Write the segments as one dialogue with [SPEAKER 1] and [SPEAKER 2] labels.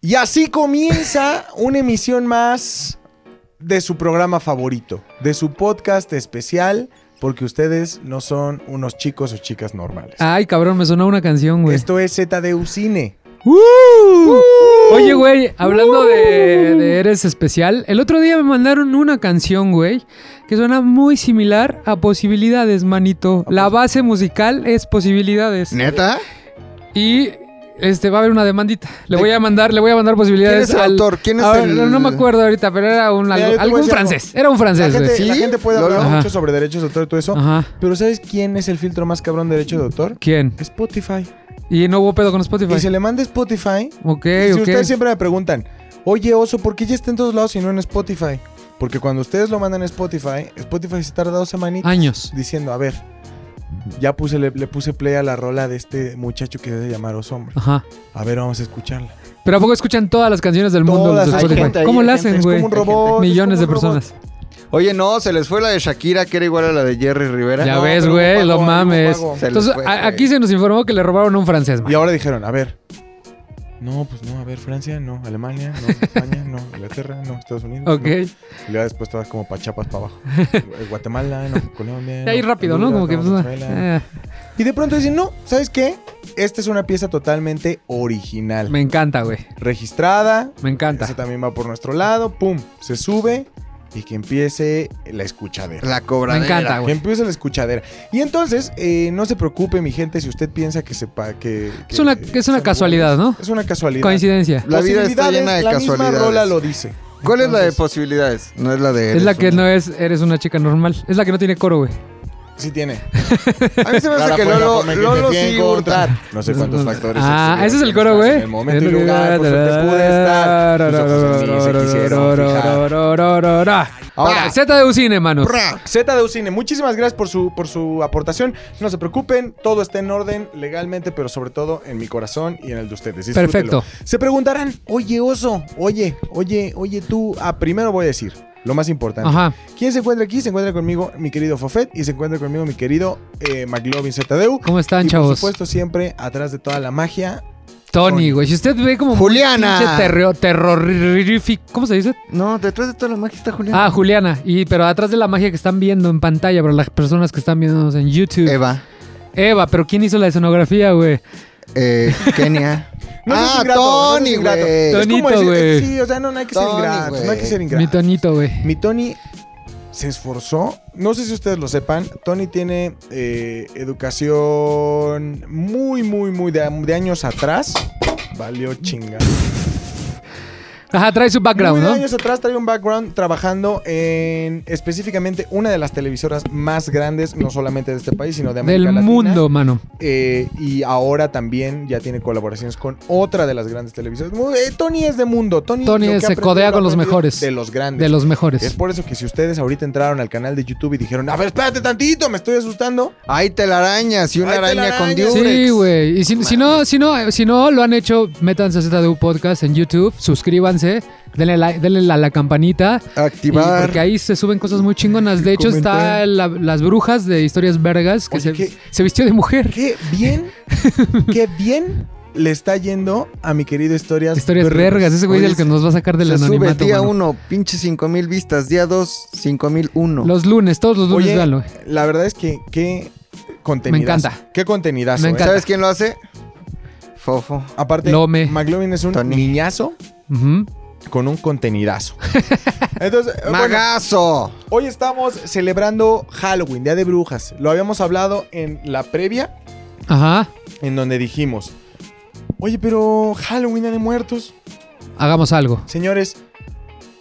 [SPEAKER 1] Y así comienza una emisión más de su programa favorito, de su podcast especial, porque ustedes no son unos chicos o chicas normales.
[SPEAKER 2] Ay, cabrón, me sonó una canción, Ah, güey. Uh,
[SPEAKER 1] Esto es ZDU Cine.
[SPEAKER 2] Oye, güey, hablando de, de Eres Especial, el otro día me mandaron una canción, güey, que suena muy similar a Posibilidades, manito. La base musical es Posibilidades.
[SPEAKER 3] ¿Neta?
[SPEAKER 2] Y este va a haber una demandita. Le voy a mandar, le voy a mandar posibilidades
[SPEAKER 3] ¿Quién es el
[SPEAKER 2] al
[SPEAKER 3] autor? ¿Quién es
[SPEAKER 2] a ver,
[SPEAKER 3] el-
[SPEAKER 2] No, me acuerdo ahorita, pero era un
[SPEAKER 1] Mira, yo te voy a
[SPEAKER 2] algún
[SPEAKER 1] decir algo.
[SPEAKER 2] francés. Era un
[SPEAKER 1] La
[SPEAKER 2] francés,
[SPEAKER 1] gente,
[SPEAKER 2] güey.
[SPEAKER 1] la
[SPEAKER 3] ¿Sí?
[SPEAKER 1] gente puede
[SPEAKER 3] Lolo.
[SPEAKER 1] hablar
[SPEAKER 2] Ajá.
[SPEAKER 1] mucho sobre derechos de autor y todo eso,
[SPEAKER 2] Ajá.
[SPEAKER 1] pero ¿sabes quién es el filtro más cabrón de derecho de autor?
[SPEAKER 2] ¿Quién?
[SPEAKER 1] Spotify.
[SPEAKER 2] Y no hubo pedo con Spotify.
[SPEAKER 1] Y se le manda Spotify.
[SPEAKER 2] Ok,
[SPEAKER 1] y si
[SPEAKER 2] ok.
[SPEAKER 1] ustedes siempre me preguntan, oye oso, ¿por qué ya está en todos lados y no en Spotify? Porque cuando ustedes lo mandan a Spotify, Spotify se tarda dos semanitas
[SPEAKER 2] Años.
[SPEAKER 1] diciendo, a ver, ya puse, le, le puse play a la rola de este muchacho que se debe llamar Oso Hombre.
[SPEAKER 2] Ajá.
[SPEAKER 1] A ver, vamos a escucharla.
[SPEAKER 2] Pero ¿a poco escuchan todas las canciones del mundo
[SPEAKER 1] Todas,
[SPEAKER 2] de
[SPEAKER 1] hay
[SPEAKER 2] Spotify?
[SPEAKER 3] gente ahí,
[SPEAKER 2] ¿Cómo
[SPEAKER 3] hay
[SPEAKER 2] la
[SPEAKER 3] gente.
[SPEAKER 2] hacen,
[SPEAKER 1] Es
[SPEAKER 2] güey?
[SPEAKER 1] como un robot. es
[SPEAKER 2] Millones de
[SPEAKER 1] como un robot.
[SPEAKER 2] personas.
[SPEAKER 3] Oye, no, se les fue la de Shakira, que era igual a la de Jerry Rivera.
[SPEAKER 2] Ya
[SPEAKER 1] No,
[SPEAKER 2] ves,
[SPEAKER 1] pero hubo
[SPEAKER 2] güey,
[SPEAKER 1] pago,
[SPEAKER 2] lo
[SPEAKER 1] hubo
[SPEAKER 2] mames.
[SPEAKER 1] pago.
[SPEAKER 3] Se les
[SPEAKER 2] Entonces,
[SPEAKER 3] fue,
[SPEAKER 2] a-
[SPEAKER 3] güey.
[SPEAKER 2] aquí se nos informó que le robaron a un francés, man.
[SPEAKER 1] Y ahora dijeron, a ver. No, pues no, a ver, Francia, no, Alemania, no, España, no, Inglaterra, no, Estados Unidos.
[SPEAKER 2] Ok.
[SPEAKER 1] no. Y luego después todas como para Chiapas para abajo. Eh, Guatemala, no, Colombia.
[SPEAKER 2] Ahí
[SPEAKER 1] no,
[SPEAKER 2] rápido, ¿no?
[SPEAKER 1] Honduras,
[SPEAKER 2] Como que. pues,
[SPEAKER 1] Venezuela.
[SPEAKER 2] ah,
[SPEAKER 1] Y de pronto dicen, no, ¿sabes qué? Esta es una pieza totalmente original.
[SPEAKER 2] me encanta, güey.
[SPEAKER 1] Registrada. Esa
[SPEAKER 2] Me encanta.
[SPEAKER 1] también va por nuestro lado. Pum, se sube y que empiece la escuchadera.
[SPEAKER 3] La cobradera.
[SPEAKER 2] Me encanta,
[SPEAKER 1] Que
[SPEAKER 2] güey.
[SPEAKER 1] empiece la escuchadera. Y entonces, eh, no se preocupe, mi gente, si usted piensa que sepa que.
[SPEAKER 2] Es una-
[SPEAKER 1] que
[SPEAKER 2] que es una
[SPEAKER 1] son
[SPEAKER 2] casualidad,
[SPEAKER 1] iguales.
[SPEAKER 2] ¿no?
[SPEAKER 1] Es una casualidad.
[SPEAKER 2] Coincidencia.
[SPEAKER 3] La vida está
[SPEAKER 1] Posibilidades,
[SPEAKER 3] llena de
[SPEAKER 1] la
[SPEAKER 3] casualidades.
[SPEAKER 1] misma rola lo dice.
[SPEAKER 3] ¿Cuál es la de
[SPEAKER 1] Entonces,
[SPEAKER 3] posibilidades? No es la de.
[SPEAKER 2] Es la
[SPEAKER 3] eres
[SPEAKER 2] que
[SPEAKER 3] un-
[SPEAKER 2] no es, eres una chica normal. Es la que no tiene coro, güey.
[SPEAKER 1] Sí tiene.
[SPEAKER 3] A mí se me hace
[SPEAKER 1] Clara
[SPEAKER 3] que
[SPEAKER 1] fue la
[SPEAKER 3] Lolo,
[SPEAKER 1] forma en que
[SPEAKER 3] Lolo
[SPEAKER 1] te fui a
[SPEAKER 3] sí
[SPEAKER 1] encontrar.
[SPEAKER 3] hurtar.
[SPEAKER 1] No sé cuántos factores.
[SPEAKER 2] Ah, ese es el
[SPEAKER 1] estuvieron
[SPEAKER 2] coro, güey.
[SPEAKER 1] En el momento y lugar, por donde pude estar. Tus ojos en mí se quisieron fijar. Ah.
[SPEAKER 2] Ahora,
[SPEAKER 3] Pra.
[SPEAKER 2] Z de Ucine, manos.
[SPEAKER 3] Pra.
[SPEAKER 1] Z de Ucine, muchísimas gracias por su, por su aportación. No se preocupen, todo está en orden legalmente, pero sobre todo en mi corazón y en el de ustedes. Disfrútenlo.
[SPEAKER 2] Perfecto.
[SPEAKER 1] Se preguntarán, oye oso, oye, oye, oye tú. Ah, primero voy a decir lo más importante.
[SPEAKER 2] Ajá.
[SPEAKER 1] ¿Quién se encuentra aquí? Se encuentra conmigo mi querido Fofet y se encuentra conmigo mi querido eh, McLovin ZDU.
[SPEAKER 2] ¿Cómo están,
[SPEAKER 1] y Por
[SPEAKER 2] chavos?
[SPEAKER 1] supuesto, siempre atrás de toda la magia.
[SPEAKER 2] Tony, güey. Si usted ve como.
[SPEAKER 3] Juliana.
[SPEAKER 2] Pinche terro- terrorífico. ¿Cómo se dice?
[SPEAKER 3] No, detrás de toda la magia está Julián.
[SPEAKER 2] Ah, Juliana. Y pero atrás de la magia que están viendo en pantalla, para las personas que están viéndonos en YouTube. Eva,
[SPEAKER 3] Eva.
[SPEAKER 2] pero ¿quién hizo la escenografía, güey?
[SPEAKER 3] Eh, Kenia.
[SPEAKER 1] No seas
[SPEAKER 3] ah,
[SPEAKER 1] ingrato, no seas
[SPEAKER 3] Tony,
[SPEAKER 1] ingrato.
[SPEAKER 3] güey.
[SPEAKER 1] Es como
[SPEAKER 2] Tonito,
[SPEAKER 1] decir-
[SPEAKER 2] güey.
[SPEAKER 1] Sí, o sea, no, no hay que ser
[SPEAKER 3] Tony,
[SPEAKER 1] ingratos, no hay que
[SPEAKER 3] güey.
[SPEAKER 1] ser
[SPEAKER 2] Mi
[SPEAKER 1] ingratos.
[SPEAKER 2] tonito, güey.
[SPEAKER 1] Mi Tony se esforzó. No sé si ustedes lo sepan. Tony tiene eh, educación muy, muy, muy de, de años atrás. Valió chinga.
[SPEAKER 2] Ajá, trae su background,
[SPEAKER 1] Muy de
[SPEAKER 2] ¿no?
[SPEAKER 1] años atrás traía un background trabajando en específicamente una de las televisoras más grandes, no solamente de este país, sino de América
[SPEAKER 2] Del
[SPEAKER 1] Latina.
[SPEAKER 2] mundo, mano.
[SPEAKER 1] Eh, y ahora también ya tiene colaboraciones con otra de las grandes televisoras. Mu- eh, Tony es de mundo. Tony,
[SPEAKER 2] Tony
[SPEAKER 1] lo que
[SPEAKER 2] se
[SPEAKER 1] aprendió,
[SPEAKER 2] codea
[SPEAKER 1] lo
[SPEAKER 2] con los
[SPEAKER 1] aprendió
[SPEAKER 2] mejores.
[SPEAKER 1] De los grandes.
[SPEAKER 2] De los
[SPEAKER 1] es
[SPEAKER 2] mejores.
[SPEAKER 1] por eso que si ustedes ahorita entraron al canal de YouTube y dijeron, a ver, espérate tantito, me estoy asustando.
[SPEAKER 3] Hay telarañas y una
[SPEAKER 1] Hay
[SPEAKER 3] araña con
[SPEAKER 1] telarañas.
[SPEAKER 3] Diurex.
[SPEAKER 2] Sí, güey. Y si, si no, si, no, si no lo han hecho, métanse a ZDU Podcast en YouTube, suscríbanse, denle, like- denle la, la campanita. Y
[SPEAKER 3] Activar.
[SPEAKER 2] porque ahí se suben cosas muy chingonas. De hecho, está
[SPEAKER 1] Comentar.
[SPEAKER 2] la- las brujas de historias vergas que
[SPEAKER 1] Oye,
[SPEAKER 2] se,
[SPEAKER 1] ¿qué?
[SPEAKER 2] se vistió de mujer.
[SPEAKER 1] Qué bien, qué bien le está yendo a mi querido Historias
[SPEAKER 2] Historias
[SPEAKER 1] Vergas.
[SPEAKER 2] vergas. Ese güey es
[SPEAKER 3] Oye,
[SPEAKER 2] el que nos va a sacar del
[SPEAKER 3] Se sube
[SPEAKER 2] anonimato.
[SPEAKER 3] día
[SPEAKER 2] mano.
[SPEAKER 3] 1, pinche 5000 vistas. Día 2, 5001.
[SPEAKER 2] Los lunes, todos los lunes,
[SPEAKER 1] Oye,
[SPEAKER 2] véanlo.
[SPEAKER 1] La verdad es que qué contenidazo.
[SPEAKER 2] encanta.
[SPEAKER 1] Qué contenidazo.
[SPEAKER 2] Me
[SPEAKER 1] ¿eh?
[SPEAKER 2] encanta.
[SPEAKER 3] ¿Sabes quién lo hace? Fofo.
[SPEAKER 1] Aparte,
[SPEAKER 2] Lome.
[SPEAKER 1] McLovin es un
[SPEAKER 3] Tony.
[SPEAKER 1] niñazo
[SPEAKER 2] Ujú.
[SPEAKER 1] con un contenidazo. Entonces, eh, bueno,
[SPEAKER 3] ¡Magazo!
[SPEAKER 1] Hoy estamos celebrando Halloween, Día de Brujas. Lo habíamos hablado en la previa,
[SPEAKER 2] Ajá.
[SPEAKER 1] en donde dijimos, oye, pero Halloween, Día de Muertos,
[SPEAKER 2] Hagamos algo.
[SPEAKER 1] señores,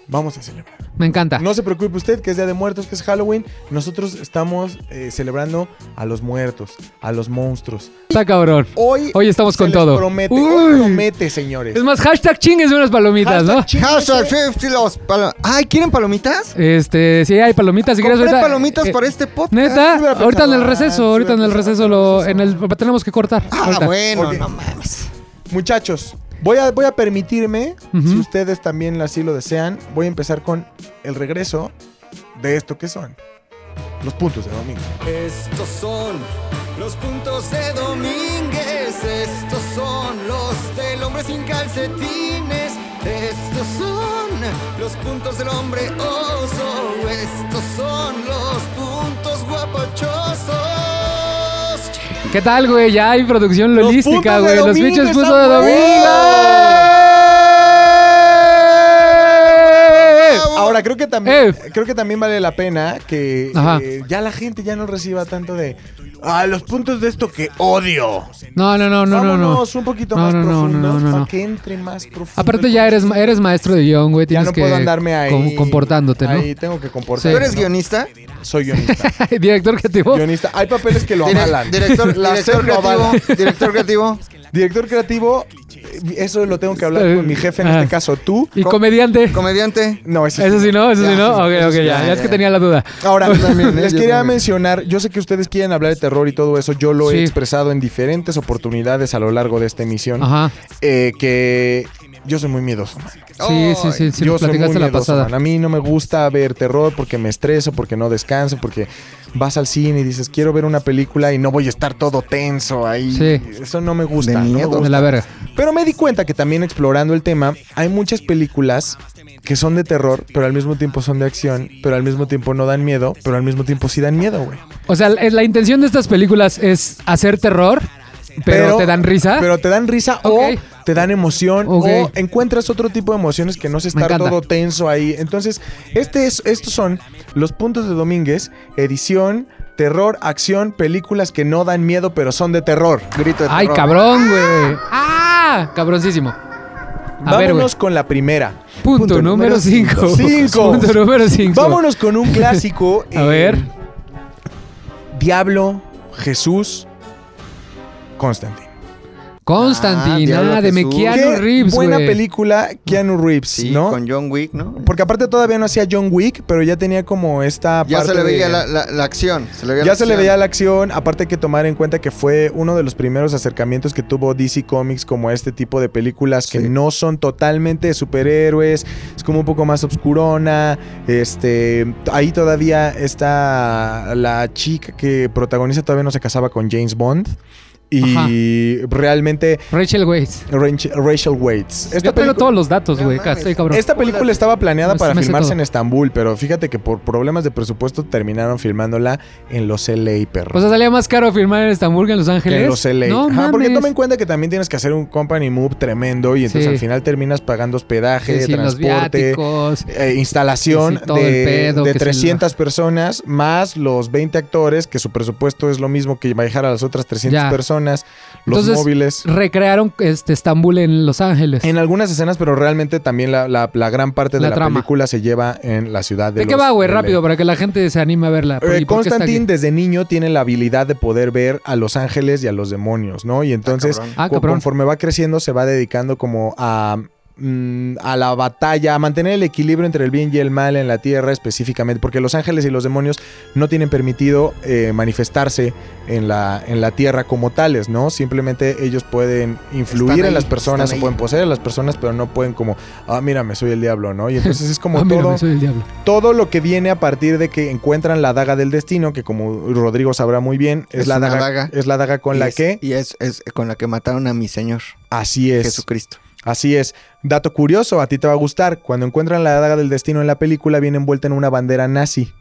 [SPEAKER 1] vamos a celebrar.
[SPEAKER 2] Me encanta.
[SPEAKER 1] No se preocupe usted que es Día de Muertos, que es Halloween. Nosotros estamos eh, celebrando a los muertos, a los monstruos.
[SPEAKER 2] Está cabrón.
[SPEAKER 1] Hoy,
[SPEAKER 2] Hoy estamos
[SPEAKER 1] se
[SPEAKER 2] con
[SPEAKER 1] les
[SPEAKER 2] todo.
[SPEAKER 1] promete,
[SPEAKER 2] Uy.
[SPEAKER 1] hoy promete, señores.
[SPEAKER 2] Es más, hashtag chingues unas palomitas,
[SPEAKER 1] Hashtag
[SPEAKER 2] ¿no?
[SPEAKER 1] chingue
[SPEAKER 3] Hashtag
[SPEAKER 1] ese-
[SPEAKER 3] 50 los palomitas. ¡Ay, ¿quieren palomitas?
[SPEAKER 2] Este, sí, hay palomitas. Si quieres
[SPEAKER 3] Compré
[SPEAKER 2] ahorita-
[SPEAKER 3] palomitas
[SPEAKER 2] eh,
[SPEAKER 3] para este podcast.
[SPEAKER 1] Ah, Sí, hubiera
[SPEAKER 2] Neta, ahorita en
[SPEAKER 1] pensado,
[SPEAKER 2] el receso,
[SPEAKER 1] ah,
[SPEAKER 2] ahorita
[SPEAKER 1] sí
[SPEAKER 2] en el
[SPEAKER 1] hubiera
[SPEAKER 2] receso,
[SPEAKER 1] pensado,
[SPEAKER 2] lo,
[SPEAKER 1] receso.
[SPEAKER 2] en el tenemos que cortar.
[SPEAKER 3] Ah,
[SPEAKER 2] ahorita.
[SPEAKER 3] bueno,
[SPEAKER 1] Ok.
[SPEAKER 3] no mames.
[SPEAKER 1] Muchachos, voy a, voy a permitirme,
[SPEAKER 2] Ujú.
[SPEAKER 1] si ustedes también así lo desean, voy a empezar con el regreso de esto que son los puntos de domingo.
[SPEAKER 3] Estos son los puntos de Domínguez. Estos son los del hombre sin calcetines.
[SPEAKER 4] Estos son los puntos del hombre oso. Estos son los puntos guapachosos.
[SPEAKER 2] ¿Qué tal, güey? Ya hay producción
[SPEAKER 1] Los
[SPEAKER 2] lolística,
[SPEAKER 1] puntos de
[SPEAKER 2] güey. Los
[SPEAKER 1] Domínguez
[SPEAKER 2] pinches
[SPEAKER 1] han
[SPEAKER 2] puntos de domingo.
[SPEAKER 1] ¡Eh! Ahora, creo que también
[SPEAKER 2] Eh.
[SPEAKER 1] creo que también vale la pena que
[SPEAKER 2] Ajá.
[SPEAKER 1] eh, ya la gente ya no reciba tanto de ah, los puntos de esto que odio.
[SPEAKER 2] No, no, no, no, no, no.
[SPEAKER 1] Vámonos un poquito
[SPEAKER 2] No,
[SPEAKER 1] más
[SPEAKER 2] no, no,
[SPEAKER 1] profundo
[SPEAKER 2] no, no, no.
[SPEAKER 1] para que entre más profundo.
[SPEAKER 2] Aparte ya eres, ma- eres maestro de guión, güey.
[SPEAKER 1] ya
[SPEAKER 2] Tienes
[SPEAKER 1] no
[SPEAKER 2] que
[SPEAKER 1] puedo andarme ahí
[SPEAKER 2] com- comportándote, ¿no?
[SPEAKER 1] Ahí tengo que comportarme.
[SPEAKER 3] ¿Tú eres
[SPEAKER 1] ¿no?
[SPEAKER 3] guionista?
[SPEAKER 1] Soy guionista.
[SPEAKER 2] Director creativo.
[SPEAKER 1] guionista. Hay papeles que lo
[SPEAKER 3] Dire-
[SPEAKER 1] avalan.
[SPEAKER 3] director,
[SPEAKER 1] La
[SPEAKER 3] director
[SPEAKER 1] SER lo avala.
[SPEAKER 3] creativo, director creativo.
[SPEAKER 1] Director creativo, eh, eso lo tengo que hablar con mi jefe en
[SPEAKER 2] Ajá.
[SPEAKER 1] este caso, tú.
[SPEAKER 2] Ah. Y
[SPEAKER 3] Co-
[SPEAKER 2] comediante.
[SPEAKER 3] Comediante.
[SPEAKER 1] No, ese
[SPEAKER 2] Eso sí, ¿no? Eso sí,
[SPEAKER 3] Ya,
[SPEAKER 2] ¿no?
[SPEAKER 3] sí,
[SPEAKER 2] Ok,
[SPEAKER 3] eso
[SPEAKER 2] ok,
[SPEAKER 3] sí,
[SPEAKER 2] ya.
[SPEAKER 3] ya,
[SPEAKER 2] Ya es que
[SPEAKER 3] ya.
[SPEAKER 2] tenía la duda.
[SPEAKER 1] Ahora,
[SPEAKER 3] Yo también, ¿eh?
[SPEAKER 1] les
[SPEAKER 3] Yo
[SPEAKER 1] quería
[SPEAKER 3] también.
[SPEAKER 1] mencionar, yo sé que ustedes quieren hablar de terror y todo eso, yo lo
[SPEAKER 2] Sí.
[SPEAKER 1] he expresado en diferentes oportunidades a lo largo de esta emisión,
[SPEAKER 2] Ajá.
[SPEAKER 1] eh, que yo soy muy miedoso. man.
[SPEAKER 2] Sí, sí, sí. Sí,
[SPEAKER 1] yo
[SPEAKER 2] nos platicaste la pasada.
[SPEAKER 1] man. A mí no me gusta ver terror porque me estreso, porque no descanso, porque vas al cine y dices, quiero ver una película y no voy a estar todo tenso ahí.
[SPEAKER 2] Sí.
[SPEAKER 1] Eso no me gusta.
[SPEAKER 3] De
[SPEAKER 1] no me
[SPEAKER 3] miedo.
[SPEAKER 1] gusta.
[SPEAKER 2] De la verga.
[SPEAKER 1] Pero me di cuenta que también explorando el tema, hay muchas películas que son de terror, pero al mismo tiempo son de acción, pero al mismo tiempo no dan miedo, pero al mismo tiempo sí dan miedo, güey.
[SPEAKER 2] O sea, la la intención de estas películas es hacer terror, pero, te dan risa.
[SPEAKER 1] Pero te dan risa
[SPEAKER 2] Ok.
[SPEAKER 1] o te dan emoción
[SPEAKER 2] Ok.
[SPEAKER 1] o encuentras otro tipo de emociones que no se
[SPEAKER 2] Me
[SPEAKER 1] estar
[SPEAKER 2] encanta.
[SPEAKER 1] todo tenso ahí. Entonces, este es, estos son los puntos de Domínguez, edición, terror, acción, películas que no dan miedo, pero son de terror.
[SPEAKER 3] Grito de
[SPEAKER 2] Ay,
[SPEAKER 3] terror.
[SPEAKER 2] cabrón, güey. Ah, cabroncísimo. A ver, güey.
[SPEAKER 1] Vámonos con la primera.
[SPEAKER 2] Punto, número 5.
[SPEAKER 1] Cinco.
[SPEAKER 2] Punto número 5.
[SPEAKER 1] Vámonos con un clásico.
[SPEAKER 2] A
[SPEAKER 1] eh,
[SPEAKER 2] ver.
[SPEAKER 1] Diablo, Jesús, Constantine.
[SPEAKER 2] Constantina
[SPEAKER 3] Ah, Diablo
[SPEAKER 2] de
[SPEAKER 3] Jesús.
[SPEAKER 2] Mequiano
[SPEAKER 1] Qué
[SPEAKER 2] Reeves, güey.
[SPEAKER 1] buena película, Keanu Reeves,
[SPEAKER 3] Sí,
[SPEAKER 1] ¿no?
[SPEAKER 3] con John Wick, ¿no?
[SPEAKER 1] Porque aparte todavía no hacía John Wick, pero ya tenía como esta
[SPEAKER 3] Ya
[SPEAKER 1] parte
[SPEAKER 3] se le
[SPEAKER 1] de-
[SPEAKER 3] veía la, la- la acción. Se le veía
[SPEAKER 1] ya
[SPEAKER 3] la
[SPEAKER 1] se le
[SPEAKER 3] acción.
[SPEAKER 1] veía la acción, aparte hay que tomar en cuenta que fue uno de los primeros acercamientos que tuvo DC Comics como este tipo de películas que
[SPEAKER 3] Sí.
[SPEAKER 1] no son totalmente de superhéroes, es como un poco más obscurona, este, ahí todavía está la chica que protagoniza todavía no se casaba con James Bond y realmente
[SPEAKER 2] Rachel Weisz.
[SPEAKER 1] Rach- Rachel Waits.
[SPEAKER 2] Yo tengo
[SPEAKER 1] pelicu-
[SPEAKER 2] todos los datos, güey.
[SPEAKER 3] No
[SPEAKER 2] acá
[SPEAKER 3] mames.
[SPEAKER 2] Estoy cabrón.
[SPEAKER 1] esta película estaba planeada
[SPEAKER 2] Me-
[SPEAKER 1] para
[SPEAKER 2] me sé
[SPEAKER 1] filmarse
[SPEAKER 2] todo.
[SPEAKER 1] en Estambul, pero fíjate que por problemas de presupuesto terminaron filmándola en los LA, perro.
[SPEAKER 2] O sea, salía más caro firmar en Estambul que en Los
[SPEAKER 1] que
[SPEAKER 2] Ángeles.
[SPEAKER 1] en los LA.
[SPEAKER 2] No,
[SPEAKER 1] Ajá, porque
[SPEAKER 2] mames.
[SPEAKER 1] toma en cuenta que también tienes que hacer un company move tremendo y entonces
[SPEAKER 2] Sí.
[SPEAKER 1] al final terminas pagando hospedaje,
[SPEAKER 2] Sí, sí, los
[SPEAKER 1] transporte,
[SPEAKER 2] viáticos.
[SPEAKER 1] eh, instalación
[SPEAKER 2] Sí, sí, todo
[SPEAKER 1] de,
[SPEAKER 2] el pedo,
[SPEAKER 1] de
[SPEAKER 2] que si
[SPEAKER 1] 300 personas más los 20 actores, que su presupuesto es lo mismo que manejar a las otras 300
[SPEAKER 2] Ya.
[SPEAKER 1] personas, los
[SPEAKER 2] Entonces,
[SPEAKER 1] móviles.
[SPEAKER 2] Recrearon este Estambul en Los Ángeles.
[SPEAKER 1] En algunas escenas, pero realmente también la, la- la gran parte
[SPEAKER 2] La
[SPEAKER 1] de la
[SPEAKER 2] trama.
[SPEAKER 1] película se lleva en la ciudad de
[SPEAKER 2] ¿De qué
[SPEAKER 1] los
[SPEAKER 2] va, güey?
[SPEAKER 1] LA.
[SPEAKER 2] Rápido, para que la gente se anime a verla. ¿Y por qué
[SPEAKER 1] Eh,
[SPEAKER 2] está
[SPEAKER 1] Constantine
[SPEAKER 2] aquí?
[SPEAKER 1] desde niño tiene la habilidad de poder ver a los ángeles y a los demonios, ¿no? Y entonces,
[SPEAKER 3] cabrón.
[SPEAKER 2] Ah,
[SPEAKER 1] co-
[SPEAKER 2] cabrón.
[SPEAKER 1] conforme va creciendo, se va dedicando como a, mm, a la batalla, a mantener el equilibrio entre el bien y el mal en la tierra específicamente, porque los ángeles y los demonios no tienen permitido eh, manifestarse en la, en la tierra como tales, ¿no? Simplemente ellos pueden influir
[SPEAKER 3] Están
[SPEAKER 1] en
[SPEAKER 3] ahí,
[SPEAKER 1] las personas
[SPEAKER 3] están
[SPEAKER 1] o
[SPEAKER 3] ahí.
[SPEAKER 1] pueden poseer a las personas, pero no pueden como, ah, mírame, soy el diablo, ¿no? Y entonces es como
[SPEAKER 2] Ah, mira,
[SPEAKER 1] todo
[SPEAKER 2] soy el diablo.
[SPEAKER 1] todo lo que viene a partir de que encuentran la daga del destino, que como Rodrigo sabrá muy bien, es,
[SPEAKER 3] Es
[SPEAKER 1] la
[SPEAKER 3] una
[SPEAKER 1] daga,
[SPEAKER 3] daga.
[SPEAKER 1] es la daga con
[SPEAKER 3] Y
[SPEAKER 1] la
[SPEAKER 3] es-
[SPEAKER 1] que
[SPEAKER 3] Y es, es con la que mataron a mi señor,
[SPEAKER 1] así es.
[SPEAKER 3] Jesucristo.
[SPEAKER 1] Así es. Dato curioso, a ti te va a gustar. Cuando encuentran la daga del destino en la película, viene envuelta en una bandera nazi.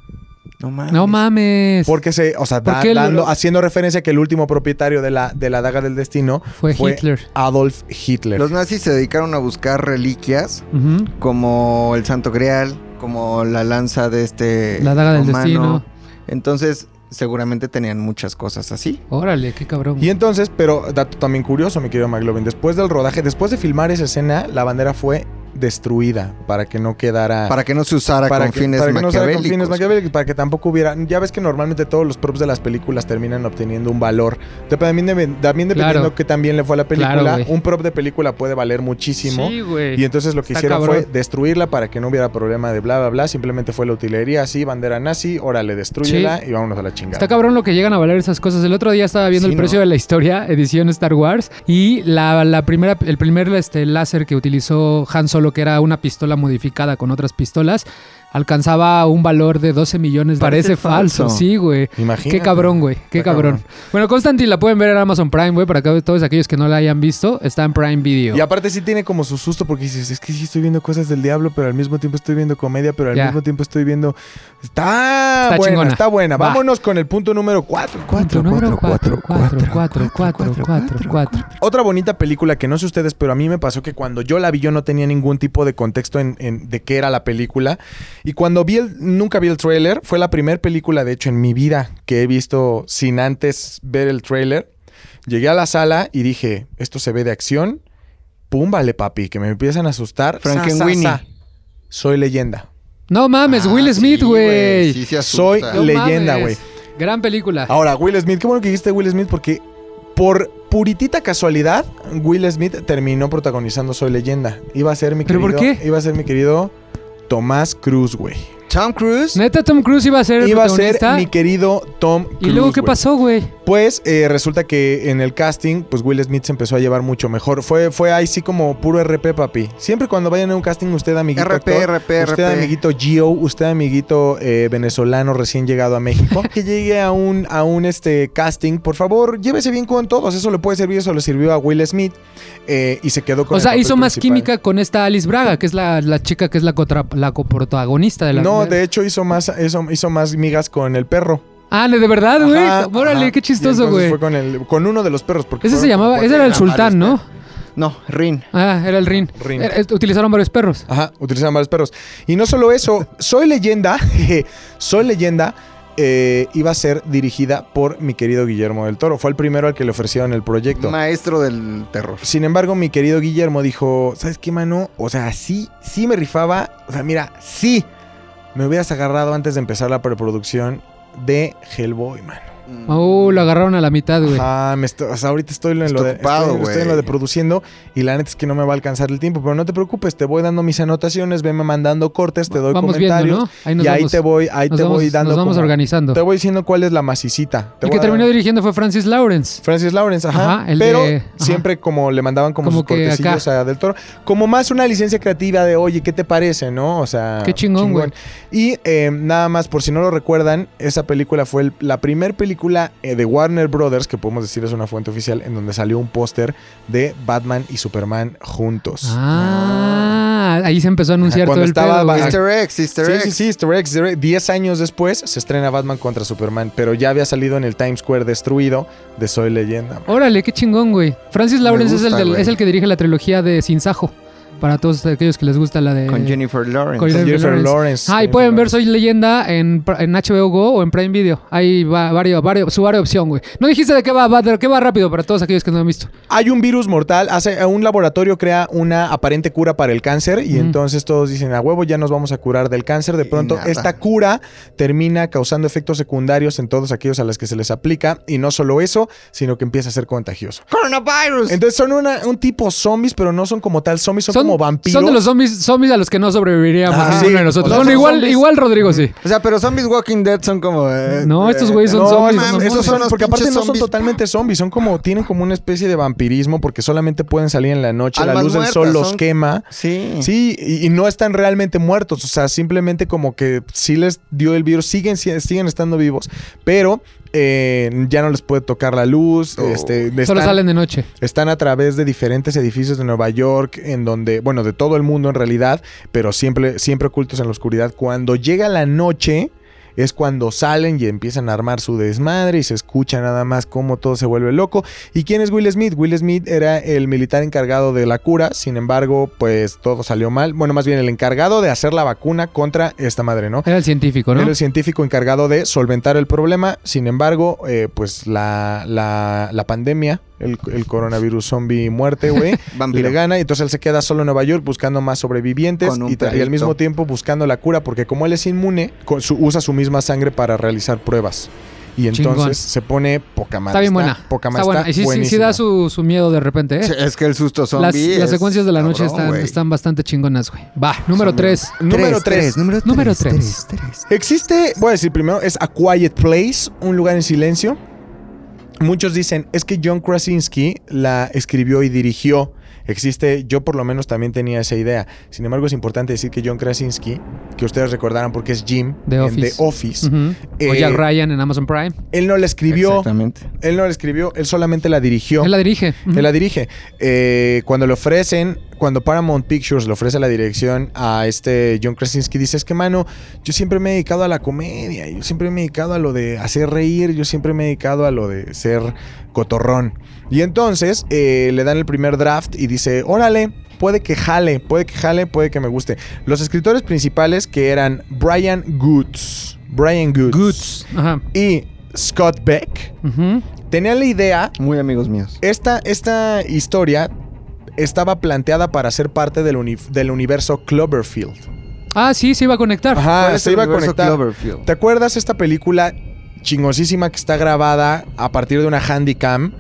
[SPEAKER 3] No mames.
[SPEAKER 2] No mames.
[SPEAKER 1] Ah, Porque se, o sea,
[SPEAKER 2] ¿Por
[SPEAKER 1] da-
[SPEAKER 2] qué lo-
[SPEAKER 1] dando- haciendo referencia a que el último propietario de la, de la daga del destino
[SPEAKER 2] Fue,
[SPEAKER 1] fue
[SPEAKER 2] Hitler.
[SPEAKER 1] Adolf Hitler.
[SPEAKER 3] Los nazis se dedicaron a buscar reliquias
[SPEAKER 2] Ujú.
[SPEAKER 3] como el Santo Grial, como la lanza de este.
[SPEAKER 2] La daga del
[SPEAKER 3] romano.
[SPEAKER 2] destino.
[SPEAKER 3] Entonces, seguramente tenían muchas cosas así.
[SPEAKER 2] Órale, qué cabrón.
[SPEAKER 1] Y entonces, pero dato también curioso, mi querido McLovin, después del rodaje, después de filmar esa escena, la bandera fue destruida para que no quedara...
[SPEAKER 3] Para que no se usara con
[SPEAKER 1] que-
[SPEAKER 3] fines
[SPEAKER 1] Ah. para que no se haga con
[SPEAKER 3] maquiavélicos.
[SPEAKER 1] fines maquiavélicos, para que tampoco hubiera. Ya ves que normalmente todos los props de las películas terminan obteniendo un valor. Dep- También, debe- también dependiendo
[SPEAKER 2] Claro.
[SPEAKER 1] que también le fue a la película,
[SPEAKER 2] Claro, güey.
[SPEAKER 1] un prop de película puede valer muchísimo.
[SPEAKER 2] Sí, güey.
[SPEAKER 1] Y entonces lo que
[SPEAKER 2] Está
[SPEAKER 1] hicieron
[SPEAKER 2] cabrón.
[SPEAKER 1] fue destruirla para que no hubiera problema de bla, bla, bla. Simplemente fue la utilería así, bandera nazi, órale, destruyela y vámonos a la chingada.
[SPEAKER 2] Está cabrón lo que llegan a valer esas cosas. El otro día estaba viendo
[SPEAKER 3] Sí,
[SPEAKER 2] el precio
[SPEAKER 3] ¿no?
[SPEAKER 2] de la historia, edición Star Wars, y la, la primera, el primer este, láser que utilizó Han Solo solo que era una pistola modificada con otras pistolas, alcanzaba un valor de 12 millones. Parece,
[SPEAKER 3] Parece
[SPEAKER 2] falso.
[SPEAKER 3] falso.
[SPEAKER 2] Sí, güey.
[SPEAKER 1] Imagínate.
[SPEAKER 2] Qué cabrón, güey. Qué
[SPEAKER 3] Está
[SPEAKER 2] cabrón.
[SPEAKER 3] cabrón.
[SPEAKER 2] Bueno, Constantine la pueden ver en Amazon Prime, güey. Para que todos aquellos que no la hayan visto, está en Prime Video.
[SPEAKER 1] Y aparte sí tiene como su susto porque dices, es que sí estoy viendo cosas del diablo, pero al mismo tiempo estoy viendo comedia, pero al
[SPEAKER 2] Ya.
[SPEAKER 1] mismo tiempo estoy viendo... Está,
[SPEAKER 2] Está
[SPEAKER 1] buena,
[SPEAKER 2] chingona.
[SPEAKER 1] está buena.
[SPEAKER 2] Va.
[SPEAKER 1] Vámonos con el punto número 4.
[SPEAKER 2] Punto número cuatro, cuatro, cuatro, cuatro, cuatro, cuatro.
[SPEAKER 1] Otra bonita película que no sé ustedes, pero a mí me pasó que cuando yo la vi yo no tenía ningún tipo de contexto en, en- de qué era la película. Y cuando vi el, nunca vi el tráiler, fue la primera película de hecho en mi vida que he visto sin antes ver el tráiler. Llegué a la sala y dije, esto se ve de acción. Pum, vale papi, que me empiezan a asustar. Sa,
[SPEAKER 3] Frankenweenie.
[SPEAKER 1] sa, sa. Soy leyenda.
[SPEAKER 2] No mames,
[SPEAKER 3] Ah,
[SPEAKER 2] Will
[SPEAKER 3] sí,
[SPEAKER 2] Smith, güey.
[SPEAKER 3] Sí, se asusta.
[SPEAKER 1] Soy
[SPEAKER 2] No
[SPEAKER 1] Leyenda,
[SPEAKER 2] mames. Gran película.
[SPEAKER 1] Ahora, Will Smith, qué bueno que dijiste Will Smith porque por puritita casualidad, Will Smith terminó protagonizando Soy Leyenda. Iba a ser mi
[SPEAKER 2] ¿Pero
[SPEAKER 1] querido.
[SPEAKER 2] por qué?
[SPEAKER 1] Iba a ser mi querido Tomás Cruz, güey.
[SPEAKER 3] Tom Cruise.
[SPEAKER 2] Neta, Tom Cruise iba a ser el
[SPEAKER 1] Iba a ser
[SPEAKER 2] protagonista.
[SPEAKER 1] mi querido Tom Cruise.
[SPEAKER 2] y luego, ¿qué
[SPEAKER 1] güey.
[SPEAKER 2] pasó, güey?
[SPEAKER 1] Pues eh, resulta que en el casting, pues Will Smith se empezó a llevar mucho mejor. Fue, fue ahí sí como puro RP, papi. Siempre cuando vayan a un casting, usted, amiguito.
[SPEAKER 3] RP,
[SPEAKER 1] actor,
[SPEAKER 3] RP,
[SPEAKER 1] Usted,
[SPEAKER 3] RP.
[SPEAKER 1] amiguito Gio, usted, amiguito eh, venezolano recién llegado a México, que llegue a un, a un este, casting, por favor, llévese bien con todos. Eso le puede servir, eso le sirvió a Will Smith eh, y se quedó con
[SPEAKER 2] O
[SPEAKER 1] el
[SPEAKER 2] sea,
[SPEAKER 1] papel
[SPEAKER 2] hizo más
[SPEAKER 1] principal.
[SPEAKER 2] química con esta Alice Braga, que es la, la chica que es la, contra- la coprotagonista de la
[SPEAKER 1] No, de hecho hizo más, hizo, hizo más migas con el perro.
[SPEAKER 2] Ah, ¿de verdad, güey?
[SPEAKER 1] Ajá,
[SPEAKER 2] Órale,
[SPEAKER 1] ajá.
[SPEAKER 2] qué
[SPEAKER 1] Y
[SPEAKER 2] chistoso,
[SPEAKER 1] entonces
[SPEAKER 2] güey.
[SPEAKER 1] Fue con, el- con uno de los perros. Porque
[SPEAKER 2] Ese se
[SPEAKER 1] fueron
[SPEAKER 2] llamaba,
[SPEAKER 1] como
[SPEAKER 2] ese era el
[SPEAKER 1] cuatro.
[SPEAKER 2] sultán, ¿no?
[SPEAKER 3] No, Rin.
[SPEAKER 2] Ah, era el Rin.
[SPEAKER 1] Rin.
[SPEAKER 2] Era- es- utilizaron varios perros.
[SPEAKER 1] Ajá, utilizan varios perros. Y no solo eso, Soy Leyenda, jeje, Soy Leyenda eh, iba a ser dirigida por mi querido Guillermo del Toro. Fue el primero al que le ofrecieron el proyecto.
[SPEAKER 3] Maestro del terror.
[SPEAKER 1] Sin embargo, mi querido Guillermo dijo, ¿sabes qué, mano? O sea, sí, sí me rifaba. O sea, mira, sí. Me hubieras agarrado antes de empezar la preproducción de Hellboy, mano.
[SPEAKER 2] Oh,
[SPEAKER 3] Mm.
[SPEAKER 2] lo agarraron a la mitad, güey.
[SPEAKER 1] Ajá, me estoy- o sea, ahorita estoy en, lo
[SPEAKER 3] Está
[SPEAKER 1] de,
[SPEAKER 3] ocupado,
[SPEAKER 1] estoy- estoy en lo
[SPEAKER 3] güey.
[SPEAKER 1] de produciendo y la neta es que no me va a alcanzar el tiempo. Pero no te preocupes, te voy dando mis anotaciones, venme mandando cortes, te doy
[SPEAKER 2] Vamos
[SPEAKER 1] comentarios.
[SPEAKER 2] viendo, ¿no? Ahí nos
[SPEAKER 1] y ahí
[SPEAKER 2] vamos,
[SPEAKER 1] te voy, ahí
[SPEAKER 2] nos
[SPEAKER 1] te
[SPEAKER 2] vamos-
[SPEAKER 1] voy dando.
[SPEAKER 2] nos vamos
[SPEAKER 1] como-
[SPEAKER 2] organizando.
[SPEAKER 1] Te voy diciendo cuál es la macicita. Te voy
[SPEAKER 2] el que
[SPEAKER 1] a-
[SPEAKER 2] terminó dirigiendo fue Francis Lawrence.
[SPEAKER 1] Francis Lawrence, ajá.
[SPEAKER 2] Ajá, el
[SPEAKER 1] pero
[SPEAKER 2] de- ajá.
[SPEAKER 1] siempre como le mandaban como,
[SPEAKER 2] Como
[SPEAKER 1] sus
[SPEAKER 2] que
[SPEAKER 1] cortecillos a Del Toro. Como más una licencia creativa de, oye, ¿qué te parece, no? O sea.
[SPEAKER 2] Qué chingón, güey.
[SPEAKER 1] Y eh, nada más, por si no lo recuerdan, esa película fue el- la primer película eh, de Warner Brothers, que podemos decir es una fuente oficial, en donde salió un póster de Batman y Superman juntos.
[SPEAKER 2] Ah, ahí se empezó a anunciar
[SPEAKER 1] Cuando
[SPEAKER 2] todo el
[SPEAKER 1] estaba
[SPEAKER 2] pedo, güey.
[SPEAKER 1] Ajá.
[SPEAKER 3] Easter eggs, Easter
[SPEAKER 1] Sí,
[SPEAKER 3] eggs.
[SPEAKER 1] sí, sí, Easter eggs, Easter eggs. Diez años después se estrena Batman contra Superman, pero ya había salido en el Times Square destruido de Soy Leyenda.
[SPEAKER 2] Órale, qué chingón, güey. Francis Lawrence es,
[SPEAKER 3] gusta,
[SPEAKER 2] el del-
[SPEAKER 3] güey.
[SPEAKER 2] es el que dirige la trilogía de Sin Sajo. Para todos aquellos que les gusta la de.
[SPEAKER 3] Con Jennifer Lawrence.
[SPEAKER 2] Con Jennifer
[SPEAKER 1] Jennifer
[SPEAKER 2] Lawrence.
[SPEAKER 1] Lawrence.
[SPEAKER 2] Ah, y
[SPEAKER 1] Jennifer
[SPEAKER 2] pueden ver
[SPEAKER 1] Lawrence.
[SPEAKER 2] Soy Leyenda en, pr- en HBO Go o en Prime Video. Hay va, varios, varios, su varia opción, güey. No dijiste de qué va, va- de qué va rápido para todos aquellos que no han visto.
[SPEAKER 1] Hay un virus mortal, hace un laboratorio crea una aparente cura para el cáncer y
[SPEAKER 2] Mm.
[SPEAKER 1] entonces todos dicen, a huevo, ya nos vamos a curar del cáncer. De
[SPEAKER 3] Y
[SPEAKER 1] pronto
[SPEAKER 3] nada.
[SPEAKER 1] esta cura termina causando efectos secundarios en todos aquellos a los que se les aplica y no solo eso, sino que empieza a ser contagioso.
[SPEAKER 3] Coronavirus.
[SPEAKER 1] Entonces son una- un tipo zombies, pero no son como tal zombies, son, como vampiros.
[SPEAKER 2] Son de los zombies, zombies a los que no sobreviviríamos
[SPEAKER 1] Ah,
[SPEAKER 2] ninguno
[SPEAKER 1] sí.
[SPEAKER 2] de nosotros.
[SPEAKER 1] O sea,
[SPEAKER 2] bueno,
[SPEAKER 1] son
[SPEAKER 2] igual,
[SPEAKER 1] zombies.
[SPEAKER 2] igual Rodrigo, sí.
[SPEAKER 3] o sea, pero zombies Walking Dead son como. eh,
[SPEAKER 2] No, estos güeyes son
[SPEAKER 1] no,
[SPEAKER 2] zombies.
[SPEAKER 1] mames,
[SPEAKER 2] son
[SPEAKER 1] esos son,
[SPEAKER 2] zombies.
[SPEAKER 3] unos
[SPEAKER 1] porque aparte
[SPEAKER 3] pinches
[SPEAKER 1] no son
[SPEAKER 3] zombies.
[SPEAKER 1] totalmente zombies, son como, tienen como una especie de vampirismo porque solamente pueden salir en la noche, la
[SPEAKER 3] Almas
[SPEAKER 1] luz del
[SPEAKER 3] muertas,
[SPEAKER 1] sol los
[SPEAKER 3] son-
[SPEAKER 1] quema.
[SPEAKER 3] Sí.
[SPEAKER 1] Sí, y, y no están realmente muertos, o sea, simplemente como que sí les dio el virus, siguen, si- siguen estando vivos, pero eh, ya no les puede tocar la luz,
[SPEAKER 3] Oh.
[SPEAKER 1] este,
[SPEAKER 2] Solo
[SPEAKER 1] están,
[SPEAKER 2] salen de noche.
[SPEAKER 1] están a través de diferentes edificios de Nueva York, en donde, bueno, de todo el mundo en realidad, pero siempre, siempre ocultos en la oscuridad. Cuando llega la noche... Es cuando salen y empiezan a armar su desmadre y se escucha nada más cómo todo se vuelve loco. ¿Y quién es Will Smith? Will Smith era el militar encargado de la cura, sin embargo, pues todo salió mal. Bueno, más bien el encargado de hacer la vacuna contra esta madre, ¿no?
[SPEAKER 2] Era el científico, ¿no?
[SPEAKER 1] Era el científico encargado de solventar el problema. Sin embargo, eh, pues la, la- la pandemia, el, el coronavirus zombie muerte, güey,
[SPEAKER 3] Vampiro.
[SPEAKER 1] le gana. Y entonces él se queda solo en Nueva York buscando más sobrevivientes
[SPEAKER 3] Con un
[SPEAKER 1] y, ta- y al
[SPEAKER 3] perrito.
[SPEAKER 1] mismo tiempo buscando la cura, porque como él es inmune, con su- usa su misma sangre para realizar pruebas. Y entonces
[SPEAKER 2] Chingón.
[SPEAKER 1] se pone poca madre.
[SPEAKER 2] Está bien buena.
[SPEAKER 1] Poca
[SPEAKER 2] Está
[SPEAKER 1] madre.
[SPEAKER 2] buena.
[SPEAKER 1] está
[SPEAKER 2] Y sí, sí, sí
[SPEAKER 1] buenísima.
[SPEAKER 2] da su, su miedo de repente, ¿eh?
[SPEAKER 3] Sí, Es que el susto zombie.
[SPEAKER 2] las, las
[SPEAKER 3] es
[SPEAKER 2] secuencias de la noche
[SPEAKER 3] cabrón,
[SPEAKER 2] están,
[SPEAKER 3] güey.
[SPEAKER 2] están bastante chingonas, güey. Va, número
[SPEAKER 3] Son-
[SPEAKER 2] 3.
[SPEAKER 1] Número
[SPEAKER 3] Tres,
[SPEAKER 1] 3.
[SPEAKER 3] tres, Número tres.
[SPEAKER 2] Número tres.
[SPEAKER 3] tres, tres.
[SPEAKER 1] Existe, voy a decir primero, es A Quiet Place, un lugar en silencio. Muchos dicen, es que John Krasinski la escribió y dirigió. Existe, yo por lo menos también tenía esa idea. Sin embargo, es importante decir que John Krasinski, que ustedes recordarán porque es Jim
[SPEAKER 2] The
[SPEAKER 1] en
[SPEAKER 2] Office.
[SPEAKER 1] The Office,
[SPEAKER 2] Ujú. o
[SPEAKER 1] Eh,
[SPEAKER 2] Jack Ryan en Amazon Prime.
[SPEAKER 1] él no la escribió,
[SPEAKER 3] Exactamente.
[SPEAKER 1] él no la escribió, él solamente la dirigió.
[SPEAKER 2] Él la dirige. Ujú.
[SPEAKER 1] Él la dirige. Eh, cuando le ofrecen, cuando Paramount Pictures le ofrece la dirección a este John Krasinski, dice, es que, mano, yo siempre me he dedicado a la comedia, yo siempre me he dedicado a lo de hacer reír, yo siempre me he dedicado a lo de ser cotorrón. Y entonces eh, le dan el primer draft y dice, órale, puede que jale, puede que jale, puede que me guste. Los escritores principales que eran Brian Goods, Brian Goods,
[SPEAKER 2] Goods. Ajá.
[SPEAKER 1] y Scott Beck,
[SPEAKER 2] Ujú.
[SPEAKER 1] tenían la idea
[SPEAKER 3] Muy amigos míos.
[SPEAKER 1] esta, esta historia estaba planteada para ser parte del, uni- del universo Cloverfield.
[SPEAKER 2] Ah, sí, se iba a conectar.
[SPEAKER 1] Ajá,
[SPEAKER 3] ¿Cuál es
[SPEAKER 1] Ah, se
[SPEAKER 3] el
[SPEAKER 1] iba a
[SPEAKER 3] universo
[SPEAKER 1] conectar.
[SPEAKER 3] Cloverfield?
[SPEAKER 1] ¿Te acuerdas esta película chingosísima que está grabada a partir de una handycam?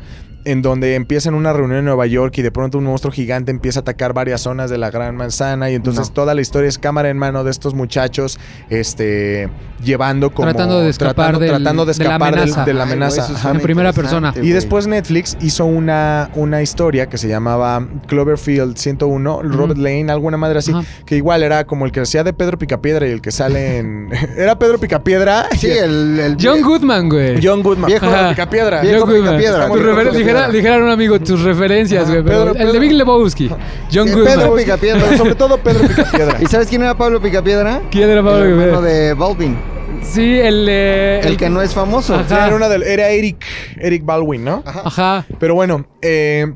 [SPEAKER 1] En donde empiezan una reunión en Nueva York y de pronto un monstruo gigante empieza a atacar varias zonas de la Gran Manzana. Y entonces
[SPEAKER 3] No.
[SPEAKER 1] toda la historia es cámara en mano de estos muchachos, este, llevando como.
[SPEAKER 2] Tratando de escapar
[SPEAKER 1] tratando,
[SPEAKER 2] del-
[SPEAKER 1] tratando de
[SPEAKER 2] de la
[SPEAKER 1] escapar del-
[SPEAKER 2] amenaza.
[SPEAKER 1] de la
[SPEAKER 3] Ay, güey,
[SPEAKER 1] amenaza.
[SPEAKER 3] eso
[SPEAKER 1] Ajá.
[SPEAKER 3] suena
[SPEAKER 2] En primera
[SPEAKER 3] interesante,
[SPEAKER 2] persona.
[SPEAKER 1] Y
[SPEAKER 3] güey.
[SPEAKER 1] después Netflix hizo una, una historia que se llamaba Cloverfield 101, Robert Lane, alguna madre así,
[SPEAKER 2] Ajá.
[SPEAKER 1] que igual era como el que hacía de Pedro Picapiedra y el que sale en... era Pedro Picapiedra.
[SPEAKER 3] Sí, el. el
[SPEAKER 2] John Goodman, güey.
[SPEAKER 1] John Goodman.
[SPEAKER 3] Viejo
[SPEAKER 2] Ajá.
[SPEAKER 1] Picapiedra.
[SPEAKER 3] Viejo
[SPEAKER 2] John Goodman.
[SPEAKER 3] Picapiedra,
[SPEAKER 2] Tus
[SPEAKER 3] güey.
[SPEAKER 2] refer-
[SPEAKER 3] Picapiedra.
[SPEAKER 2] dijera, dijera un amigo tus referencias, güey. pero
[SPEAKER 1] Pedro,
[SPEAKER 2] el de
[SPEAKER 1] Pedro.
[SPEAKER 2] Big Lebowski. John
[SPEAKER 3] Sí,
[SPEAKER 2] Goodman.
[SPEAKER 3] Pedro Picapiedra.
[SPEAKER 1] Sobre todo Pedro Picapiedra.
[SPEAKER 3] ¿Y sabes quién era Pablo Picapiedra?
[SPEAKER 2] ¿Quién era Pablo
[SPEAKER 3] el hermano
[SPEAKER 2] Picapiedra?
[SPEAKER 3] de Baldwin.
[SPEAKER 2] Sí, el. eh,
[SPEAKER 3] El que no es famoso.
[SPEAKER 2] Ajá.
[SPEAKER 1] era, una del- era Eric, Eric Baldwin, ¿no?
[SPEAKER 2] Ajá.
[SPEAKER 1] Pero bueno, eh,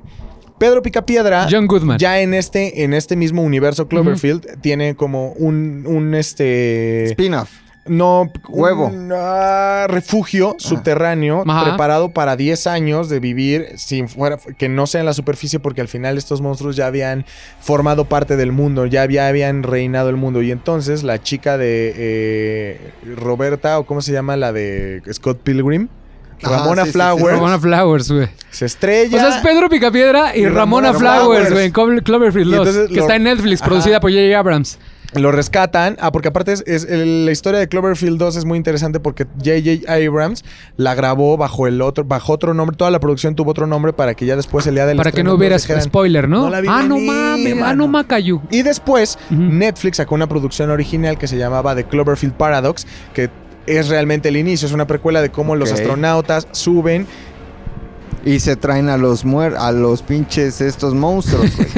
[SPEAKER 1] Pedro Picapiedra...
[SPEAKER 3] Ah,
[SPEAKER 2] John Goodman.
[SPEAKER 1] Ya en este, en este mismo universo Cloverfield tiene como un, un este...
[SPEAKER 3] Spin-off.
[SPEAKER 1] No, un,
[SPEAKER 3] Huevo.
[SPEAKER 1] ah, refugio subterráneo
[SPEAKER 2] Ajá.
[SPEAKER 1] preparado para 10 años de vivir sin fuera, que no sea en la superficie, porque al final estos monstruos ya habían formado parte del mundo, ya, había- habían reinado el mundo. Y entonces la chica de eh, Roberta, o cómo se llama la de Scott Pilgrim,
[SPEAKER 3] Ajá,
[SPEAKER 1] Ramona
[SPEAKER 3] sí, Pues sí, sí,
[SPEAKER 1] Flowers,
[SPEAKER 2] Ramona Flowers, güey.
[SPEAKER 1] se estrella.
[SPEAKER 2] O sea, es Pedro Picapiedra y,
[SPEAKER 1] Y
[SPEAKER 2] Ramona,
[SPEAKER 1] Ramona
[SPEAKER 2] Flowers,
[SPEAKER 1] Flowers.
[SPEAKER 2] güey, en Clo- Cloverfield
[SPEAKER 1] Y
[SPEAKER 2] 2,
[SPEAKER 1] entonces
[SPEAKER 2] que
[SPEAKER 1] lo-
[SPEAKER 2] está en Netflix,
[SPEAKER 1] Ajá.
[SPEAKER 2] producida por J.J. Abrams.
[SPEAKER 1] Lo rescatan. Ah, porque aparte es, es- el- la historia de Cloverfield 2 es muy interesante porque J.J. Abrams la grabó bajo el otro, bajo otro nombre. Toda la producción tuvo otro nombre para que ya después el día del
[SPEAKER 2] Para que
[SPEAKER 1] estreno
[SPEAKER 2] no
[SPEAKER 1] nos
[SPEAKER 2] hubiera
[SPEAKER 1] dijeran-
[SPEAKER 2] spoiler, ¿no?
[SPEAKER 1] No la vi
[SPEAKER 2] ah, no
[SPEAKER 1] venir,
[SPEAKER 2] mames, ah,
[SPEAKER 1] mano.
[SPEAKER 2] no Macayu.
[SPEAKER 1] Y después
[SPEAKER 2] Ujú.
[SPEAKER 1] Netflix sacó una producción original que se llamaba The Cloverfield Paradox, que es realmente el inicio, es una precuela de cómo los
[SPEAKER 3] Ok.
[SPEAKER 1] astronautas suben.
[SPEAKER 3] Y se traen a los muer a los pinches estos monstruos, güey.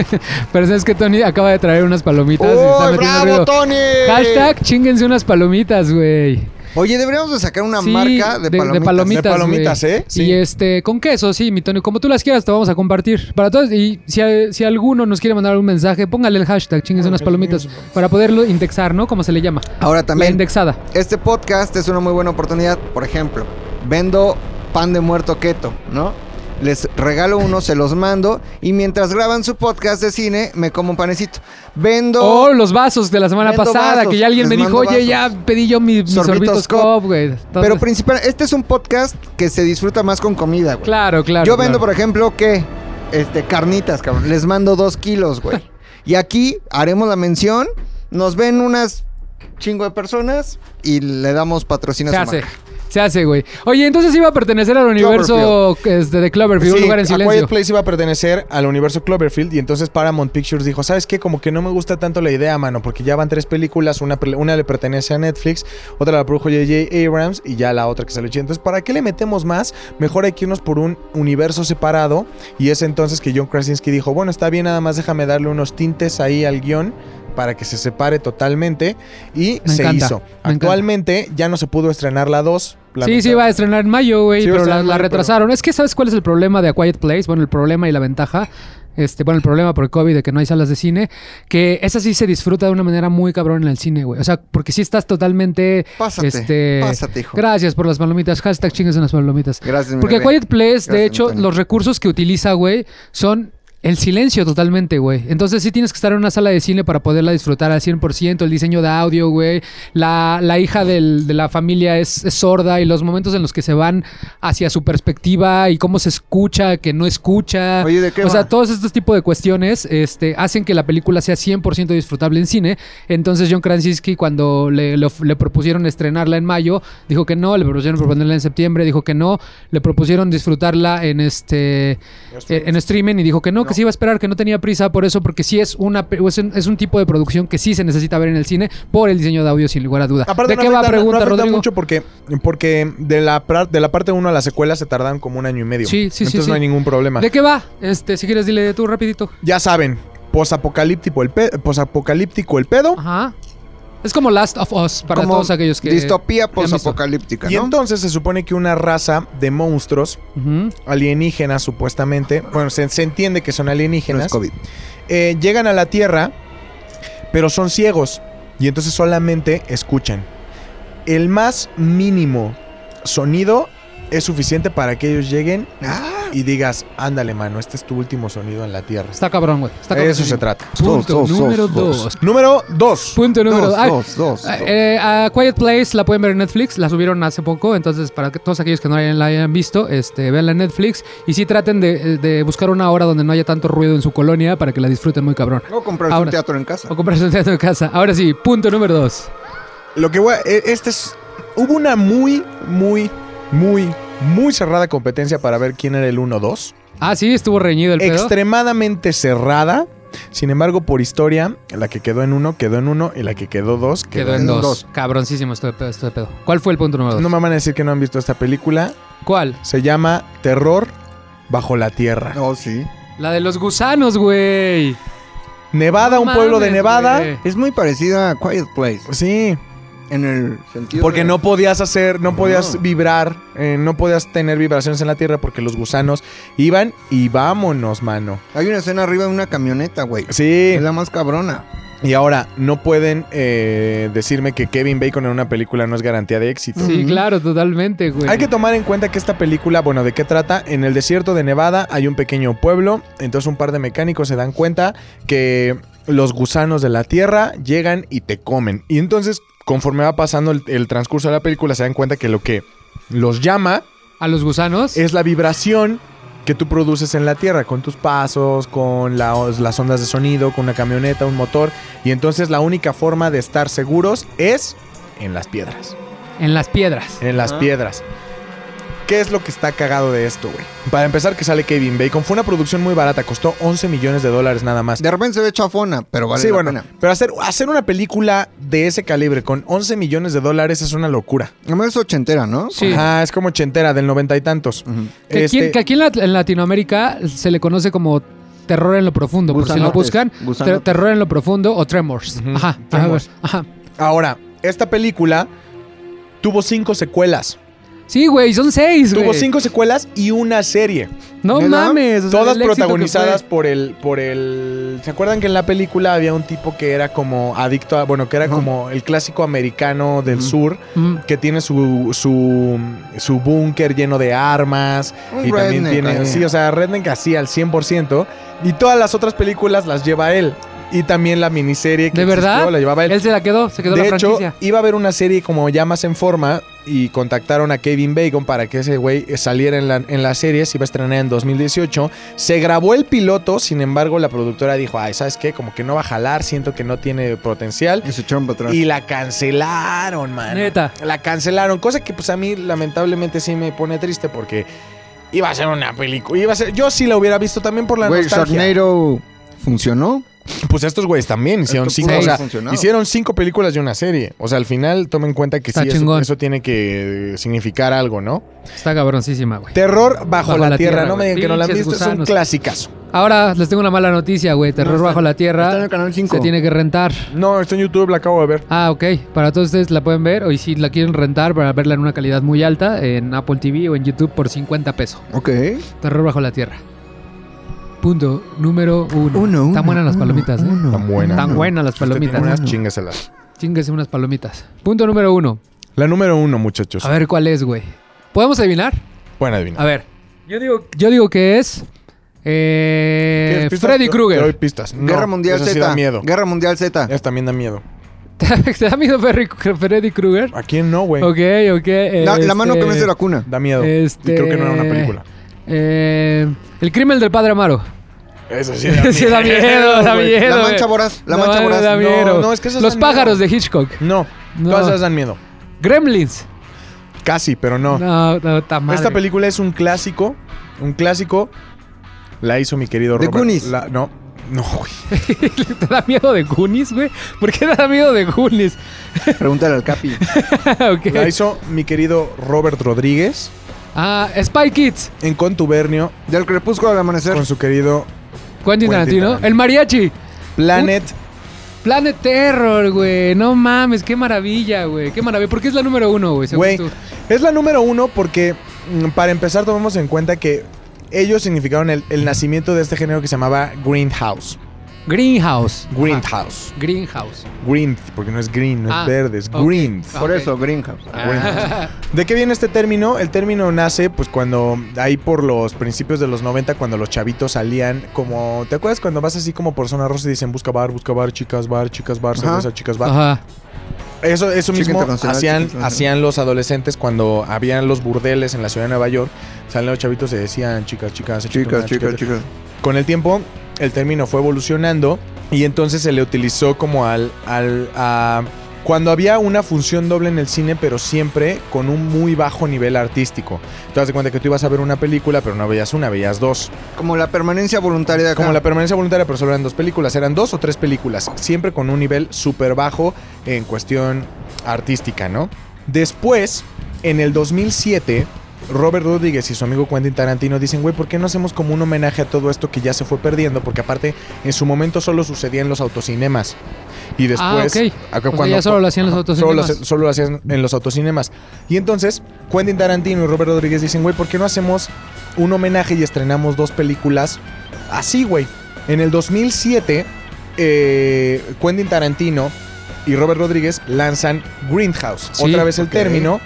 [SPEAKER 2] Pero sabes que Tony acaba de traer unas palomitas y está
[SPEAKER 3] ¡Oh,
[SPEAKER 2] metiendo
[SPEAKER 3] bravo,
[SPEAKER 2] ruido.
[SPEAKER 3] Tony!
[SPEAKER 2] Hashtag chinguense unas palomitas, güey.
[SPEAKER 3] Oye, deberíamos de sacar una
[SPEAKER 2] Sí,
[SPEAKER 3] marca de, palomitas.
[SPEAKER 1] De palomitas,
[SPEAKER 2] güey.
[SPEAKER 1] ¿eh? Sí.
[SPEAKER 2] Y este, con queso, sí, mi Tony. Como tú las quieras, te vamos a compartir. Para todos, y si, si alguno nos quiere mandar algún mensaje, póngale el hashtag chinguense unas palomitas para poderlo indexar, ¿no? Como se le llama.
[SPEAKER 3] Ahora
[SPEAKER 2] La
[SPEAKER 3] también,
[SPEAKER 2] indexada.
[SPEAKER 3] este podcast es una muy buena oportunidad. Por ejemplo, vendo pan de muerto keto, ¿no? Les regalo uno, se los mando. Y mientras graban su podcast de cine, me como un panecito. Vendo.
[SPEAKER 2] Oh, los vasos de la semana
[SPEAKER 3] Vendo
[SPEAKER 2] pasada,
[SPEAKER 3] vasos,
[SPEAKER 2] que ya alguien me
[SPEAKER 3] les
[SPEAKER 2] dijo,
[SPEAKER 3] mando
[SPEAKER 2] oye,
[SPEAKER 3] vasos".
[SPEAKER 2] ya pedí yo mi- mis
[SPEAKER 3] Sorbitos
[SPEAKER 2] sorbitos
[SPEAKER 3] Cop.
[SPEAKER 2] cop, güey. Entonces-
[SPEAKER 3] pero principal, este es un podcast que se disfruta más con comida, güey.
[SPEAKER 2] Claro, claro.
[SPEAKER 3] Yo vendo,
[SPEAKER 2] claro.
[SPEAKER 3] por ejemplo, ¿qué? Este, carnitas, cabrón. Les mando dos kilos, güey. Y aquí haremos la mención. Nos ven unas chingo de personas y le damos patrocinio
[SPEAKER 2] Se
[SPEAKER 3] a su
[SPEAKER 2] hace.
[SPEAKER 3] marca.
[SPEAKER 2] Se hace, güey. Oye, entonces iba a pertenecer al universo este, de Cloverfield, un
[SPEAKER 1] Sí,
[SPEAKER 2] lugar en
[SPEAKER 1] a Quiet
[SPEAKER 2] silencio.
[SPEAKER 1] Place iba a pertenecer al universo Cloverfield y entonces Paramount Pictures dijo, ¿sabes qué? Como que no me gusta tanto la idea, mano, porque ya van tres películas, una, pre- una le pertenece a Netflix, otra la produjo J.J. Abrams y ya la otra que salió chida. Entonces, ¿para qué le metemos más? Mejor hay que irnos por un universo separado y es entonces que John Krasinski dijo, bueno, está bien, nada más déjame darle unos tintes ahí al guión para que se separe totalmente y
[SPEAKER 2] Me
[SPEAKER 1] se
[SPEAKER 2] encanta,
[SPEAKER 1] hizo.
[SPEAKER 2] me encanta.
[SPEAKER 1] Actualmente ya no se pudo estrenar la 2.
[SPEAKER 2] Sí, sí, va a estrenar en mayo, güey,
[SPEAKER 1] Sí, va a
[SPEAKER 2] pero la,
[SPEAKER 1] estrenar en
[SPEAKER 2] la
[SPEAKER 1] mayo,
[SPEAKER 2] retrasaron. Es que, ¿sabes cuál es el problema de A Quiet Place? Bueno, el problema y la ventaja. Este, bueno, el problema por COVID de que no hay salas de cine, que esa sí se disfruta de una manera muy cabrón en el cine, güey. O sea, porque sí estás totalmente.
[SPEAKER 3] Pásate,
[SPEAKER 2] este,
[SPEAKER 3] pásate, hijo.
[SPEAKER 2] Gracias por las palomitas. Hashtag chingues en las palomitas.
[SPEAKER 3] Gracias, mi
[SPEAKER 2] Porque
[SPEAKER 3] bebé.
[SPEAKER 2] Quiet Place, de
[SPEAKER 3] Gracias,
[SPEAKER 2] hecho,
[SPEAKER 3] Antonio.
[SPEAKER 2] los recursos que utiliza, güey, son el silencio totalmente, güey. Entonces sí tienes que estar en una sala de cine para poderla disfrutar al 100%, el diseño de audio, güey. La, la hija del- de la familia es, es sorda y los momentos en los que se van hacia su perspectiva y cómo se escucha, que no escucha.
[SPEAKER 3] Oye, ¿de qué
[SPEAKER 2] o sea,
[SPEAKER 3] va?
[SPEAKER 2] todos estos tipos de cuestiones este, hacen que la película sea 100% disfrutable en cine. Entonces John Krasinski cuando le, le of- le propusieron estrenarla en mayo, dijo que no, le propusieron proponerla en septiembre, dijo que no, le propusieron disfrutarla en este eh, en streaming y dijo que no, que se iba a esperar, que no tenía prisa por eso, porque sí es una pe- es un, es un tipo de producción que sí se necesita ver en el cine por el diseño de audio, sin lugar a duda.
[SPEAKER 1] Aparte,
[SPEAKER 2] ¿De
[SPEAKER 1] no
[SPEAKER 2] qué va
[SPEAKER 1] afecta-
[SPEAKER 2] a
[SPEAKER 1] no
[SPEAKER 2] preguntar,
[SPEAKER 1] afecta
[SPEAKER 2] Rodrigo?
[SPEAKER 1] mucho porque, porque de, la, pra- de la parte 1 a la secuela se tardan como un año y medio.
[SPEAKER 2] Sí, sí, sí,
[SPEAKER 1] Entonces
[SPEAKER 2] sí.
[SPEAKER 1] no hay ningún problema.
[SPEAKER 2] ¿De qué va? Este, si quieres, dile tú rapidito.
[SPEAKER 1] Ya saben, posapocalíptico el, pe- posapocalíptico el pedo.
[SPEAKER 2] Ajá. Es como Last of Us para
[SPEAKER 3] Como
[SPEAKER 2] todos aquellos que.
[SPEAKER 3] Distopía
[SPEAKER 2] que han visto. Ah,
[SPEAKER 3] posapocalíptica,
[SPEAKER 1] Y
[SPEAKER 3] ¿no?
[SPEAKER 1] entonces se supone que una raza de monstruos
[SPEAKER 2] Ujú.
[SPEAKER 1] alienígenas, supuestamente, bueno, se, se entiende que son
[SPEAKER 3] No
[SPEAKER 1] alienígenas,
[SPEAKER 3] es COVID.
[SPEAKER 1] eh, llegan a la Tierra, pero son ciegos y entonces solamente escuchan. El más mínimo sonido es suficiente para que ellos lleguen
[SPEAKER 3] Ah,
[SPEAKER 1] y digas, ándale, mano, este es tu último sonido en la Tierra.
[SPEAKER 2] Está cabrón, güey. Está
[SPEAKER 1] De
[SPEAKER 2] cabrón.
[SPEAKER 1] eso se trata.
[SPEAKER 2] Punto
[SPEAKER 3] Dos, dos,
[SPEAKER 2] número
[SPEAKER 3] dos,
[SPEAKER 2] dos.
[SPEAKER 3] dos.
[SPEAKER 1] Número 2.
[SPEAKER 2] Punto número dos. Ay,
[SPEAKER 3] Ah, dos, dos, dos,
[SPEAKER 2] Ah,
[SPEAKER 3] dos.
[SPEAKER 2] eh, a Quiet Place la pueden ver en Netflix, la subieron hace poco, entonces para que todos aquellos que no hayan- la hayan visto, este, véanla en Netflix y sí traten de, de buscar una hora donde no haya tanto ruido en su colonia para que la disfruten muy cabrón.
[SPEAKER 3] O comprar
[SPEAKER 2] Ahora.
[SPEAKER 3] un teatro en casa.
[SPEAKER 2] O comprarse un teatro de casa. Ahora sí, punto número dos.
[SPEAKER 1] Lo que voy a, e- este es hubo una muy muy muy muy cerrada competencia para ver quién era el 1-2.
[SPEAKER 2] Ah, sí, estuvo reñido el pedo.
[SPEAKER 1] Extremadamente cerrada. Sin embargo, por historia, la que quedó en 1 quedó en 1 y la que quedó 2
[SPEAKER 2] Quedó en dos. Cabroncísimo esto de pedo, esto de pedo. ¿Cuál fue el punto número dos?
[SPEAKER 1] No me van a decir que no han visto esta película.
[SPEAKER 2] ¿Cuál?
[SPEAKER 1] Se llama Terror bajo la tierra.
[SPEAKER 3] No, sí.
[SPEAKER 2] La de los gusanos, güey.
[SPEAKER 1] Nevada,
[SPEAKER 2] No
[SPEAKER 1] un pueblo de
[SPEAKER 2] mames,
[SPEAKER 1] Nevada.
[SPEAKER 2] güey.
[SPEAKER 3] Es muy parecida a Quiet Place.
[SPEAKER 1] Sí,
[SPEAKER 3] En el sentido.
[SPEAKER 1] porque
[SPEAKER 3] de-
[SPEAKER 1] no podías hacer, no podías
[SPEAKER 3] No.
[SPEAKER 1] vibrar, eh, no podías tener vibraciones en la tierra porque los gusanos iban y vámonos, mano.
[SPEAKER 3] Hay una escena arriba de una camioneta, güey.
[SPEAKER 1] Sí.
[SPEAKER 3] Es la más cabrona.
[SPEAKER 1] Y ahora, no pueden eh, decirme que Kevin Bacon en una película no es garantía de éxito.
[SPEAKER 2] Sí,
[SPEAKER 3] Ujú.
[SPEAKER 2] claro, totalmente, güey.
[SPEAKER 1] Hay que tomar en cuenta que esta película, bueno, ¿de qué trata? En el desierto de Nevada hay un pequeño pueblo, entonces un par de mecánicos se dan cuenta que los gusanos de la tierra llegan y te comen. Y entonces, conforme va pasando el, el transcurso de la película, se dan cuenta que lo que los llama
[SPEAKER 2] A los gusanos.
[SPEAKER 1] es la vibración que tú produces en la tierra con tus pasos, con la os- las ondas de sonido, con una camioneta, un motor. Y entonces la única forma de estar seguros es en las piedras.
[SPEAKER 2] En las piedras.
[SPEAKER 1] En las
[SPEAKER 3] Ah.
[SPEAKER 1] piedras. ¿Qué es lo que está cagado de esto, güey? Para empezar, que sale Kevin Bacon. Fue una producción muy barata, costó 11 millones de dólares nada más.
[SPEAKER 3] De repente se ve chafona, pero vale
[SPEAKER 1] sí,
[SPEAKER 3] la
[SPEAKER 1] bueno,
[SPEAKER 3] pena.
[SPEAKER 1] pero hacer, hacer una película de ese calibre con 11 millones de dólares es una locura.
[SPEAKER 3] Además es ochentera, ¿no?
[SPEAKER 2] Sí.
[SPEAKER 1] Ajá, es como ochentera, del noventa y tantos.
[SPEAKER 3] Ujú.
[SPEAKER 2] Que, aquí,
[SPEAKER 1] Este-
[SPEAKER 2] que aquí en, la- en Latinoamérica se le conoce como terror en lo profundo, por si lo
[SPEAKER 3] Gusanotes,
[SPEAKER 2] buscan.
[SPEAKER 3] gusanotes.
[SPEAKER 2] ter- terror en lo profundo o tremors.
[SPEAKER 1] Ujú,
[SPEAKER 2] Ajá,
[SPEAKER 1] tremors.
[SPEAKER 2] ajá.
[SPEAKER 1] Ahora, esta película tuvo cinco secuelas.
[SPEAKER 2] Sí, güey, son seis, güey.
[SPEAKER 1] Tuvo cinco secuelas y una serie.
[SPEAKER 2] No
[SPEAKER 3] ¿Neta?
[SPEAKER 2] mames. o sea,
[SPEAKER 1] Todas
[SPEAKER 2] el éxito que
[SPEAKER 1] protagonizadas
[SPEAKER 2] fue.
[SPEAKER 1] por el, por el. ¿Se acuerdan que en la película había un tipo que era como adicto a. Bueno, que era
[SPEAKER 3] Ajá.
[SPEAKER 1] como el clásico americano del
[SPEAKER 3] Ujú.
[SPEAKER 1] sur,
[SPEAKER 2] Mm,
[SPEAKER 1] que tiene su. su. su búnker lleno de armas.
[SPEAKER 3] Un
[SPEAKER 1] y también
[SPEAKER 3] redneck,
[SPEAKER 1] tiene.
[SPEAKER 3] ahí.
[SPEAKER 1] Sí, o sea, Redneck así al 100%. Y todas las otras películas las lleva él. Y también la miniserie que
[SPEAKER 2] ¿De
[SPEAKER 1] existió
[SPEAKER 2] verdad?
[SPEAKER 1] la llevaba él.
[SPEAKER 2] Él se la quedó, se quedó
[SPEAKER 1] de
[SPEAKER 2] la
[SPEAKER 1] hecho,
[SPEAKER 2] franquicia.
[SPEAKER 1] iba a haber una serie como ya más en forma y contactaron a Kevin Bacon para que ese güey eh, saliera en la, en la serie, se iba a estrenar en 2018. Se grabó el piloto, sin embargo la productora dijo, ay, ¿sabes qué? Como que no va a jalar, siento que no tiene potencial.
[SPEAKER 3] Y se echaron para atrás.
[SPEAKER 1] Y la cancelaron, man.
[SPEAKER 2] Neta.
[SPEAKER 1] La cancelaron, cosa que pues a mí lamentablemente sí me pone triste porque iba a ser una película, iba a ser, yo sí la hubiera visto también por la
[SPEAKER 3] Güey,
[SPEAKER 1] nostalgia.
[SPEAKER 3] Sharknado funcionó.
[SPEAKER 1] Pues estos güeyes también hicieron
[SPEAKER 3] Esto
[SPEAKER 1] cinco,
[SPEAKER 3] pudo
[SPEAKER 1] o sea,
[SPEAKER 3] haber funcionado.
[SPEAKER 1] Hicieron cinco películas de una serie. O sea, al final tomen en cuenta que
[SPEAKER 2] Está
[SPEAKER 1] sí, eso,
[SPEAKER 2] chingón.
[SPEAKER 1] eso tiene que eh, significar algo, ¿no?
[SPEAKER 2] Está cabroncísima, güey.
[SPEAKER 1] Terror bajo, la, tierra. No me
[SPEAKER 2] güey.
[SPEAKER 1] digan que no la han
[SPEAKER 2] Pinches
[SPEAKER 1] visto. Es un
[SPEAKER 2] gusanos.
[SPEAKER 1] clasicazo.
[SPEAKER 2] Ahora les tengo una mala noticia, güey. Terror
[SPEAKER 3] No, está-
[SPEAKER 2] bajo la
[SPEAKER 3] Está en
[SPEAKER 2] tierra
[SPEAKER 3] el canal 5.
[SPEAKER 2] se tiene que rentar.
[SPEAKER 1] No, está en YouTube, la acabo de ver.
[SPEAKER 2] Ah, ok. Para todos ustedes la pueden ver. O y si la quieren rentar para verla en una calidad muy alta, en Apple TV o en YouTube por 50 pesos.
[SPEAKER 3] Ok.
[SPEAKER 2] Terror bajo la tierra. Punto número uno.
[SPEAKER 3] Uno, uno.
[SPEAKER 2] Tan buenas las
[SPEAKER 3] uno,
[SPEAKER 2] palomitas, ¿eh?
[SPEAKER 3] uno,
[SPEAKER 1] Tan buena.
[SPEAKER 2] Tan
[SPEAKER 3] uno.
[SPEAKER 2] buenas las
[SPEAKER 1] Si usted tiene
[SPEAKER 2] palomitas.
[SPEAKER 1] unas
[SPEAKER 2] Unas
[SPEAKER 1] chingaselas.
[SPEAKER 2] Chíngase unas palomitas. Punto número uno.
[SPEAKER 1] La número uno, muchachos.
[SPEAKER 3] Pues
[SPEAKER 2] A ver cuál es, güey. ¿Podemos adivinar?
[SPEAKER 1] Buena adivinanza.
[SPEAKER 2] A ver. Yo digo, yo digo que es. eh,
[SPEAKER 1] ¿Quieres pistas?
[SPEAKER 2] Freddy
[SPEAKER 1] Te- Te doy
[SPEAKER 2] Krueger.
[SPEAKER 1] pistas. No,
[SPEAKER 3] Guerra Mundial
[SPEAKER 1] esa
[SPEAKER 3] Z.
[SPEAKER 1] sí da miedo.
[SPEAKER 3] Guerra Mundial Z.
[SPEAKER 2] Eh,
[SPEAKER 1] Esa también da miedo.
[SPEAKER 2] ¿Te da miedo Ferry- Freddy Krueger?
[SPEAKER 1] ¿A quién no, güey?
[SPEAKER 2] Ok, ok.
[SPEAKER 3] La, la mano que
[SPEAKER 2] este,
[SPEAKER 3] me hace la cuna.
[SPEAKER 1] Da miedo.
[SPEAKER 2] Este-
[SPEAKER 1] Y creo que no era una película.
[SPEAKER 2] eh, el crimen del padre Amaro.
[SPEAKER 1] Eso sí da
[SPEAKER 2] Sí, da
[SPEAKER 1] miedo.
[SPEAKER 2] miedo, da
[SPEAKER 1] güey.
[SPEAKER 2] miedo.
[SPEAKER 3] La
[SPEAKER 2] güey.
[SPEAKER 3] mancha voraz. La
[SPEAKER 2] No,
[SPEAKER 3] mancha voraz.
[SPEAKER 2] da
[SPEAKER 1] no,
[SPEAKER 2] miedo.
[SPEAKER 1] no, es que esas
[SPEAKER 2] Los
[SPEAKER 1] dan miedo.
[SPEAKER 2] pájaros de Hitchcock.
[SPEAKER 1] No,
[SPEAKER 2] No.
[SPEAKER 1] todas esas dan miedo.
[SPEAKER 2] Gremlins.
[SPEAKER 1] Casi, pero no.
[SPEAKER 2] No, no, está mal.
[SPEAKER 1] Esta película es un clásico, un clásico La hizo mi querido
[SPEAKER 3] The
[SPEAKER 1] Robert.
[SPEAKER 3] Goonies.
[SPEAKER 1] La- no, no, güey.
[SPEAKER 2] ¿Te da miedo de Goonies, güey? ¿Por qué te da miedo de Goonies?
[SPEAKER 3] Pregúntale al Capi.
[SPEAKER 2] Ok.
[SPEAKER 1] La hizo mi querido Robert Rodríguez
[SPEAKER 2] Ah, Spy Kids,
[SPEAKER 1] en contubernio
[SPEAKER 3] Del crepúsculo al amanecer.
[SPEAKER 1] con su querido
[SPEAKER 2] Quentin
[SPEAKER 1] Quentin
[SPEAKER 2] Tarantino.
[SPEAKER 1] Tarantino.
[SPEAKER 2] El mariachi.
[SPEAKER 1] Planet.
[SPEAKER 2] Planet Terror, güey. No mames, qué maravilla, güey. Qué maravilla. ¿Por qué es la número uno, güey? según
[SPEAKER 1] Güey,
[SPEAKER 2] tú?
[SPEAKER 1] es la número uno porque, mm, para empezar, tomemos en cuenta que ellos significaron el, el nacimiento de este género que se llamaba Greenhouse.
[SPEAKER 2] Greenhouse.
[SPEAKER 1] Greenhouse.
[SPEAKER 2] Ah, Greenhouse.
[SPEAKER 1] Green, porque no es green, no
[SPEAKER 2] Ah,
[SPEAKER 1] es verde, es
[SPEAKER 2] ok.
[SPEAKER 1] green.
[SPEAKER 2] Ah,
[SPEAKER 3] Por
[SPEAKER 2] ok.
[SPEAKER 3] eso, Greenhouse.
[SPEAKER 1] ¿De qué viene este término? El término nace pues cuando ahí por los principios de los 90 cuando los chavitos salían como ¿te acuerdas cuando vas así como por zona rosa y dicen busca bar, busca bar, chicas bar, chicas bar,
[SPEAKER 3] Ajá.
[SPEAKER 1] cerveza, chicas bar?
[SPEAKER 2] Ajá.
[SPEAKER 1] Eso eso
[SPEAKER 3] Chica
[SPEAKER 1] mismo
[SPEAKER 3] internacional, chica
[SPEAKER 1] hacían
[SPEAKER 3] internacional.
[SPEAKER 1] hacían los adolescentes cuando habían los burdeles en la ciudad de Nueva York, salían los chavitos y decían chicas, chicas,
[SPEAKER 3] Chicas, chicas, chicas.
[SPEAKER 1] Con el tiempo el término fue evolucionando y entonces se le utilizó como al al a- cuando había una función doble en el cine, pero siempre con un muy bajo nivel artístico. Te das de cuenta que tú ibas a ver una película, pero no veías una, veías dos.
[SPEAKER 3] Como la permanencia voluntaria de acá.
[SPEAKER 1] Como la permanencia voluntaria, pero solo eran dos películas. Eran dos o tres películas, siempre con un nivel súper bajo en cuestión artística, ¿no? Después, en el 2007, Robert Rodríguez y su amigo Quentin Tarantino dicen, güey, ¿por qué no hacemos como un homenaje a todo esto que ya se fue perdiendo? Porque aparte, en su momento solo sucedía en los autocinemas. Y después...
[SPEAKER 2] Ah, ok.
[SPEAKER 1] acá
[SPEAKER 2] O sea, ya solo lo hacían los
[SPEAKER 1] Ajá,
[SPEAKER 2] autocinemas.
[SPEAKER 1] Solo, lo- solo lo hacían en los autocinemas. Y entonces, Quentin Tarantino y Robert Rodríguez dicen, güey, ¿por qué no hacemos un homenaje y estrenamos dos películas así, güey? En el 2007, eh, Quentin Tarantino y Robert Rodríguez lanzan Greenhouse.
[SPEAKER 2] Sí,
[SPEAKER 1] Otra vez el
[SPEAKER 3] ok.
[SPEAKER 1] término.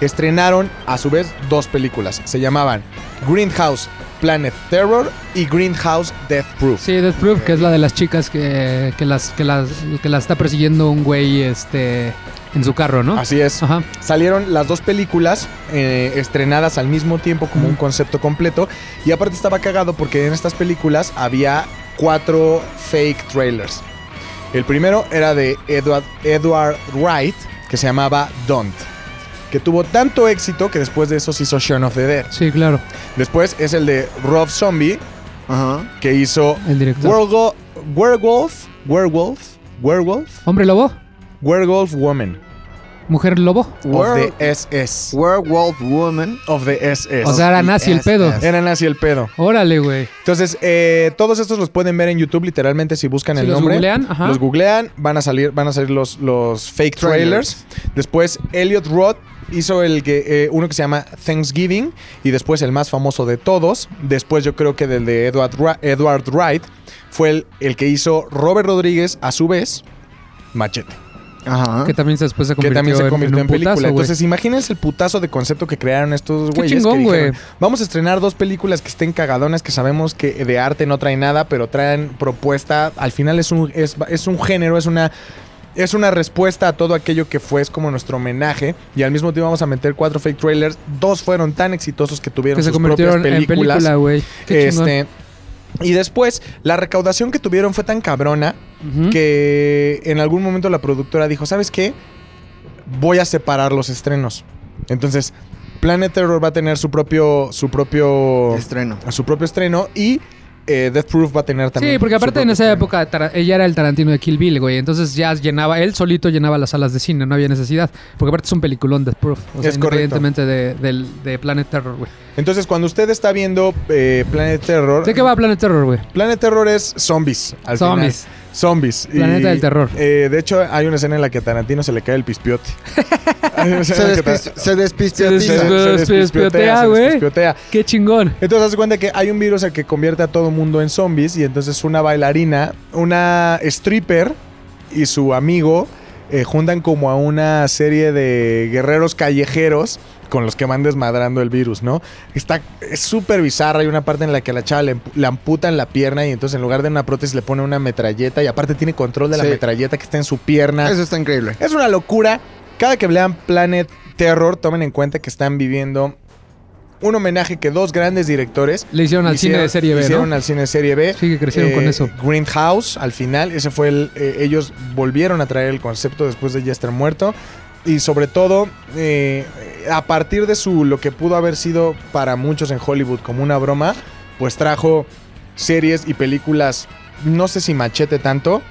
[SPEAKER 1] Estrenaron, a su vez, dos películas. Se llamaban Greenhouse Planet Terror y Greenhouse Death Proof.
[SPEAKER 2] Sí, Death Proof, que es la de las chicas que, que las, que las que las está persiguiendo un güey este, en su carro, ¿no?
[SPEAKER 1] Así es.
[SPEAKER 2] Ajá.
[SPEAKER 1] Salieron las dos películas eh, estrenadas al mismo tiempo como un concepto completo. Y aparte estaba cagado porque en estas películas había cuatro fake trailers. El primero era de Edward, Edward Wright, que se llamaba Don't. Que tuvo tanto éxito que después de eso se hizo Shaun of the Dead.
[SPEAKER 2] Sí, claro.
[SPEAKER 1] Después es el de Rob Zombie,
[SPEAKER 3] Ajá.
[SPEAKER 1] que hizo
[SPEAKER 2] El director.
[SPEAKER 1] Werego- Werewolf, Werewolf, Werewolf,
[SPEAKER 2] Hombre lobo,
[SPEAKER 1] Werewolf Woman
[SPEAKER 2] mujer lobo.
[SPEAKER 1] of
[SPEAKER 3] Were-
[SPEAKER 1] the SS.
[SPEAKER 3] Werewolf Woman.
[SPEAKER 1] of the SS.
[SPEAKER 2] O sea, era nazi el pedo.
[SPEAKER 1] Eran así el pedo.
[SPEAKER 2] Órale, güey.
[SPEAKER 1] Entonces, eh, todos estos los pueden ver en YouTube, literalmente, si buscan
[SPEAKER 2] Si
[SPEAKER 1] el
[SPEAKER 2] los
[SPEAKER 1] nombre.
[SPEAKER 2] googlean, ajá.
[SPEAKER 1] Los googlean, van a salir, van a salir los, los fake trailers. Después, Elliot Roth hizo el que, eh, uno que se llama Thanksgiving. Y después el más famoso de todos. Después, yo creo que del de Edward, Ra- Edward Wright. Fue el, el que hizo Robert Rodríguez, a su vez, Machete.
[SPEAKER 3] Ajá.
[SPEAKER 2] Que también se- después se
[SPEAKER 1] Que
[SPEAKER 2] convirtió,
[SPEAKER 1] también se convirtió en,
[SPEAKER 2] un
[SPEAKER 1] película.
[SPEAKER 2] putazo, güey.
[SPEAKER 1] Entonces, imagínense el putazo de concepto que crearon estos
[SPEAKER 2] Qué
[SPEAKER 1] güeyes.
[SPEAKER 2] chingón,
[SPEAKER 1] que dijeron,
[SPEAKER 2] güey.
[SPEAKER 1] Vamos a estrenar dos películas que estén cagadonas, que sabemos que de arte no traen nada, pero traen propuesta. Al final es un, es, es un género, es una. Es una respuesta a todo aquello que fue, es como nuestro homenaje. Y al mismo tiempo vamos a meter cuatro fake trailers. Dos fueron tan exitosos que tuvieron
[SPEAKER 2] que se
[SPEAKER 1] sus propias
[SPEAKER 2] convirtieron en
[SPEAKER 1] películas.
[SPEAKER 2] película, güey. Qué chingón.
[SPEAKER 1] este, y después, la recaudación que tuvieron fue tan cabrona
[SPEAKER 2] Ujú.
[SPEAKER 1] que en algún momento la productora dijo, ¿sabes qué? Voy a separar los estrenos. Entonces, Planet Terror va a tener su propio, su propio,
[SPEAKER 3] Estreno.
[SPEAKER 1] su propio estreno y eh, Death Proof va a tener también.
[SPEAKER 2] Sí, porque
[SPEAKER 1] su
[SPEAKER 2] aparte en
[SPEAKER 1] propio
[SPEAKER 2] esa
[SPEAKER 1] estreno.
[SPEAKER 2] época Tara- ella era el Tarantino de Kill Bill, güey. Entonces ya llenaba, él solito llenaba las salas de cine, no había necesidad. Porque aparte es un peliculón de Proof. O sea,
[SPEAKER 1] Es correcto.
[SPEAKER 2] independientemente de, del- de Planet Terror, güey.
[SPEAKER 1] Entonces, cuando usted está viendo eh, Planet Terror,
[SPEAKER 2] ¿De qué va Planet Terror, güey?
[SPEAKER 1] Planet Terror es zombies. al final.
[SPEAKER 2] Zombies.
[SPEAKER 1] Zombies.
[SPEAKER 2] Planeta del terror.
[SPEAKER 1] eh, de hecho, hay una escena en la que a Tarantino se le cae el pispiote. Hay una
[SPEAKER 3] Se,
[SPEAKER 1] escena en la que
[SPEAKER 3] despis-
[SPEAKER 1] Tar-
[SPEAKER 3] se
[SPEAKER 1] se-
[SPEAKER 3] despistiatiza.
[SPEAKER 1] se
[SPEAKER 2] Despiotea,
[SPEAKER 1] despiotea, se
[SPEAKER 2] güey.
[SPEAKER 1] despiotea.
[SPEAKER 2] ¡Qué chingón!
[SPEAKER 1] Entonces, haz cuenta que hay un virus al que convierte a todo mundo en zombies. Y entonces, una bailarina, una stripper y su amigo eh, juntan como a una serie de guerreros callejeros con los que van desmadrando el virus, ¿no? Está es súper bizarra. Hay una parte en la que a la chava le, ampu- le amputan la pierna y entonces, en lugar de una prótesis, le pone una metralleta. Y aparte, tiene control de la
[SPEAKER 3] Sí.
[SPEAKER 1] metralleta que está en su pierna.
[SPEAKER 3] Eso está increíble.
[SPEAKER 1] Es una locura. Cada que vean Planet Terror, tomen en cuenta que están viviendo un homenaje que dos grandes directores
[SPEAKER 2] Le hicieron al cine de serie B, ¿no?
[SPEAKER 1] hicieron al Eh, cine de serie B.
[SPEAKER 2] Sí, que crecieron con eso.
[SPEAKER 1] Greenhouse, al final, ese fue el. eh, ellos volvieron a traer el concepto después de ya estar muerto. Y sobre todo, eh, a partir de su lo que pudo haber sido para muchos en Hollywood como una broma, pues trajo series y películas, no sé si machete tanto,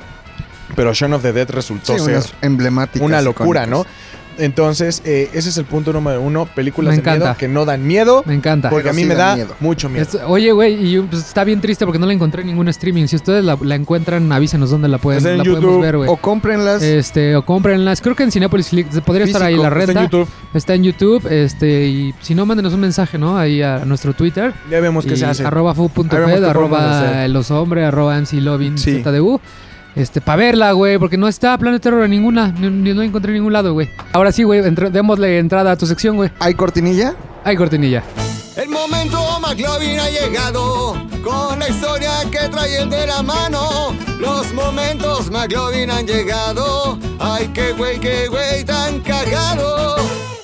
[SPEAKER 1] pero Shaun of the Dead resultó
[SPEAKER 3] Sí,
[SPEAKER 1] ser
[SPEAKER 3] unas emblemáticas.
[SPEAKER 1] una locura,
[SPEAKER 3] icónicas.
[SPEAKER 1] ¿no? Entonces, eh, ese es el punto número uno, películas
[SPEAKER 2] Me
[SPEAKER 1] de miedo
[SPEAKER 2] encanta.
[SPEAKER 1] que no dan miedo,
[SPEAKER 2] Me encanta.
[SPEAKER 1] porque a
[SPEAKER 3] Pero
[SPEAKER 1] mí
[SPEAKER 3] sí
[SPEAKER 1] me
[SPEAKER 3] dan
[SPEAKER 1] da
[SPEAKER 3] miedo.
[SPEAKER 1] mucho miedo.
[SPEAKER 2] Esto- oye, güey, y pues, está bien triste porque no la encontré en ningún streaming. Si ustedes la, la encuentran, avísenos dónde la pueden
[SPEAKER 1] Está en
[SPEAKER 2] la
[SPEAKER 1] YouTube
[SPEAKER 2] podemos ver, güey.
[SPEAKER 3] O cómprenlas.
[SPEAKER 2] Este, o cómprenlas. Creo que en Cinepolis podría estar ahí la
[SPEAKER 3] Físico,
[SPEAKER 1] Está
[SPEAKER 2] renta.
[SPEAKER 1] en YouTube,
[SPEAKER 2] Está en YouTube, este, y si no, mándenos un mensaje, ¿no? Ahí a, a nuestro Twitter.
[SPEAKER 1] ya vemos qué
[SPEAKER 2] y
[SPEAKER 1] se hace.
[SPEAKER 2] Arroba
[SPEAKER 1] Ahí vemos
[SPEAKER 2] fu.fed,
[SPEAKER 1] qué podemos
[SPEAKER 2] arroba
[SPEAKER 1] hacer.
[SPEAKER 2] los hombres, arroba MC Lovin
[SPEAKER 1] Sí.
[SPEAKER 2] ZDU. Este, para verla, güey, porque no está Planet Terror en ninguna, ni- ni- no encontré en ningún lado, güey. Ahora sí, güey, entre- démosle entrada a tu sección, güey.
[SPEAKER 3] ¿Hay cortinilla?
[SPEAKER 2] Ay, cortinilla.
[SPEAKER 4] El momento McLovin ha llegado con la historia que trae el de la mano. Los momentos McLovin han llegado. Ay, qué güey, qué güey tan cagado.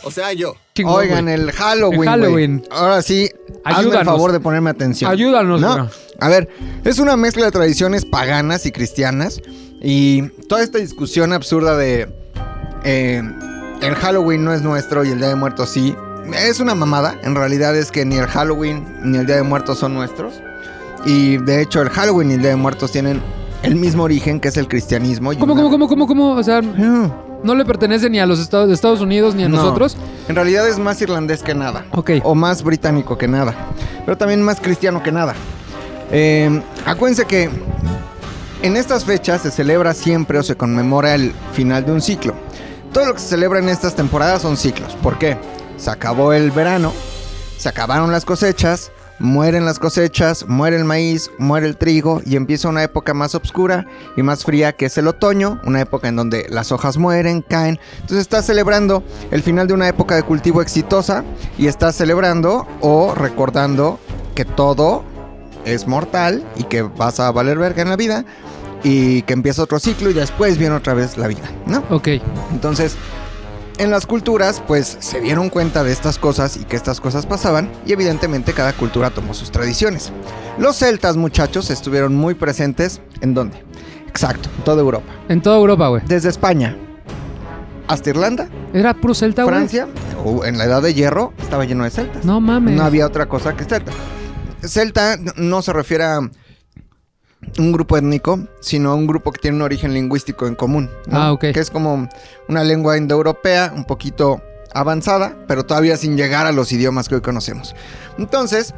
[SPEAKER 4] O sea, yo.
[SPEAKER 2] Chingón,
[SPEAKER 3] Oigan,
[SPEAKER 2] güey.
[SPEAKER 3] el Halloween.
[SPEAKER 2] El
[SPEAKER 3] güey.
[SPEAKER 2] Halloween.
[SPEAKER 3] Ahora sí, hazme
[SPEAKER 2] Ayúdanos.
[SPEAKER 3] el favor de ponerme atención.
[SPEAKER 2] Ayúdanos,
[SPEAKER 3] ¿No?
[SPEAKER 2] bro.
[SPEAKER 3] A ver, es una mezcla de tradiciones paganas y cristianas. Y toda esta discusión absurda de eh, el Halloween no es nuestro y el Día de Muertos sí. Es una mamada. En realidad es que ni el Halloween ni el Día de Muertos son nuestros. Y de hecho, el Halloween y el Día de Muertos tienen el mismo origen que es el cristianismo. y
[SPEAKER 2] ¿Cómo,
[SPEAKER 3] una-
[SPEAKER 2] cómo, cómo, cómo, cómo? O sea,
[SPEAKER 3] No.
[SPEAKER 2] no le pertenece ni a los Estados, Estados Unidos ni a
[SPEAKER 3] No.
[SPEAKER 2] nosotros.
[SPEAKER 3] En realidad es más irlandés que nada.
[SPEAKER 2] Ok.
[SPEAKER 3] o más británico que nada, pero también más cristiano que nada. Eh, acuérdense que en estas fechas se celebra siempre o se conmemora el final de un ciclo. Todo lo que se celebra en estas temporadas son ciclos. ¿Por qué? Se acabó el verano, se acabaron las cosechas, mueren las cosechas, muere el maíz, muere el trigo y empieza una época más oscura y más fría que es el otoño, una época en donde las hojas mueren, caen. Entonces está celebrando el final de una época de cultivo exitosa y está celebrando o recordando que todo es mortal y que vas a valer verga en la vida y que empieza otro ciclo y después viene otra vez la vida, ¿no?
[SPEAKER 2] Ok.
[SPEAKER 3] Entonces, en las culturas, pues se dieron cuenta de estas cosas y que estas cosas pasaban, y evidentemente cada cultura tomó sus tradiciones. Los celtas, muchachos, estuvieron muy presentes. ¿En dónde? Exacto, en toda Europa.
[SPEAKER 2] En toda Europa, güey.
[SPEAKER 3] Desde España hasta Irlanda,
[SPEAKER 2] Era puro celta, güey.
[SPEAKER 3] Francia, o en la Edad de Hierro, estaba lleno de celtas.
[SPEAKER 2] No mames.
[SPEAKER 3] No había otra cosa que celta. Celta n- no se refiere a un grupo étnico, sino a un grupo que tiene un origen lingüístico en común. ¿no?
[SPEAKER 2] Ah, ok.
[SPEAKER 3] Que es como una lengua indoeuropea, un poquito avanzada, pero todavía sin llegar a los idiomas que hoy conocemos. Entonces,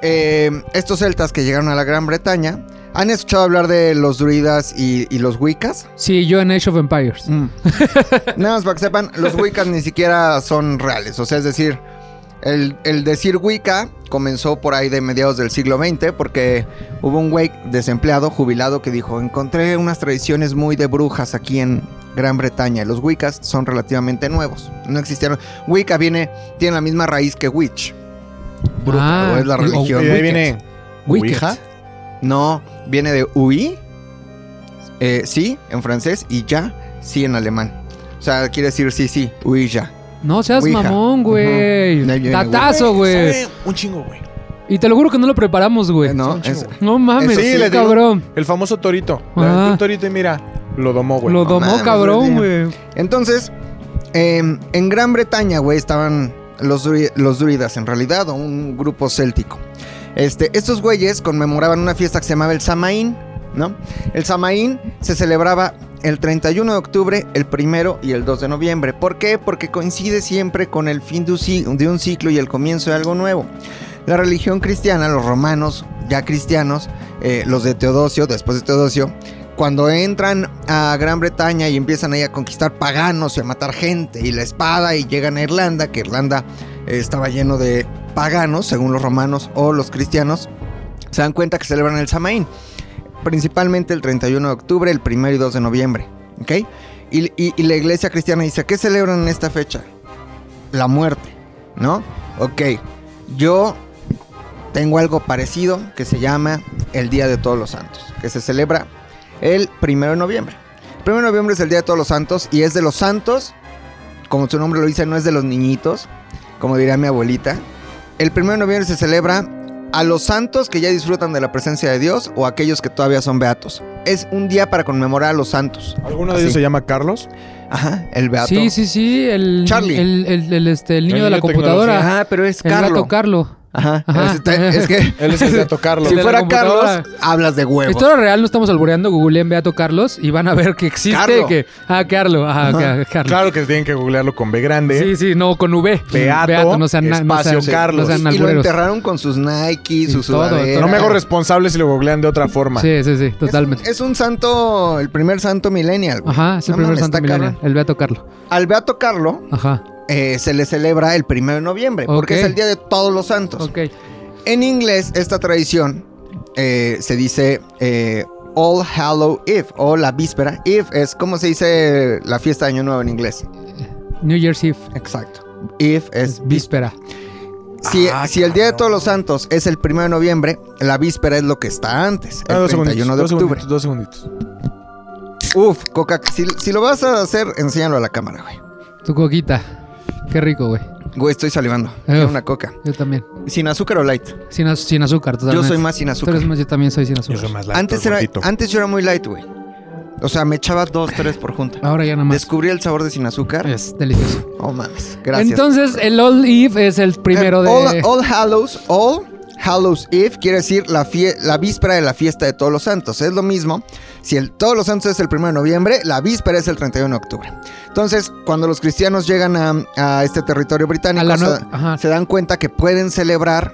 [SPEAKER 3] eh, estos celtas que llegaron a la Gran Bretaña, ¿han escuchado hablar de los druidas y, y los wiccas?
[SPEAKER 2] Sí, yo en Age of Empires.
[SPEAKER 1] Mm.
[SPEAKER 3] Nada más para que sepan, los Wiccas ni siquiera son reales. O sea, es decir, el, el decir Wicca comenzó por ahí de mediados del siglo XX porque hubo un güey desempleado, jubilado, que dijo, encontré unas tradiciones muy de brujas aquí en Gran Bretaña. Los Wiccas son relativamente nuevos. No existieron. Wicca viene, tiene la misma raíz que witch.
[SPEAKER 2] Ah, oh,
[SPEAKER 3] o Mm, es la
[SPEAKER 2] el-
[SPEAKER 3] religión.
[SPEAKER 1] Y de ahí
[SPEAKER 3] Wiccas.
[SPEAKER 1] viene
[SPEAKER 2] Wicked.
[SPEAKER 1] Ouija.
[SPEAKER 3] No, viene de UI, eh, sí, en francés, y ya, sí, en alemán. O sea, quiere decir sí, sí, UI, ya.
[SPEAKER 2] No seas
[SPEAKER 3] Ouija.
[SPEAKER 2] mamón, güey.
[SPEAKER 3] Ujú. Ahí viene, güey.
[SPEAKER 2] Datazo, güey.
[SPEAKER 1] Eh, Sabe Un chingo, güey.
[SPEAKER 2] Y te lo juro que no lo preparamos, güey.
[SPEAKER 3] Eh,
[SPEAKER 2] No,
[SPEAKER 3] No,
[SPEAKER 1] son chivo.
[SPEAKER 3] es-
[SPEAKER 2] mames,
[SPEAKER 3] Eso eh, sí,
[SPEAKER 2] qué
[SPEAKER 1] le digo.
[SPEAKER 2] cabrón.
[SPEAKER 1] El famoso torito.
[SPEAKER 2] Ah.
[SPEAKER 1] Un torito y mira, lo domó, güey.
[SPEAKER 2] lo
[SPEAKER 3] no
[SPEAKER 2] domó,
[SPEAKER 3] mames,
[SPEAKER 2] cabrón,
[SPEAKER 3] güey.
[SPEAKER 2] güey.
[SPEAKER 3] Entonces, em, en Gran Bretaña, güey, estaban los, dru- los druidas, en realidad, o un grupo céltico. Este, estos güeyes conmemoraban una fiesta que se llamaba el Samaín, ¿no? El Samaín se celebraba el 31 de octubre, el 1 y el 2 de noviembre. ¿Por qué? Porque coincide siempre con el fin de un ci- de un ciclo y el comienzo de algo nuevo. La religión cristiana, los romanos, ya cristianos, eh, los de Teodosio, después de Teodosio, cuando entran a Gran Bretaña y empiezan ahí a conquistar paganos y a matar gente y la espada y llegan a Irlanda, que Irlanda eh, estaba lleno de paganos, según los romanos o los cristianos, se dan cuenta que celebran el Samaín, principalmente el 31 de octubre, el 1 y 2 de noviembre, ¿ok? Y, y- y la iglesia cristiana dice, ¿qué celebran en esta fecha? La muerte, ¿no? Ok, yo tengo algo parecido que se llama el Día de Todos los Santos, que se celebra el primero de noviembre. El primero de noviembre es el Día de Todos los Santos y es de los santos, como su nombre lo dice, no es de los niñitos, como diría mi abuelita. El primero de noviembre se celebra a los santos que ya disfrutan de la presencia de Dios o a aquellos que todavía son beatos. Es un día para conmemorar a los santos.
[SPEAKER 1] ¿Alguno de ellos
[SPEAKER 3] Así.
[SPEAKER 1] se llama Carlos?
[SPEAKER 3] Ajá, el beato.
[SPEAKER 2] Sí, sí, sí. El,
[SPEAKER 3] Charlie.
[SPEAKER 2] El, el- el, este, el niño
[SPEAKER 1] El
[SPEAKER 2] de la
[SPEAKER 1] niño de
[SPEAKER 2] computadora.
[SPEAKER 3] Ajá, pero es
[SPEAKER 2] El
[SPEAKER 3] Carlo.
[SPEAKER 2] gato Carlo.
[SPEAKER 3] Ajá.
[SPEAKER 2] Ajá.
[SPEAKER 3] Es, te- es que
[SPEAKER 1] Él es el de a tocarlo.
[SPEAKER 3] si
[SPEAKER 2] de la
[SPEAKER 3] fuera
[SPEAKER 2] computadora.
[SPEAKER 3] Carlos, hablas de huevos.
[SPEAKER 2] Historia real, no estamos alboreando. Googleen Beato Carlos y van a ver que existe.
[SPEAKER 3] Carlo.
[SPEAKER 2] Que, ah, Carlos. Ajá, ca- Carlo.
[SPEAKER 1] Claro que tienen que googlearlo con B
[SPEAKER 3] ¿eh?
[SPEAKER 1] grande.
[SPEAKER 2] Sí, sí, no, con V.
[SPEAKER 1] Beato,
[SPEAKER 2] no sean, na- no
[SPEAKER 1] espacio
[SPEAKER 2] sean-
[SPEAKER 1] Carlos.
[SPEAKER 2] No sean
[SPEAKER 3] Y lo
[SPEAKER 2] albureros.
[SPEAKER 3] enterraron con sus Nike, sus
[SPEAKER 2] todo, todo.
[SPEAKER 3] sudaderas.
[SPEAKER 1] No me hago responsable si lo googlean de otra forma.
[SPEAKER 2] Sí, sí, sí,
[SPEAKER 3] Es-
[SPEAKER 2] totalmente.
[SPEAKER 3] Es, un santo, el primer santo millennial, güey.
[SPEAKER 2] Ajá, es el
[SPEAKER 3] No
[SPEAKER 2] primer
[SPEAKER 3] mames,
[SPEAKER 2] santo
[SPEAKER 3] está
[SPEAKER 2] millennial,
[SPEAKER 3] cabrón.
[SPEAKER 2] el Beato Carlo.
[SPEAKER 3] Al Beato Carlo
[SPEAKER 2] Ajá,
[SPEAKER 3] eh, se le celebra el primero de noviembre, porque
[SPEAKER 2] Ok.
[SPEAKER 3] es el día de todos los santos.
[SPEAKER 2] ok.
[SPEAKER 3] En inglés, esta tradición eh, se dice eh, All Hallow Eve o la víspera. Eve es como se dice la fiesta de Año Nuevo en inglés.
[SPEAKER 2] New Year's Eve,
[SPEAKER 3] Exacto. Eve es
[SPEAKER 2] es víspera.
[SPEAKER 3] Si,
[SPEAKER 1] Ah,
[SPEAKER 3] si el Día de
[SPEAKER 1] cabrón.
[SPEAKER 3] Todos los Santos es el 1 de noviembre, la víspera es lo que está antes,
[SPEAKER 1] Ah,
[SPEAKER 3] el
[SPEAKER 1] dos segunditos,
[SPEAKER 3] 31 de
[SPEAKER 1] dos
[SPEAKER 3] octubre.
[SPEAKER 1] segunditos, dos segunditos.
[SPEAKER 3] Uf, Coca, si, si lo vas a hacer, enséñalo a la cámara, güey.
[SPEAKER 2] Tu coquita. Qué rico, güey.
[SPEAKER 3] Güey, estoy salivando. Quiero
[SPEAKER 2] Uf.
[SPEAKER 3] una coca.
[SPEAKER 2] Yo también.
[SPEAKER 3] ¿Sin azúcar o light?
[SPEAKER 2] Sin, az- sin azúcar, totalmente.
[SPEAKER 3] Yo soy más sin
[SPEAKER 2] Tú
[SPEAKER 3] azúcar.
[SPEAKER 2] eres más, yo también soy sin azúcar.
[SPEAKER 3] Antes, era, antes yo era muy light, güey. O sea, me echaba dos, tres por junta.
[SPEAKER 1] Ah,
[SPEAKER 2] Ahora ya nada más.
[SPEAKER 3] Descubrí el sabor de sin azúcar.
[SPEAKER 1] Este.
[SPEAKER 2] Es delicioso.
[SPEAKER 3] Oh, mames. Gracias.
[SPEAKER 2] Entonces, el Old Eve es el primero
[SPEAKER 3] Eh,
[SPEAKER 2] de.
[SPEAKER 3] All, All Hallows, All Hallows Eve quiere decir la, fie- la víspera de la fiesta de Todos los Santos. Es lo mismo. Si el Todos los Santos es el 1 de noviembre, la víspera es el 31 de octubre. Entonces, cuando los cristianos llegan a, a este territorio británico,
[SPEAKER 2] A la
[SPEAKER 3] se,
[SPEAKER 2] nue- ajá.
[SPEAKER 3] se dan cuenta que pueden celebrar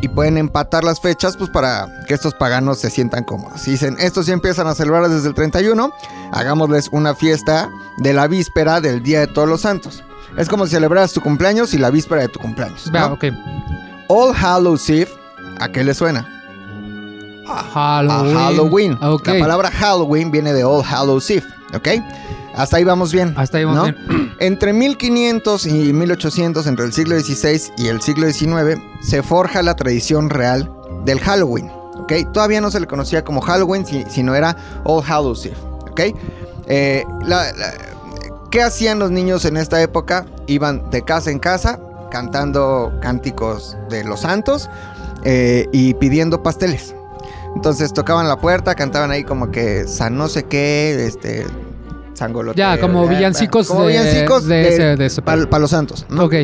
[SPEAKER 3] y pueden empatar las fechas pues para que estos paganos se sientan cómodos. Y dicen, estos sí empiezan a celebrar desde el 31, hagámosles una fiesta de la víspera del Día de Todos los Santos. Es como si celebraras tu cumpleaños y la víspera de tu cumpleaños. ¿no?
[SPEAKER 2] Va, ok.
[SPEAKER 3] All Hallows Eve, ¿a qué le suena? A
[SPEAKER 2] Halloween.
[SPEAKER 3] Ah, Halloween.
[SPEAKER 2] Ah, ok.
[SPEAKER 3] La palabra Halloween viene de All Hallows Eve, ¿ok? Hasta ahí vamos bien.
[SPEAKER 2] Hasta ahí vamos bien.
[SPEAKER 3] Entre 1500 y 1800, entre el siglo XVI y el siglo XIX, se forja la tradición real del Halloween, ¿ok? Todavía no se le conocía como Halloween, si- sino era All Hallows Eve, ¿ok? Eh, la- la- ¿Qué hacían los niños en esta época? Iban de casa en casa cantando cánticos de los santos eh, y pidiendo pasteles. Entonces tocaban la puerta, cantaban ahí como que San no sé qué, este, San Goloteo,
[SPEAKER 2] Ya, como villancicos
[SPEAKER 3] eh, como
[SPEAKER 2] de-
[SPEAKER 3] villancicos
[SPEAKER 2] de ese- de ese-
[SPEAKER 3] para los santos. ¿no?
[SPEAKER 2] Ok.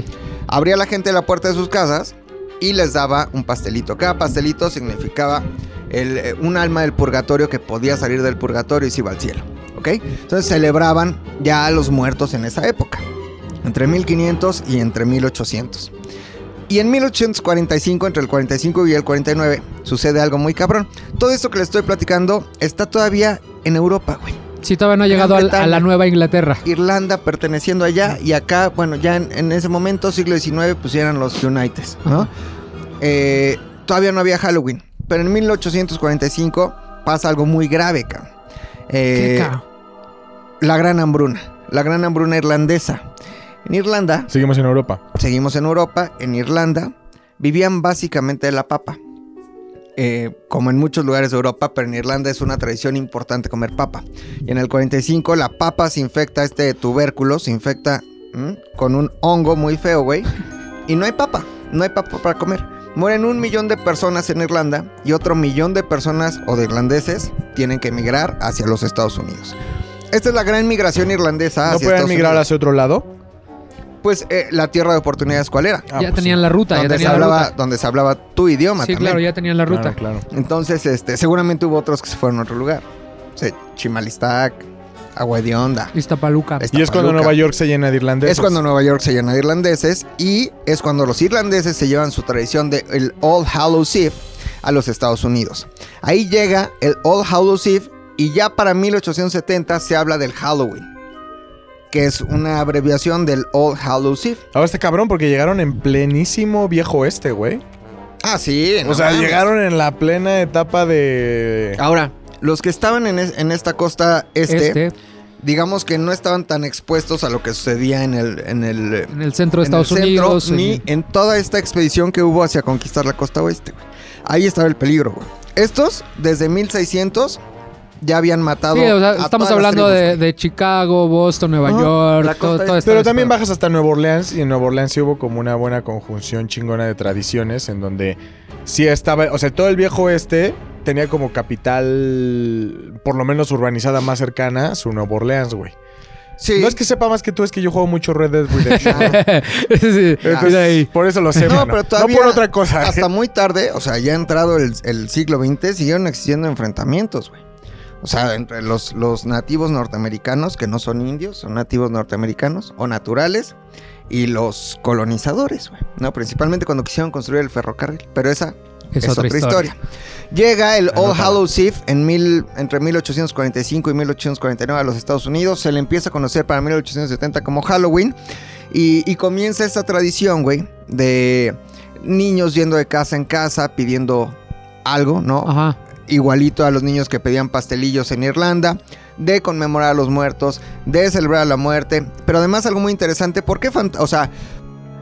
[SPEAKER 3] Abría la gente la puerta de sus casas y les daba un pastelito. Cada pastelito significaba el, eh, un alma del purgatorio que podía salir del purgatorio y se iba al cielo. ¿ok? Entonces celebraban ya a los muertos en esa época, entre 1500 y entre 1800. Y en 1845, entre el 45 y el 49, sucede algo muy cabrón. Todo esto que le estoy platicando está todavía en Europa, güey.
[SPEAKER 2] Si todavía no ha llegado al- a, la
[SPEAKER 3] Bretaña.
[SPEAKER 2] Nueva Inglaterra.
[SPEAKER 3] Irlanda perteneciendo allá y acá, bueno, ya en, en ese momento, siglo XIX, pues eran los Uniteds, ¿no? Eh, todavía no había Halloween, pero en 1845 pasa algo muy grave, cabrón. Eh,
[SPEAKER 2] Qué ca-
[SPEAKER 3] la gran hambruna, la gran hambruna irlandesa. En Irlanda,
[SPEAKER 1] Seguimos en Europa.
[SPEAKER 3] seguimos en Europa, en Irlanda, vivían básicamente de la papa. Eh, como en muchos lugares de Europa, pero en Irlanda es una tradición importante comer papa. Y en el 45 la papa se infecta, este tubérculo se infecta ¿m? con un hongo muy feo, güey. Y no hay papa, no hay papa para comer. Mueren un millón de personas en Irlanda y otro millón de personas o de irlandeses tienen que emigrar hacia los Estados Unidos. Esta es la gran migración irlandesa
[SPEAKER 1] ¿No
[SPEAKER 3] hacia
[SPEAKER 1] pueden
[SPEAKER 3] Ah, Estados
[SPEAKER 1] migrar
[SPEAKER 3] Unidos.
[SPEAKER 1] hacia otro lado?
[SPEAKER 3] Pues eh, la tierra de oportunidades, ¿cuál era?
[SPEAKER 1] Ah,
[SPEAKER 2] ya
[SPEAKER 1] pues
[SPEAKER 2] tenían
[SPEAKER 1] sí.
[SPEAKER 2] la ruta, ya
[SPEAKER 3] donde se
[SPEAKER 2] tenían la
[SPEAKER 3] hablaba,
[SPEAKER 2] ruta.
[SPEAKER 3] donde se hablaba tu idioma
[SPEAKER 2] Sí,
[SPEAKER 3] también.
[SPEAKER 2] claro, ya tenían la
[SPEAKER 1] Claro,
[SPEAKER 2] ruta.
[SPEAKER 1] Claro,
[SPEAKER 3] Entonces, este, seguramente hubo otros que se fueron a otro lugar. O sea, Chimalistac, Agua de Onda.
[SPEAKER 2] Iztapaluca.
[SPEAKER 3] Es-
[SPEAKER 1] Y es cuando
[SPEAKER 3] Tapaluca.
[SPEAKER 1] Nueva York se llena de irlandeses.
[SPEAKER 3] Es cuando Nueva York se llena de irlandeses y es cuando los irlandeses se llevan su tradición de el All Hallows Eve a los Estados Unidos. Ahí llega el All Hallows Eve y ya para 1870 se habla del Halloween, que es una abreviación del All Hallows Eve.
[SPEAKER 1] Ahora está cabrón porque llegaron en plenísimo viejo este, güey.
[SPEAKER 3] Ah, sí. no
[SPEAKER 1] o sea,
[SPEAKER 3] mames. Ah,
[SPEAKER 1] llegaron en la plena etapa de...
[SPEAKER 3] Ahora, los que estaban en, es- en esta costa este,
[SPEAKER 2] este,
[SPEAKER 3] digamos que no estaban tan expuestos a lo que sucedía en el, en el, eh,
[SPEAKER 2] en el centro de
[SPEAKER 3] en el
[SPEAKER 2] Estados
[SPEAKER 3] centro,
[SPEAKER 2] Unidos. en-
[SPEAKER 3] ni en toda esta expedición que hubo hacia conquistar la costa oeste. güey. Ahí estaba el peligro, güey. Estos, desde 1600, ya habían matado.
[SPEAKER 2] Sí, o sea,
[SPEAKER 3] a
[SPEAKER 2] estamos
[SPEAKER 3] todas las
[SPEAKER 2] hablando
[SPEAKER 3] tribus,
[SPEAKER 2] de,
[SPEAKER 3] güey.
[SPEAKER 2] de Chicago, Boston, Nueva
[SPEAKER 3] Ajá, la
[SPEAKER 2] York,
[SPEAKER 3] costa
[SPEAKER 2] todo,
[SPEAKER 3] este.
[SPEAKER 2] todo esto.
[SPEAKER 1] Pero también bajas hasta Nueva Orleans y en Nueva Orleans sí hubo como una buena conjunción chingona de tradiciones en donde sí estaba, o sea, todo el viejo oeste tenía como capital, por lo menos urbanizada más cercana, su Nueva Orleans, güey.
[SPEAKER 3] Sí.
[SPEAKER 1] No es que sepa más que tú, es que yo juego mucho Red Dead Redemption.
[SPEAKER 3] Ah,
[SPEAKER 2] Sí,
[SPEAKER 1] Entonces,
[SPEAKER 2] mira ahí.
[SPEAKER 1] por eso lo sé,
[SPEAKER 3] No,
[SPEAKER 1] mano.
[SPEAKER 3] pero todavía.
[SPEAKER 1] No por otra cosa. ¿eh?
[SPEAKER 3] Hasta muy tarde, o sea, ya entrado el, el siglo XX, siguieron existiendo enfrentamientos, güey. O sea, entre los, los nativos norteamericanos, que no son indios, son nativos norteamericanos o naturales, y los colonizadores, güey. No, principalmente cuando quisieron construir el ferrocarril, pero esa
[SPEAKER 2] Es, otra, historia.
[SPEAKER 3] Llega el All
[SPEAKER 1] Anótala.
[SPEAKER 3] Hallows Eve en mil, entre 1845 y 1849 a los Estados Unidos. Se le empieza a conocer para 1870 como Halloween. Y, y comienza esta tradición, güey, de niños yendo de casa en casa pidiendo algo, ¿no?
[SPEAKER 2] Ajá.
[SPEAKER 3] Igualito a los niños que pedían pastelillos en Irlanda. De conmemorar a los muertos, de celebrar la muerte. Pero además algo muy interesante, ¿por qué? fant- O sea,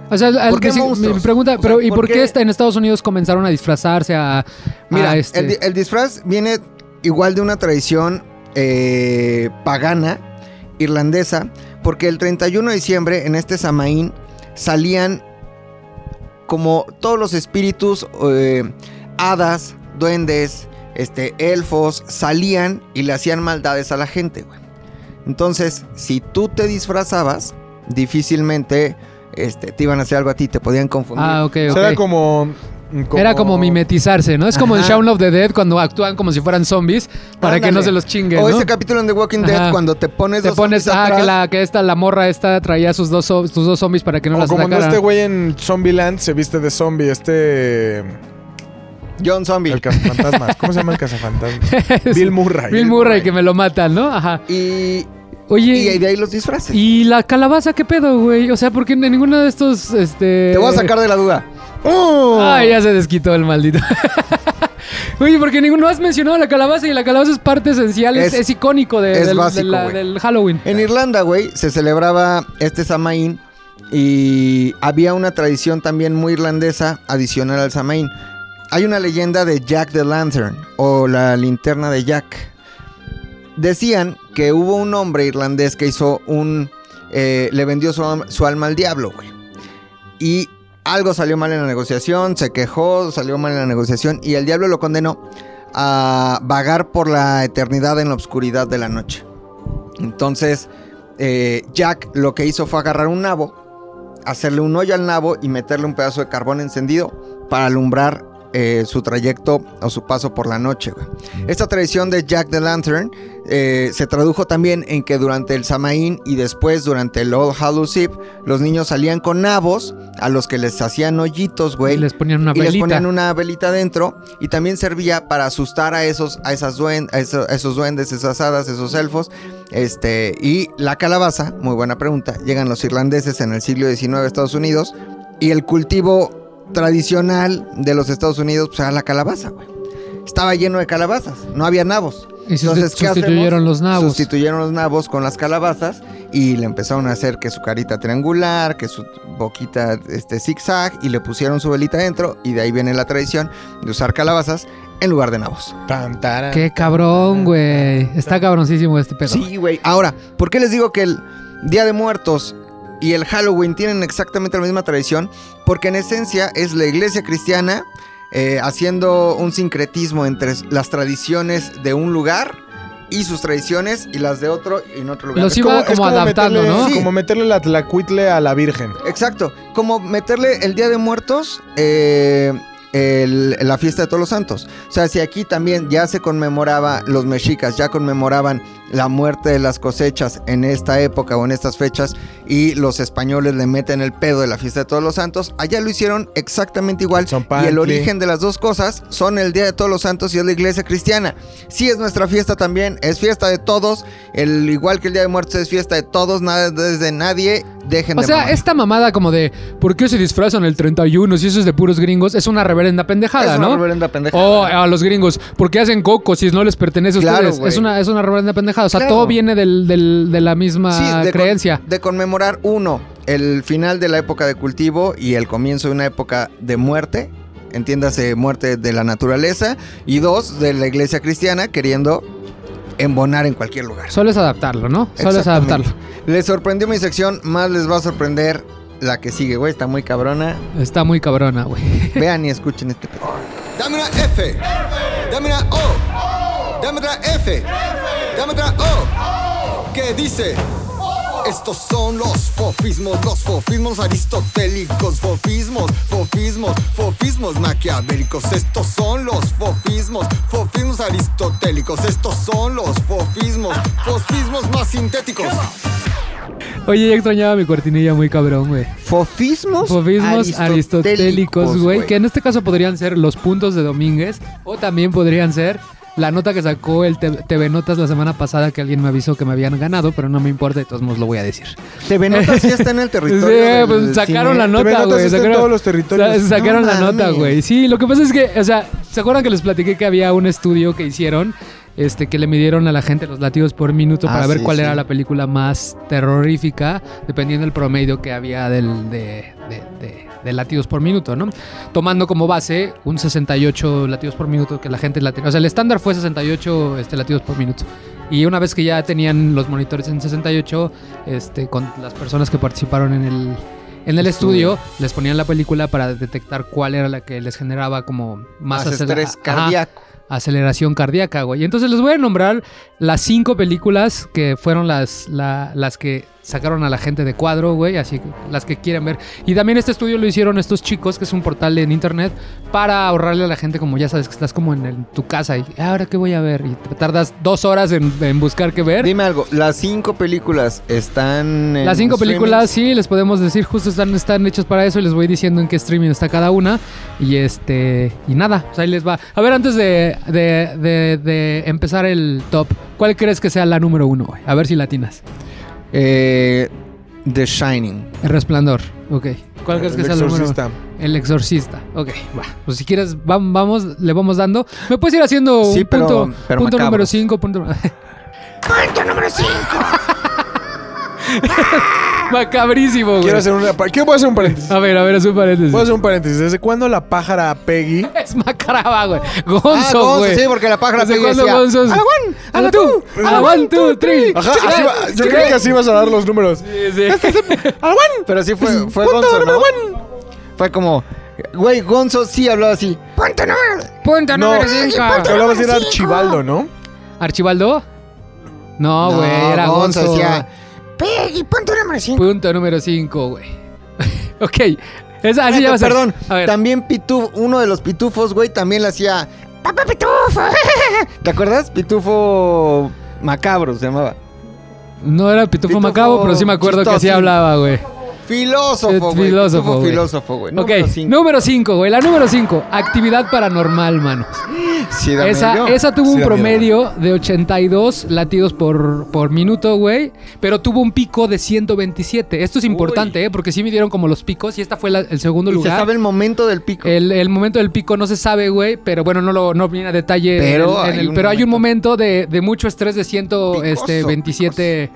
[SPEAKER 2] O sea, al-
[SPEAKER 3] ¿Por qué
[SPEAKER 2] sí,
[SPEAKER 3] monstruos?
[SPEAKER 2] mi pregunta,
[SPEAKER 3] O sea,
[SPEAKER 2] pero ¿y
[SPEAKER 3] ¿por
[SPEAKER 2] por
[SPEAKER 3] qué?
[SPEAKER 2] qué está- en Estados Unidos comenzaron a disfrazarse a, a
[SPEAKER 3] Mira,
[SPEAKER 2] este-
[SPEAKER 3] el, di- el disfraz viene igual de una tradición eh, pagana, irlandesa, porque el 31 de diciembre en este Samaín salían como todos los espíritus, eh, hadas, duendes, este, elfos, salían y le hacían maldades a la gente, güey. Entonces, si tú te disfrazabas, difícilmente este, te iban a hacer algo a ti, te podían confundir.
[SPEAKER 2] Ah, ok,
[SPEAKER 1] O
[SPEAKER 2] ok.
[SPEAKER 1] sea, Era como, mm, como-
[SPEAKER 2] Era como mimetizarse, ¿no? Es como en
[SPEAKER 3] Ajá.
[SPEAKER 2] Shaun of the Dead cuando actúan como si fueran zombies para que no
[SPEAKER 3] Ándale.
[SPEAKER 2] se los chinguen,
[SPEAKER 3] o
[SPEAKER 2] ¿no?
[SPEAKER 3] ese capítulo en The Walking Dead
[SPEAKER 2] Ajá.
[SPEAKER 3] cuando te pones
[SPEAKER 2] Te
[SPEAKER 3] los
[SPEAKER 2] pones,
[SPEAKER 3] zombies
[SPEAKER 2] ah,
[SPEAKER 3] atrás.
[SPEAKER 2] que, la, que esta, la morra esta traía sus dos, so- sus dos zombies para que no
[SPEAKER 1] O
[SPEAKER 2] las
[SPEAKER 1] como cuando
[SPEAKER 2] atacaran.
[SPEAKER 1] este güey en Zombieland se viste de zombie, este...
[SPEAKER 3] John Zombie.
[SPEAKER 1] El cazafantasmas. ¿Cómo se llama el cazafantasmas? Bill Murray.
[SPEAKER 2] Bill Murray, que me lo matan, ¿no? Ajá.
[SPEAKER 3] Y,
[SPEAKER 2] Oye,
[SPEAKER 3] y de ahí los disfraces.
[SPEAKER 2] ¿y la calabaza qué pedo, güey? O sea, porque en ninguno de estos, este...
[SPEAKER 3] Te voy a sacar de la duda.
[SPEAKER 2] Ay, ya se desquitó el maldito. Oye, porque ninguno no has mencionado la calabaza y la calabaza es parte esencial, es,
[SPEAKER 3] Es-
[SPEAKER 2] es icónico de-
[SPEAKER 3] es
[SPEAKER 2] del, de
[SPEAKER 3] básico,
[SPEAKER 2] la-
[SPEAKER 3] güey.
[SPEAKER 2] del Halloween.
[SPEAKER 3] En Irlanda, güey, se celebraba este Samaín y había una tradición también muy irlandesa adicional al Samaín. Hay una leyenda de Jack the Lantern o la linterna de Jack. Decían que hubo un hombre irlandés que hizo un... eh, le vendió su, am- su alma al diablo, güey. Y algo salió mal en la negociación, se quejó, salió mal en la negociación y el diablo lo condenó a vagar por la eternidad en la oscuridad de la noche. Entonces, eh, Jack lo que hizo fue agarrar un nabo, hacerle un hoyo al nabo y meterle un pedazo de carbón encendido para alumbrar eh, su trayecto o su paso por la noche. güey. Esta tradición de Jack the Lantern eh, se tradujo también en que durante el Samaín y después durante el All Hallows Eve, los niños salían con nabos a los que les hacían hoyitos, güey
[SPEAKER 2] Y les ponían una
[SPEAKER 3] y les
[SPEAKER 2] velita.
[SPEAKER 3] ponían una velita dentro y también servía para asustar a esos a esas duen- a eso- a esos, duendes, esas hadas, esos elfos. Este, y la calabaza, muy buena pregunta. Llegan los irlandeses en el siglo XIX a Estados Unidos y el cultivo tradicional de los Estados Unidos pues, era la calabaza, güey. Estaba lleno de calabazas, no había nabos.
[SPEAKER 2] Y susti-
[SPEAKER 3] Entonces, ¿qué
[SPEAKER 2] sustituyeron
[SPEAKER 3] hacemos?
[SPEAKER 2] los nabos.
[SPEAKER 3] Sustituyeron los nabos con las calabazas y le empezaron a hacer que su carita triangular, que su boquita este zigzag y le pusieron su velita dentro y de ahí viene la tradición de usar calabazas en lugar de nabos.
[SPEAKER 1] Tan, taran.
[SPEAKER 2] Qué cabrón, güey. Está cabroncísimo este pedo.
[SPEAKER 3] güey. Ahora, ¿por qué les digo que el Día de Muertos y el Halloween tienen exactamente la misma tradición? Porque en esencia es la iglesia cristiana eh, haciendo un sincretismo entre las tradiciones de un lugar y sus tradiciones y las de otro y en otro lugar.
[SPEAKER 2] Los
[SPEAKER 1] Es
[SPEAKER 2] iba
[SPEAKER 1] es
[SPEAKER 2] como adaptando,
[SPEAKER 1] meterle-
[SPEAKER 2] ¿no?
[SPEAKER 1] sí, Como meterle la tlacuitle a la virgen.
[SPEAKER 3] Exacto, como meterle el Día de Muertos eh, el- la fiesta de todos los santos. O sea, si aquí también ya se conmemoraba, los mexicas ya conmemoraban la muerte de las cosechas en esta época o en estas fechas y los españoles le meten el pedo de la fiesta de todos los santos, allá lo hicieron exactamente igual.
[SPEAKER 1] Tzompantli.
[SPEAKER 3] Y el origen de las dos cosas son el Día de Todos los Santos y es la iglesia cristiana. Sí es nuestra fiesta también, es fiesta de todos, el igual que el Día de Muertos es fiesta de todos, nada desde nadie, dejen
[SPEAKER 2] O
[SPEAKER 3] de
[SPEAKER 2] sea,
[SPEAKER 3] mamar.
[SPEAKER 2] esta mamada como de ¿por qué se disfrazan el 31 si eso es de puros gringos? Es una reverenda pendejada,
[SPEAKER 3] es una
[SPEAKER 2] ¿no?
[SPEAKER 3] reverenda pendeja.
[SPEAKER 2] O a los gringos, ¿por qué hacen coco si no les pertenece a
[SPEAKER 3] Claro,
[SPEAKER 2] ustedes?
[SPEAKER 3] güey.
[SPEAKER 2] Es una, es una reverenda pendejada. O sea,
[SPEAKER 3] Claro.
[SPEAKER 2] todo viene del, del- de la misma
[SPEAKER 3] Sí, de con-
[SPEAKER 2] creencia.
[SPEAKER 3] de conmemorar uno, el final de la época de cultivo y el comienzo de una época de muerte, entiéndase muerte de la naturaleza, y dos, de la iglesia cristiana queriendo embonar en cualquier lugar.
[SPEAKER 2] Solo es adaptarlo, ¿no? Solo es
[SPEAKER 3] Exactamente.
[SPEAKER 2] adaptarlo.
[SPEAKER 3] Les sorprendió mi sección, más les va a sorprender la que sigue, güey, está muy cabrona.
[SPEAKER 2] Está muy cabrona, güey.
[SPEAKER 3] Vean y escuchen este pedo.
[SPEAKER 4] Dame una F. Dame una O. Dame otra F. Dame otra O. ¿Qué dice? Estos son los fofismos, los fofismos aristotélicos, fofismos, fofismos, fofismos maquiavélicos. Estos son los fofismos, fofismos aristotélicos. Estos son los fofismos, fofismos más sintéticos.
[SPEAKER 2] Oye, ya extrañaba mi cortinilla muy cabrón, güey.
[SPEAKER 3] Fofismos,
[SPEAKER 2] Fofismos aristotélicos, güey. Que en este caso podrían ser los puntos de Domínguez. O también podrían ser la nota que sacó el Te- TV Notas la semana pasada que alguien me avisó que me habían ganado, pero no me importa, de todos modos lo voy a decir.
[SPEAKER 3] TV Notas ya está en el territorio.
[SPEAKER 2] Sí,
[SPEAKER 3] del
[SPEAKER 2] pues, sacaron
[SPEAKER 3] cine.
[SPEAKER 2] la nota,
[SPEAKER 1] TV Notas
[SPEAKER 2] güey,
[SPEAKER 1] está en
[SPEAKER 2] sacaron-
[SPEAKER 1] todos los territorios.
[SPEAKER 2] Sa- sacaron
[SPEAKER 3] No
[SPEAKER 2] la nota,
[SPEAKER 3] mames.
[SPEAKER 2] güey. Sí, lo que pasa es que, o sea, ¿se acuerdan que les platiqué que había un estudio que hicieron? Este, que le midieron a la gente los latidos por minuto
[SPEAKER 3] Ah,
[SPEAKER 2] para ver
[SPEAKER 3] sí,
[SPEAKER 2] cuál
[SPEAKER 3] sí.
[SPEAKER 2] era la película más terrorífica, dependiendo del promedio que había del, de, de- de- de latidos por minuto, ¿no? Tomando como base un 68 latidos por minuto que la gente la tenía. O sea, el estándar fue 68 este, latidos por minuto. Y una vez que ya tenían los monitores en 68, este, con las personas que participaron en el, en el estudio, les ponían la película para detectar cuál era la que les generaba como más
[SPEAKER 3] Más
[SPEAKER 2] aceler-
[SPEAKER 3] estrés
[SPEAKER 2] ajá,
[SPEAKER 3] cardíaco.
[SPEAKER 2] aceleración cardíaca, güey. Y entonces les voy a nombrar las cinco películas que fueron las, la- las que sacaron a la gente de cuadro, güey, así que las que quieren ver. Y también este estudio lo hicieron estos chicos, que es un portal en internet, para ahorrarle a la gente, como ya sabes que estás como en, en tu casa y ahora qué voy a ver. Y te tardas dos horas en, en buscar qué ver.
[SPEAKER 3] Dime algo, las cinco películas están en
[SPEAKER 2] Las cinco
[SPEAKER 3] streaming?
[SPEAKER 2] películas, sí, les podemos decir, justo están, están hechas para eso y les voy diciendo en qué streaming está cada una. Y este. Y nada, pues ahí les va. A ver, antes de, de- de- de empezar el top, ¿cuál crees que sea la número uno? güey? A ver si latinas.
[SPEAKER 3] Eh, The Shining.
[SPEAKER 2] El resplandor, ok. ¿Cuál crees que
[SPEAKER 1] El
[SPEAKER 2] sea la número uno?
[SPEAKER 1] exorcista.
[SPEAKER 2] El exorcista, ok, va. Pues si quieres, vam- vamos, le vamos dando. Me puedes ir haciendo
[SPEAKER 3] Sí,
[SPEAKER 2] un
[SPEAKER 3] pero-
[SPEAKER 2] punto,
[SPEAKER 3] pero
[SPEAKER 2] punto
[SPEAKER 3] macabros.
[SPEAKER 2] número 5, punto. punto número 5. Macabrísimo, güey.
[SPEAKER 1] Quiero hacer una. pa- ¿Qué puedo hacer un paréntesis?
[SPEAKER 2] A ver, a ver, es un paréntesis.
[SPEAKER 1] Puedo hacer un paréntesis. ¿Desde cuándo la pájara Peggy?
[SPEAKER 2] Es macaraba, güey.
[SPEAKER 3] Ah,
[SPEAKER 2] Gonzo,
[SPEAKER 3] Gonzo,
[SPEAKER 2] güey.
[SPEAKER 3] sí, porque la pájara
[SPEAKER 2] ¿Desde
[SPEAKER 3] Peggy
[SPEAKER 2] cuándo
[SPEAKER 3] decía,
[SPEAKER 2] Gonzo?
[SPEAKER 3] "A la one,
[SPEAKER 2] Ah,
[SPEAKER 3] a la two,
[SPEAKER 2] a la one, two, three.
[SPEAKER 1] Ajá, así va- yo creo que así vas a dar los números.
[SPEAKER 2] Sí, sí.
[SPEAKER 3] Pero sí fue, fue Gonzo, ¿no? Fue como, güey, Gonzo sí hablaba así. Punto número.
[SPEAKER 2] Punto
[SPEAKER 1] No,
[SPEAKER 2] número
[SPEAKER 1] que
[SPEAKER 2] 5.
[SPEAKER 1] hablabas era Archibaldo, ¿no?
[SPEAKER 2] ¿Archibaldo? No, güey, era Gonzo.
[SPEAKER 3] decía,
[SPEAKER 5] Peggy, punto número 5.
[SPEAKER 2] Punto número 5, güey. ok. Esa, así Ah, ya va a ser.
[SPEAKER 3] Perdón,
[SPEAKER 2] A ver.
[SPEAKER 3] también Pitufo, uno de los pitufos, güey, también le hacía.
[SPEAKER 5] Papá Pitufo.
[SPEAKER 3] ¿Te acuerdas? Pitufo macabro se llamaba.
[SPEAKER 2] No era Pitufo,
[SPEAKER 3] Pitufo
[SPEAKER 2] Macabo, pero sí me acuerdo que así
[SPEAKER 3] chistosín.
[SPEAKER 2] hablaba, güey. Eh,
[SPEAKER 3] Filósofo, güey.
[SPEAKER 2] filósofo,
[SPEAKER 3] Pitufo
[SPEAKER 2] güey.
[SPEAKER 3] filósofo, güey.
[SPEAKER 2] Ok,
[SPEAKER 3] Número cinco.
[SPEAKER 2] número 5, güey. La número 5, actividad paranormal, manos.
[SPEAKER 3] Sí, dame yo.
[SPEAKER 2] Esa, esa tuvo
[SPEAKER 1] Sí
[SPEAKER 2] un
[SPEAKER 1] da
[SPEAKER 2] promedio de 82 latidos por, por minuto, güey. Pero tuvo un pico de 127. Esto es importante, ¿eh? Porque sí midieron como los picos y esta fue la- el segundo
[SPEAKER 3] Y se
[SPEAKER 2] lugar. Eh,
[SPEAKER 3] sabe el momento del pico.
[SPEAKER 2] El, el momento del pico no se sabe, güey, pero bueno, no lo no viene a detalle. en
[SPEAKER 3] Pero
[SPEAKER 2] el- en
[SPEAKER 3] hay
[SPEAKER 2] el-
[SPEAKER 3] un
[SPEAKER 2] pero hay un momento de, de mucho estrés de 127
[SPEAKER 3] Picoso,
[SPEAKER 2] este, 27,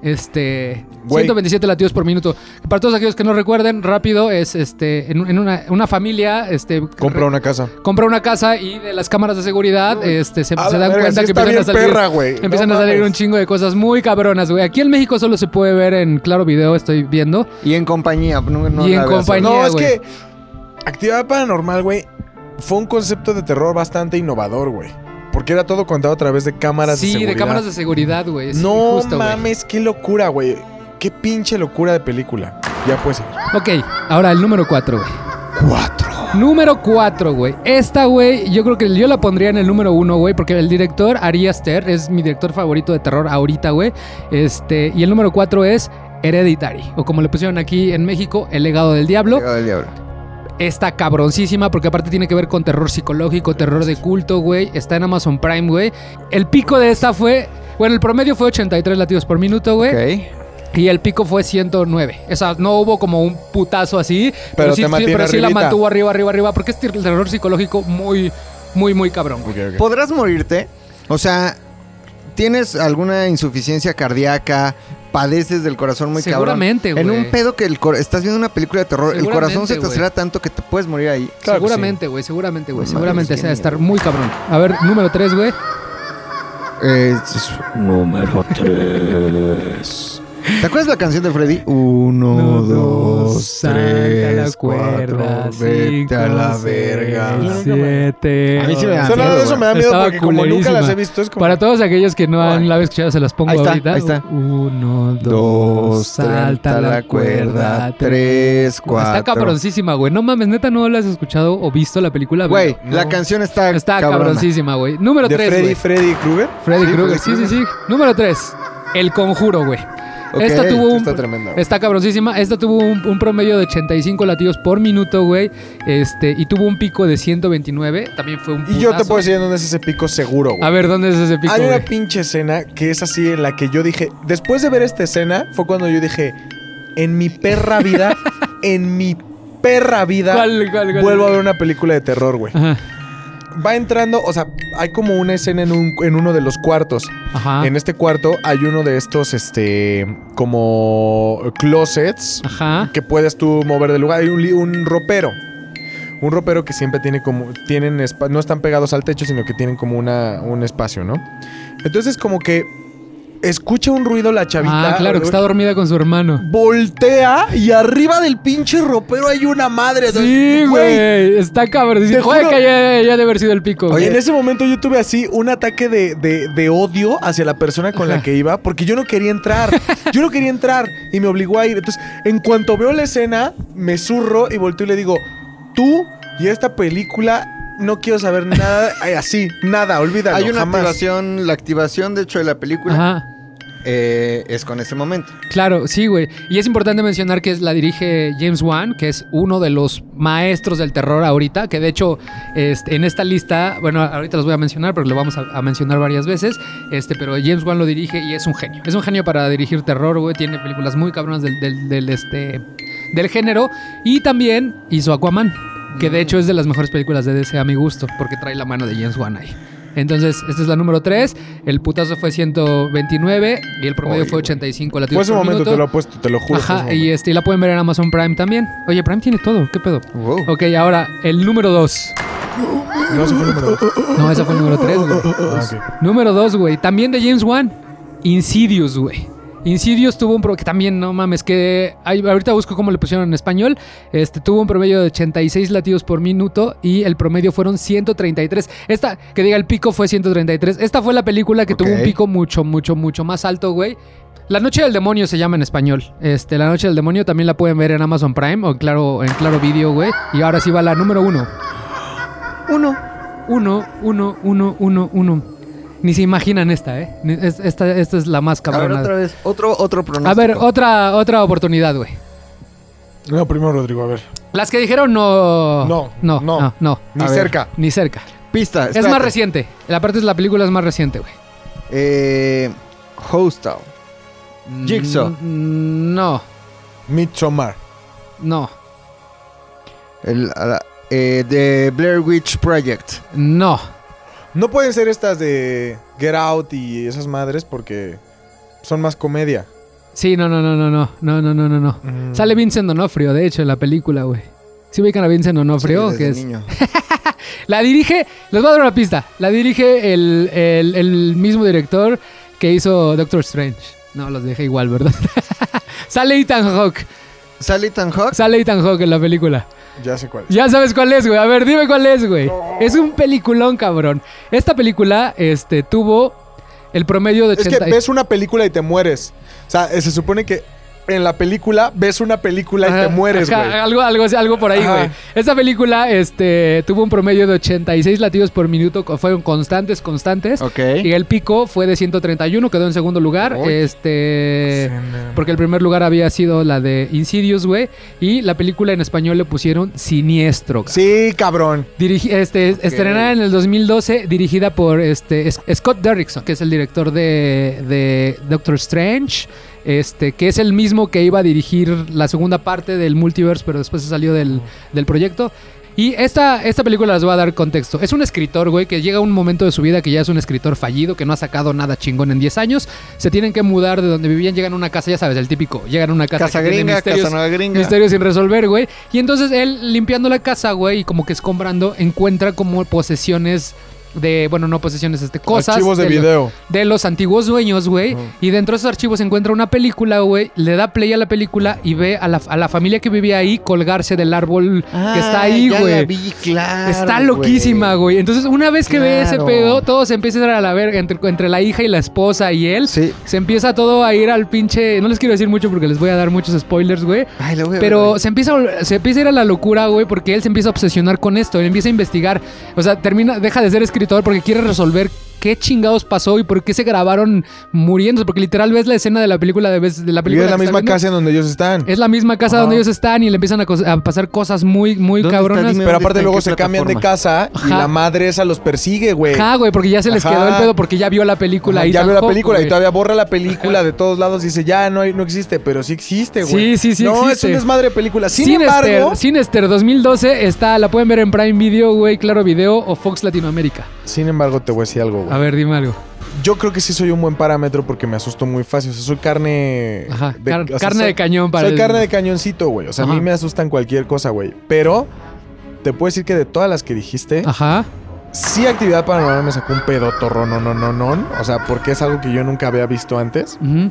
[SPEAKER 2] este,
[SPEAKER 1] Güey.
[SPEAKER 2] 127 latidos por minuto. Para todos aquellos que no recuerden, rápido, es este en, en una, una familia este,
[SPEAKER 1] Compra una casa.
[SPEAKER 2] compra una casa y de las cámaras de seguridad este, se,
[SPEAKER 1] A
[SPEAKER 2] se
[SPEAKER 1] la
[SPEAKER 2] dan
[SPEAKER 1] verga,
[SPEAKER 2] cuenta
[SPEAKER 1] sí
[SPEAKER 2] que
[SPEAKER 1] está
[SPEAKER 2] empiezan a
[SPEAKER 1] bien
[SPEAKER 2] salir,
[SPEAKER 1] perra, güey.
[SPEAKER 2] empiezan
[SPEAKER 1] No
[SPEAKER 2] a salir
[SPEAKER 1] mames.
[SPEAKER 2] un chingo de cosas muy cabronas, güey. Aquí en México solo se puede ver en Claro Video, estoy viendo.
[SPEAKER 3] Y en compañía. No, no
[SPEAKER 2] Y en
[SPEAKER 3] la veas,
[SPEAKER 2] compañía.
[SPEAKER 1] No, es
[SPEAKER 2] güey.
[SPEAKER 1] que actividad paranormal, güey, fue un concepto de terror bastante innovador, güey. Porque era todo contado a través de cámaras de
[SPEAKER 2] sí,
[SPEAKER 1] seguridad.
[SPEAKER 2] de cámaras de seguridad, güey. sí,
[SPEAKER 1] No
[SPEAKER 2] justo, güey.
[SPEAKER 1] mames, qué locura, güey. Qué pinche locura de película. Ya pues.
[SPEAKER 2] Ok, ahora el número 4, güey.
[SPEAKER 1] Cuatro.
[SPEAKER 2] Número 4, güey. Esta, güey, yo creo que yo la pondría en el número 1, güey, porque el director Ari Aster es mi director favorito de terror ahorita, güey. Este, y el número 4 es Hereditary, o como le pusieron aquí en México, El legado del diablo.
[SPEAKER 3] Pegado del diablo.
[SPEAKER 2] Está cabroncísima porque aparte tiene que ver con terror psicológico, terror de culto, güey. Está en Amazon Prime, güey. El pico de esta fue... Bueno, el promedio fue 83 latidos por minuto, güey.
[SPEAKER 3] Ok.
[SPEAKER 2] Y el pico fue 109. O sea, no hubo como un putazo así. Pero,
[SPEAKER 1] Pero
[SPEAKER 2] sí,
[SPEAKER 1] te
[SPEAKER 2] sí,
[SPEAKER 1] mantiene
[SPEAKER 2] pero sí la
[SPEAKER 1] arribita.
[SPEAKER 2] mantuvo arriba, arriba, arriba. Porque es terror psicológico muy, muy, muy cabrón. güey.
[SPEAKER 3] ¿Podrás morirte? O sea, ¿tienes alguna insuficiencia cardíaca? ¿Padeces del corazón muy cabrón?
[SPEAKER 2] Seguramente, güey.
[SPEAKER 3] En un pedo que el cor- estás viendo una película de terror, el
[SPEAKER 2] Seguramente,
[SPEAKER 3] corazón se te
[SPEAKER 2] güey.
[SPEAKER 3] acelera tanto que te puedes morir ahí.
[SPEAKER 1] Claro que
[SPEAKER 2] seguramente, güey, seguramente, güey.
[SPEAKER 3] No
[SPEAKER 2] seguramente
[SPEAKER 3] mames,
[SPEAKER 2] sea
[SPEAKER 3] qué
[SPEAKER 2] estar muy cabrón. A ver, número 3, güey.
[SPEAKER 3] Eh, Este es-
[SPEAKER 6] Número 3.
[SPEAKER 3] ¿Te acuerdas la canción de Freddy? Uno,
[SPEAKER 2] Uno,
[SPEAKER 3] dos,
[SPEAKER 2] dos, saca la
[SPEAKER 3] tres,
[SPEAKER 2] cuerda,
[SPEAKER 3] cuatro, vete a la
[SPEAKER 2] cinco,
[SPEAKER 3] verga.
[SPEAKER 2] seis, siete.
[SPEAKER 3] A mí sí me da
[SPEAKER 1] O sea, nada de
[SPEAKER 3] miedo,
[SPEAKER 1] eso
[SPEAKER 3] güey.
[SPEAKER 1] me da miedo
[SPEAKER 2] Estaba
[SPEAKER 1] porque como nunca
[SPEAKER 2] culerísima.
[SPEAKER 1] las he visto es como...
[SPEAKER 2] Para todos aquellos que no han la escuchado, se las pongo
[SPEAKER 3] Ahí está,
[SPEAKER 2] ahorita.
[SPEAKER 3] ahí está.
[SPEAKER 2] Uno, dos,
[SPEAKER 3] Dos,
[SPEAKER 2] salta la cuerda.
[SPEAKER 3] Tres, cuatro.
[SPEAKER 2] Está cabroncísima, güey. No mames, neta, no la has escuchado o visto la película.
[SPEAKER 3] Güey,
[SPEAKER 1] No.
[SPEAKER 3] la canción está,
[SPEAKER 2] Está
[SPEAKER 3] cabrona.
[SPEAKER 2] cabroncísima, güey. Número
[SPEAKER 1] de
[SPEAKER 2] 3,
[SPEAKER 1] Freddy, Freddy Krueger.
[SPEAKER 2] Freddy
[SPEAKER 3] Sí,
[SPEAKER 2] Krueger. Sí,
[SPEAKER 3] Freddy
[SPEAKER 2] sí, sí. Número 3. El conjuro, güey.
[SPEAKER 3] Ok,
[SPEAKER 2] esta tuvo un.
[SPEAKER 1] Está tremendo.
[SPEAKER 2] Está cabroncísima. Esta tuvo un, un promedio de 85 latidos por minuto, güey. Este, y tuvo un pico de 129. También fue un.
[SPEAKER 1] Y yo te
[SPEAKER 2] putazo.
[SPEAKER 1] puedo decir dónde es ese pico seguro, güey.
[SPEAKER 2] A ver, ¿dónde es ese pico?
[SPEAKER 1] Hay una
[SPEAKER 2] güey?
[SPEAKER 1] pinche escena que es así en la que yo dije, después de ver esta escena, fue cuando yo dije, en mi perra vida, en mi perra vida,
[SPEAKER 2] ¿Cuál, cuál, cuál?
[SPEAKER 1] vuelvo a ver una película de terror, güey.
[SPEAKER 2] Ajá.
[SPEAKER 1] Va entrando, o sea, hay como una escena en, un- en uno de los cuartos.
[SPEAKER 2] Ajá.
[SPEAKER 1] En este cuarto hay uno de estos, este, como closets
[SPEAKER 2] Ajá.
[SPEAKER 1] que puedes tú mover de lugar. Hay un, li- un ropero. Un ropero que siempre tiene como. Tienen espa- no están pegados al techo, sino que tienen como una, un espacio, ¿no? Entonces, como que escucha un ruido la chavita.
[SPEAKER 2] Ah, claro, que está dormida con su hermano.
[SPEAKER 1] Voltea y arriba del pinche ropero hay una madre. o sea,
[SPEAKER 2] Sí, güey. Está cabrón. Dice,
[SPEAKER 1] Te
[SPEAKER 2] joder,
[SPEAKER 1] juro-
[SPEAKER 2] que ya, ya debe haber sido el pico.
[SPEAKER 1] Oye,
[SPEAKER 2] güey".
[SPEAKER 1] en ese momento yo tuve así un ataque de, de- de odio hacia la persona con la
[SPEAKER 2] Ajá.
[SPEAKER 1] que iba porque yo no quería entrar. Yo no quería entrar y me obligó a ir. Entonces, en cuanto veo la escena, me zurro y volteo y le digo, tú y esta película no quiero saber nada Ay, así, nada, olvídalo,
[SPEAKER 3] Hay una
[SPEAKER 1] jamás.
[SPEAKER 3] activación, la activación de hecho de la película
[SPEAKER 2] Ajá.
[SPEAKER 3] eh, es con ese momento.
[SPEAKER 2] Claro, sí, güey. Y es importante mencionar que es- la dirige James Wan, que es uno de los maestros del terror ahorita, que de hecho este, en esta lista, bueno, ahorita los voy a mencionar, pero lo vamos a, a mencionar varias veces, este, pero James Wan lo dirige y es un genio. Es un genio para dirigir terror, güey. Tiene películas muy cabronas del, del- del, este, del género. Y también hizo Aquaman, que de hecho es de las mejores películas de DC a mi gusto, porque trae la mano de James Wan ahí. Entonces, esta es la número 3. El putazo fue 129 y el promedio
[SPEAKER 3] Oy,
[SPEAKER 2] fue
[SPEAKER 3] güey.
[SPEAKER 2] 85 latidos
[SPEAKER 1] Fue ese
[SPEAKER 2] por
[SPEAKER 1] momento,
[SPEAKER 2] minuto.
[SPEAKER 1] te lo apuesto, te lo juro. fue ese
[SPEAKER 2] Ajá, y,
[SPEAKER 1] momento.
[SPEAKER 2] este, y la pueden ver en Amazon Prime también. Oye, Prime tiene todo, ¿qué pedo?
[SPEAKER 3] Wow.
[SPEAKER 2] Ok, ahora el número 2.
[SPEAKER 1] No, ese fue el número dos.
[SPEAKER 2] No, ese fue el número 3, güey.
[SPEAKER 1] Ah, sí.
[SPEAKER 2] Número 2, güey. También de James Wan. Insidious, güey. Insidious tuvo un promedio que también, no mames, que ay, ahorita busco cómo le pusieron en español. Este tuvo un promedio de 86 latidos por minuto y el promedio fueron 133. Esta, que diga el pico fue 133. Esta fue la película que tuvo un
[SPEAKER 3] Ok.
[SPEAKER 2] pico mucho, mucho, mucho más alto, güey. La Noche del Demonio se llama en español. Este, La Noche del Demonio también la pueden ver en Amazon Prime o en Claro, en claro Video, güey. Y ahora sí va la número uno. Uno, uno, uno, uno, uno, uno. Ni se imaginan esta, ¿eh? Ni- es- Esta, esta es la más
[SPEAKER 3] A ver, otra
[SPEAKER 2] cabrona.
[SPEAKER 3] vez. Otro, otro pronóstico.
[SPEAKER 2] A ver, otra, otra oportunidad, güey.
[SPEAKER 1] No, primero, Rodrigo, a ver.
[SPEAKER 2] Las que dijeron no.
[SPEAKER 1] No,
[SPEAKER 2] no,
[SPEAKER 1] no.
[SPEAKER 2] no, no,
[SPEAKER 1] Ni
[SPEAKER 3] A ver.
[SPEAKER 1] cerca.
[SPEAKER 2] ni cerca.
[SPEAKER 3] Pista.
[SPEAKER 2] Es más
[SPEAKER 3] espérate.
[SPEAKER 2] reciente. La parte de la película es más reciente, güey.
[SPEAKER 3] Eh, Hostel. Jigsaw.
[SPEAKER 2] Mm, No,
[SPEAKER 1] Midsommar.
[SPEAKER 2] no,
[SPEAKER 3] El, a la- eh, The Blair Witch Project.
[SPEAKER 2] no.
[SPEAKER 1] No pueden ser estas de Get Out y esas madres porque son más comedia.
[SPEAKER 2] Sí, no, no, no, no, no, no, no, no, no, no.
[SPEAKER 1] Mm.
[SPEAKER 2] Sale Vincent Donofrio, de hecho, en la película, güey. ¿Sí ubican a Vincent Donofrio?
[SPEAKER 3] Sí, desde
[SPEAKER 2] que es...
[SPEAKER 3] niño.
[SPEAKER 2] La dirige, les voy a dar una pista. La dirige el, el- el mismo director que hizo Doctor Strange. No, los dejé igual, ¿verdad? Sale Ethan Hawke.
[SPEAKER 3] Sally Tan Hawk.
[SPEAKER 2] Sale Ethan Hawke en la película.
[SPEAKER 1] Ya sé cuál.
[SPEAKER 2] Ya sabes cuál es, güey. A ver, dime cuál es, güey. Es un peliculón, cabrón. Esta película este, tuvo el promedio de
[SPEAKER 1] Es que
[SPEAKER 2] 80.
[SPEAKER 1] ves una película y te mueres. O sea, eh, se supone que en la película ves una película y
[SPEAKER 2] Ajá,
[SPEAKER 1] te mueres,
[SPEAKER 2] ajá,
[SPEAKER 1] güey.
[SPEAKER 2] Algo, algo, algo por ahí,
[SPEAKER 1] Ajá.
[SPEAKER 2] güey. Esta película este, tuvo un promedio de 86 latidos por minuto. co- Fueron constantes, constantes.
[SPEAKER 3] Ok.
[SPEAKER 2] Y el pico fue de 131, quedó en segundo lugar.
[SPEAKER 1] Uy.
[SPEAKER 2] Este.
[SPEAKER 1] Sí, no.
[SPEAKER 2] Porque el primer lugar había sido la de Insidious, güey. Y la película en español le pusieron Siniestro. cabrón.
[SPEAKER 1] Sí, cabrón.
[SPEAKER 2] Dirigi- este, Estrenada en el 2012, dirigida por este, S- Scott Derrickson, que es el director de, de Doctor Strange, este, que es el mismo que iba a dirigir la segunda parte del multiverse, pero después se salió del, del proyecto. Y esta, esta película les va a dar contexto. Es un escritor, güey, que llega a un momento de su vida que ya es un escritor fallido, que no ha sacado nada chingón en 10 años. Se tienen que mudar de donde vivían, llegan a una casa, ya sabes, el típico. Llegan a una casa,
[SPEAKER 3] Casa
[SPEAKER 2] que tiene
[SPEAKER 3] gringa,
[SPEAKER 2] misterios-
[SPEAKER 3] casa nueva gringa.
[SPEAKER 2] Misterio sin resolver, güey. Y entonces él limpiando la casa, güey, y como que escombrando, encuentra como posesiones de, bueno, no posesiones, este, cosas.
[SPEAKER 1] Archivos de
[SPEAKER 2] lo-
[SPEAKER 1] video.
[SPEAKER 2] de los antiguos dueños, güey. Y dentro de esos archivos se encuentra una película, güey. Le da play a la película y ve a la, a la familia que vivía ahí colgarse del árbol que está ahí,
[SPEAKER 3] Ah, ya la
[SPEAKER 2] güey.
[SPEAKER 3] vi, claro,
[SPEAKER 2] Está loquísima, güey. Entonces, una vez que ve ese
[SPEAKER 3] Claro.
[SPEAKER 2] pedo, todo se empieza a ir a la verga entre, entre la hija y la esposa y él.
[SPEAKER 3] Sí.
[SPEAKER 2] Se empieza todo a ir al pinche. No les quiero decir mucho porque les voy a dar muchos spoilers, güey.
[SPEAKER 3] Ay, la voy a ver,
[SPEAKER 2] Pero
[SPEAKER 3] güey.
[SPEAKER 2] se empieza, a vol- se empieza a ir a la locura, güey, porque él se empieza a obsesionar con esto. Él empieza a investigar. O sea, termina, deja de ser escritor porque quiere resolver qué chingados pasó y por qué se grabaron muriéndose. Porque literal ves la escena de la película de, ves- de la
[SPEAKER 1] Y
[SPEAKER 2] película.
[SPEAKER 1] es la
[SPEAKER 2] que estás
[SPEAKER 1] misma
[SPEAKER 2] viendo.
[SPEAKER 1] casa en donde ellos están.
[SPEAKER 2] Es la misma casa donde ellos están y le empiezan a, cos- a pasar cosas muy, muy
[SPEAKER 3] ¿Dónde está?
[SPEAKER 2] cabronas.
[SPEAKER 3] Dime.
[SPEAKER 1] Pero aparte
[SPEAKER 3] ¿En
[SPEAKER 1] luego
[SPEAKER 3] qué
[SPEAKER 1] se cambian de
[SPEAKER 3] plataforma?
[SPEAKER 1] casa y
[SPEAKER 2] Ajá.
[SPEAKER 1] la madre esa los persigue, güey.
[SPEAKER 2] Ajá, güey, porque ya se les
[SPEAKER 1] Ajá.
[SPEAKER 2] quedó el pedo porque ya vio la película.
[SPEAKER 1] Ajá,
[SPEAKER 2] y
[SPEAKER 1] ya vio la
[SPEAKER 2] tampoco,
[SPEAKER 1] película y
[SPEAKER 2] güey.
[SPEAKER 1] todavía borra la película de todos lados. Dice, ya no, hay- no existe, pero sí existe, güey.
[SPEAKER 2] Sí, sí, sí
[SPEAKER 1] No, es
[SPEAKER 2] existe.
[SPEAKER 1] un desmadre de película. Sin
[SPEAKER 2] Sinister,
[SPEAKER 1] embargo,
[SPEAKER 2] Sinister 2012 está, la pueden ver en Prime Video, güey, Claro Video o Fox Latinoamérica.
[SPEAKER 1] sin embargo, te voy a decir algo,
[SPEAKER 2] A
[SPEAKER 1] güey.
[SPEAKER 2] ver, dime algo.
[SPEAKER 1] Yo creo que sí soy un buen parámetro porque me asusto muy fácil. O sea, soy carne.
[SPEAKER 2] Ajá,
[SPEAKER 1] de-
[SPEAKER 2] car-
[SPEAKER 1] o sea,
[SPEAKER 2] carne
[SPEAKER 1] soy-
[SPEAKER 2] de cañón para
[SPEAKER 1] Soy
[SPEAKER 2] el-
[SPEAKER 1] carne de cañoncito, güey. O sea, a mí
[SPEAKER 2] Ajá.
[SPEAKER 1] me asustan cualquier cosa, güey. Pero te puedo decir que de todas las que dijiste,
[SPEAKER 2] Ajá.
[SPEAKER 1] sí Actividad Paranormal me sacó un pedo torro, no, no, no, no. O sea, porque es algo que yo nunca había visto antes.
[SPEAKER 2] Ujú.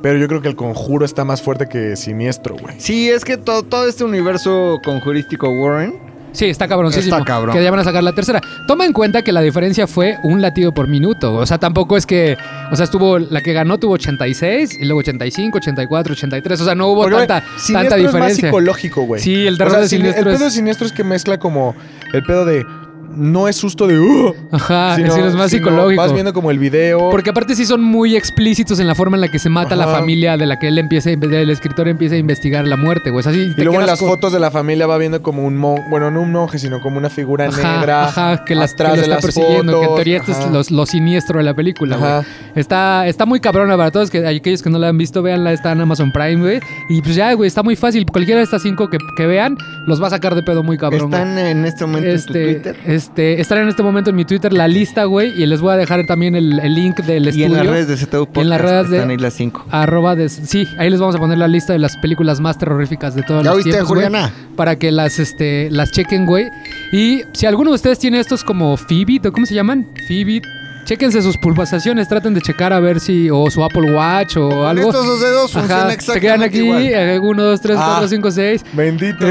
[SPEAKER 1] Pero yo creo que el conjuro está más fuerte que siniestro, güey.
[SPEAKER 3] Sí, es que todo, todo este universo conjurístico Warren.
[SPEAKER 2] Sí, está cabroncísimo.
[SPEAKER 3] Está cabrón.
[SPEAKER 2] Que ya van a sacar la tercera. Toma en cuenta que la diferencia fue un latido por minuto. O sea, tampoco es que. O sea, estuvo. La que ganó tuvo 86, y luego 85, 84, 83. O sea, no hubo
[SPEAKER 1] Porque,
[SPEAKER 2] tanta,
[SPEAKER 1] güey,
[SPEAKER 2] tanta
[SPEAKER 1] siniestro es más
[SPEAKER 2] diferencia.
[SPEAKER 1] psicológico, güey.
[SPEAKER 2] Sí, el terror
[SPEAKER 1] O sea,
[SPEAKER 2] de
[SPEAKER 1] sin-
[SPEAKER 2] siniestro
[SPEAKER 1] El
[SPEAKER 2] es-
[SPEAKER 1] pedo de siniestro es que mezcla como el pedo de. No es susto de. "Uh",
[SPEAKER 2] Ajá,
[SPEAKER 1] sino-
[SPEAKER 2] es decir, Ah, es más
[SPEAKER 1] sino
[SPEAKER 2] psicológico.
[SPEAKER 1] Vas viendo como el video.
[SPEAKER 2] Porque aparte sí son muy explícitos en la forma en la que se mata la
[SPEAKER 1] Ajá.
[SPEAKER 2] familia de la que él empieza, el escritor empieza a investigar la muerte, güey. O sea, sí
[SPEAKER 1] Y
[SPEAKER 2] te
[SPEAKER 1] luego en
[SPEAKER 2] quedas
[SPEAKER 1] las
[SPEAKER 2] con-
[SPEAKER 1] fotos de la familia va viendo como un monje, bueno, no un monje, sino como una figura
[SPEAKER 2] Ajá,
[SPEAKER 1] negra
[SPEAKER 2] ajá, que las, que
[SPEAKER 1] atrás
[SPEAKER 2] lo
[SPEAKER 1] de
[SPEAKER 2] está
[SPEAKER 1] las
[SPEAKER 2] persiguiendo, que en
[SPEAKER 1] fotos,
[SPEAKER 2] teoría esto es
[SPEAKER 1] ajá.
[SPEAKER 2] los- lo, siniestro de la película,
[SPEAKER 1] Ajá.
[SPEAKER 2] güey. Está, está muy cabrona para todos, que aquellos que no la han visto, véanla, está en Amazon Prime, güey. Y pues ya, güey, está muy fácil. Cualquiera de estas cinco que, que vean, los va a sacar de pedo muy cabrón. güey.
[SPEAKER 3] Están en este momento
[SPEAKER 2] este,
[SPEAKER 3] en tu Twitter.
[SPEAKER 2] este, estará en este momento en mi Twitter la lista, güey, y les voy a dejar también el, el link del
[SPEAKER 3] Y
[SPEAKER 2] estudio.
[SPEAKER 3] en las redes de ZTU Podcast.
[SPEAKER 2] en las redes de-
[SPEAKER 3] Están ahí las cinco.
[SPEAKER 2] Arroba de, sí, ahí les vamos a poner la lista de las películas más terroríficas de todos
[SPEAKER 3] ¿Ya
[SPEAKER 2] los
[SPEAKER 3] oíste,
[SPEAKER 2] tiempos, güey,
[SPEAKER 3] Juliana?
[SPEAKER 2] para que las este las chequen, güey. Y si alguno de ustedes tiene estos como Fitbit o cómo se llaman? Fitbit. Chéquense sus pulsaciones, traten de checar a ver si o su Apple Watch o
[SPEAKER 3] Con
[SPEAKER 2] algo.
[SPEAKER 3] Estos dos dedos
[SPEAKER 2] Ajá,
[SPEAKER 3] funcionan
[SPEAKER 2] se quedan
[SPEAKER 3] exactamente
[SPEAKER 2] aquí, eh,
[SPEAKER 3] igual.
[SPEAKER 2] 1 2 3
[SPEAKER 1] Ah.
[SPEAKER 2] 4 5 6.
[SPEAKER 1] Bendito.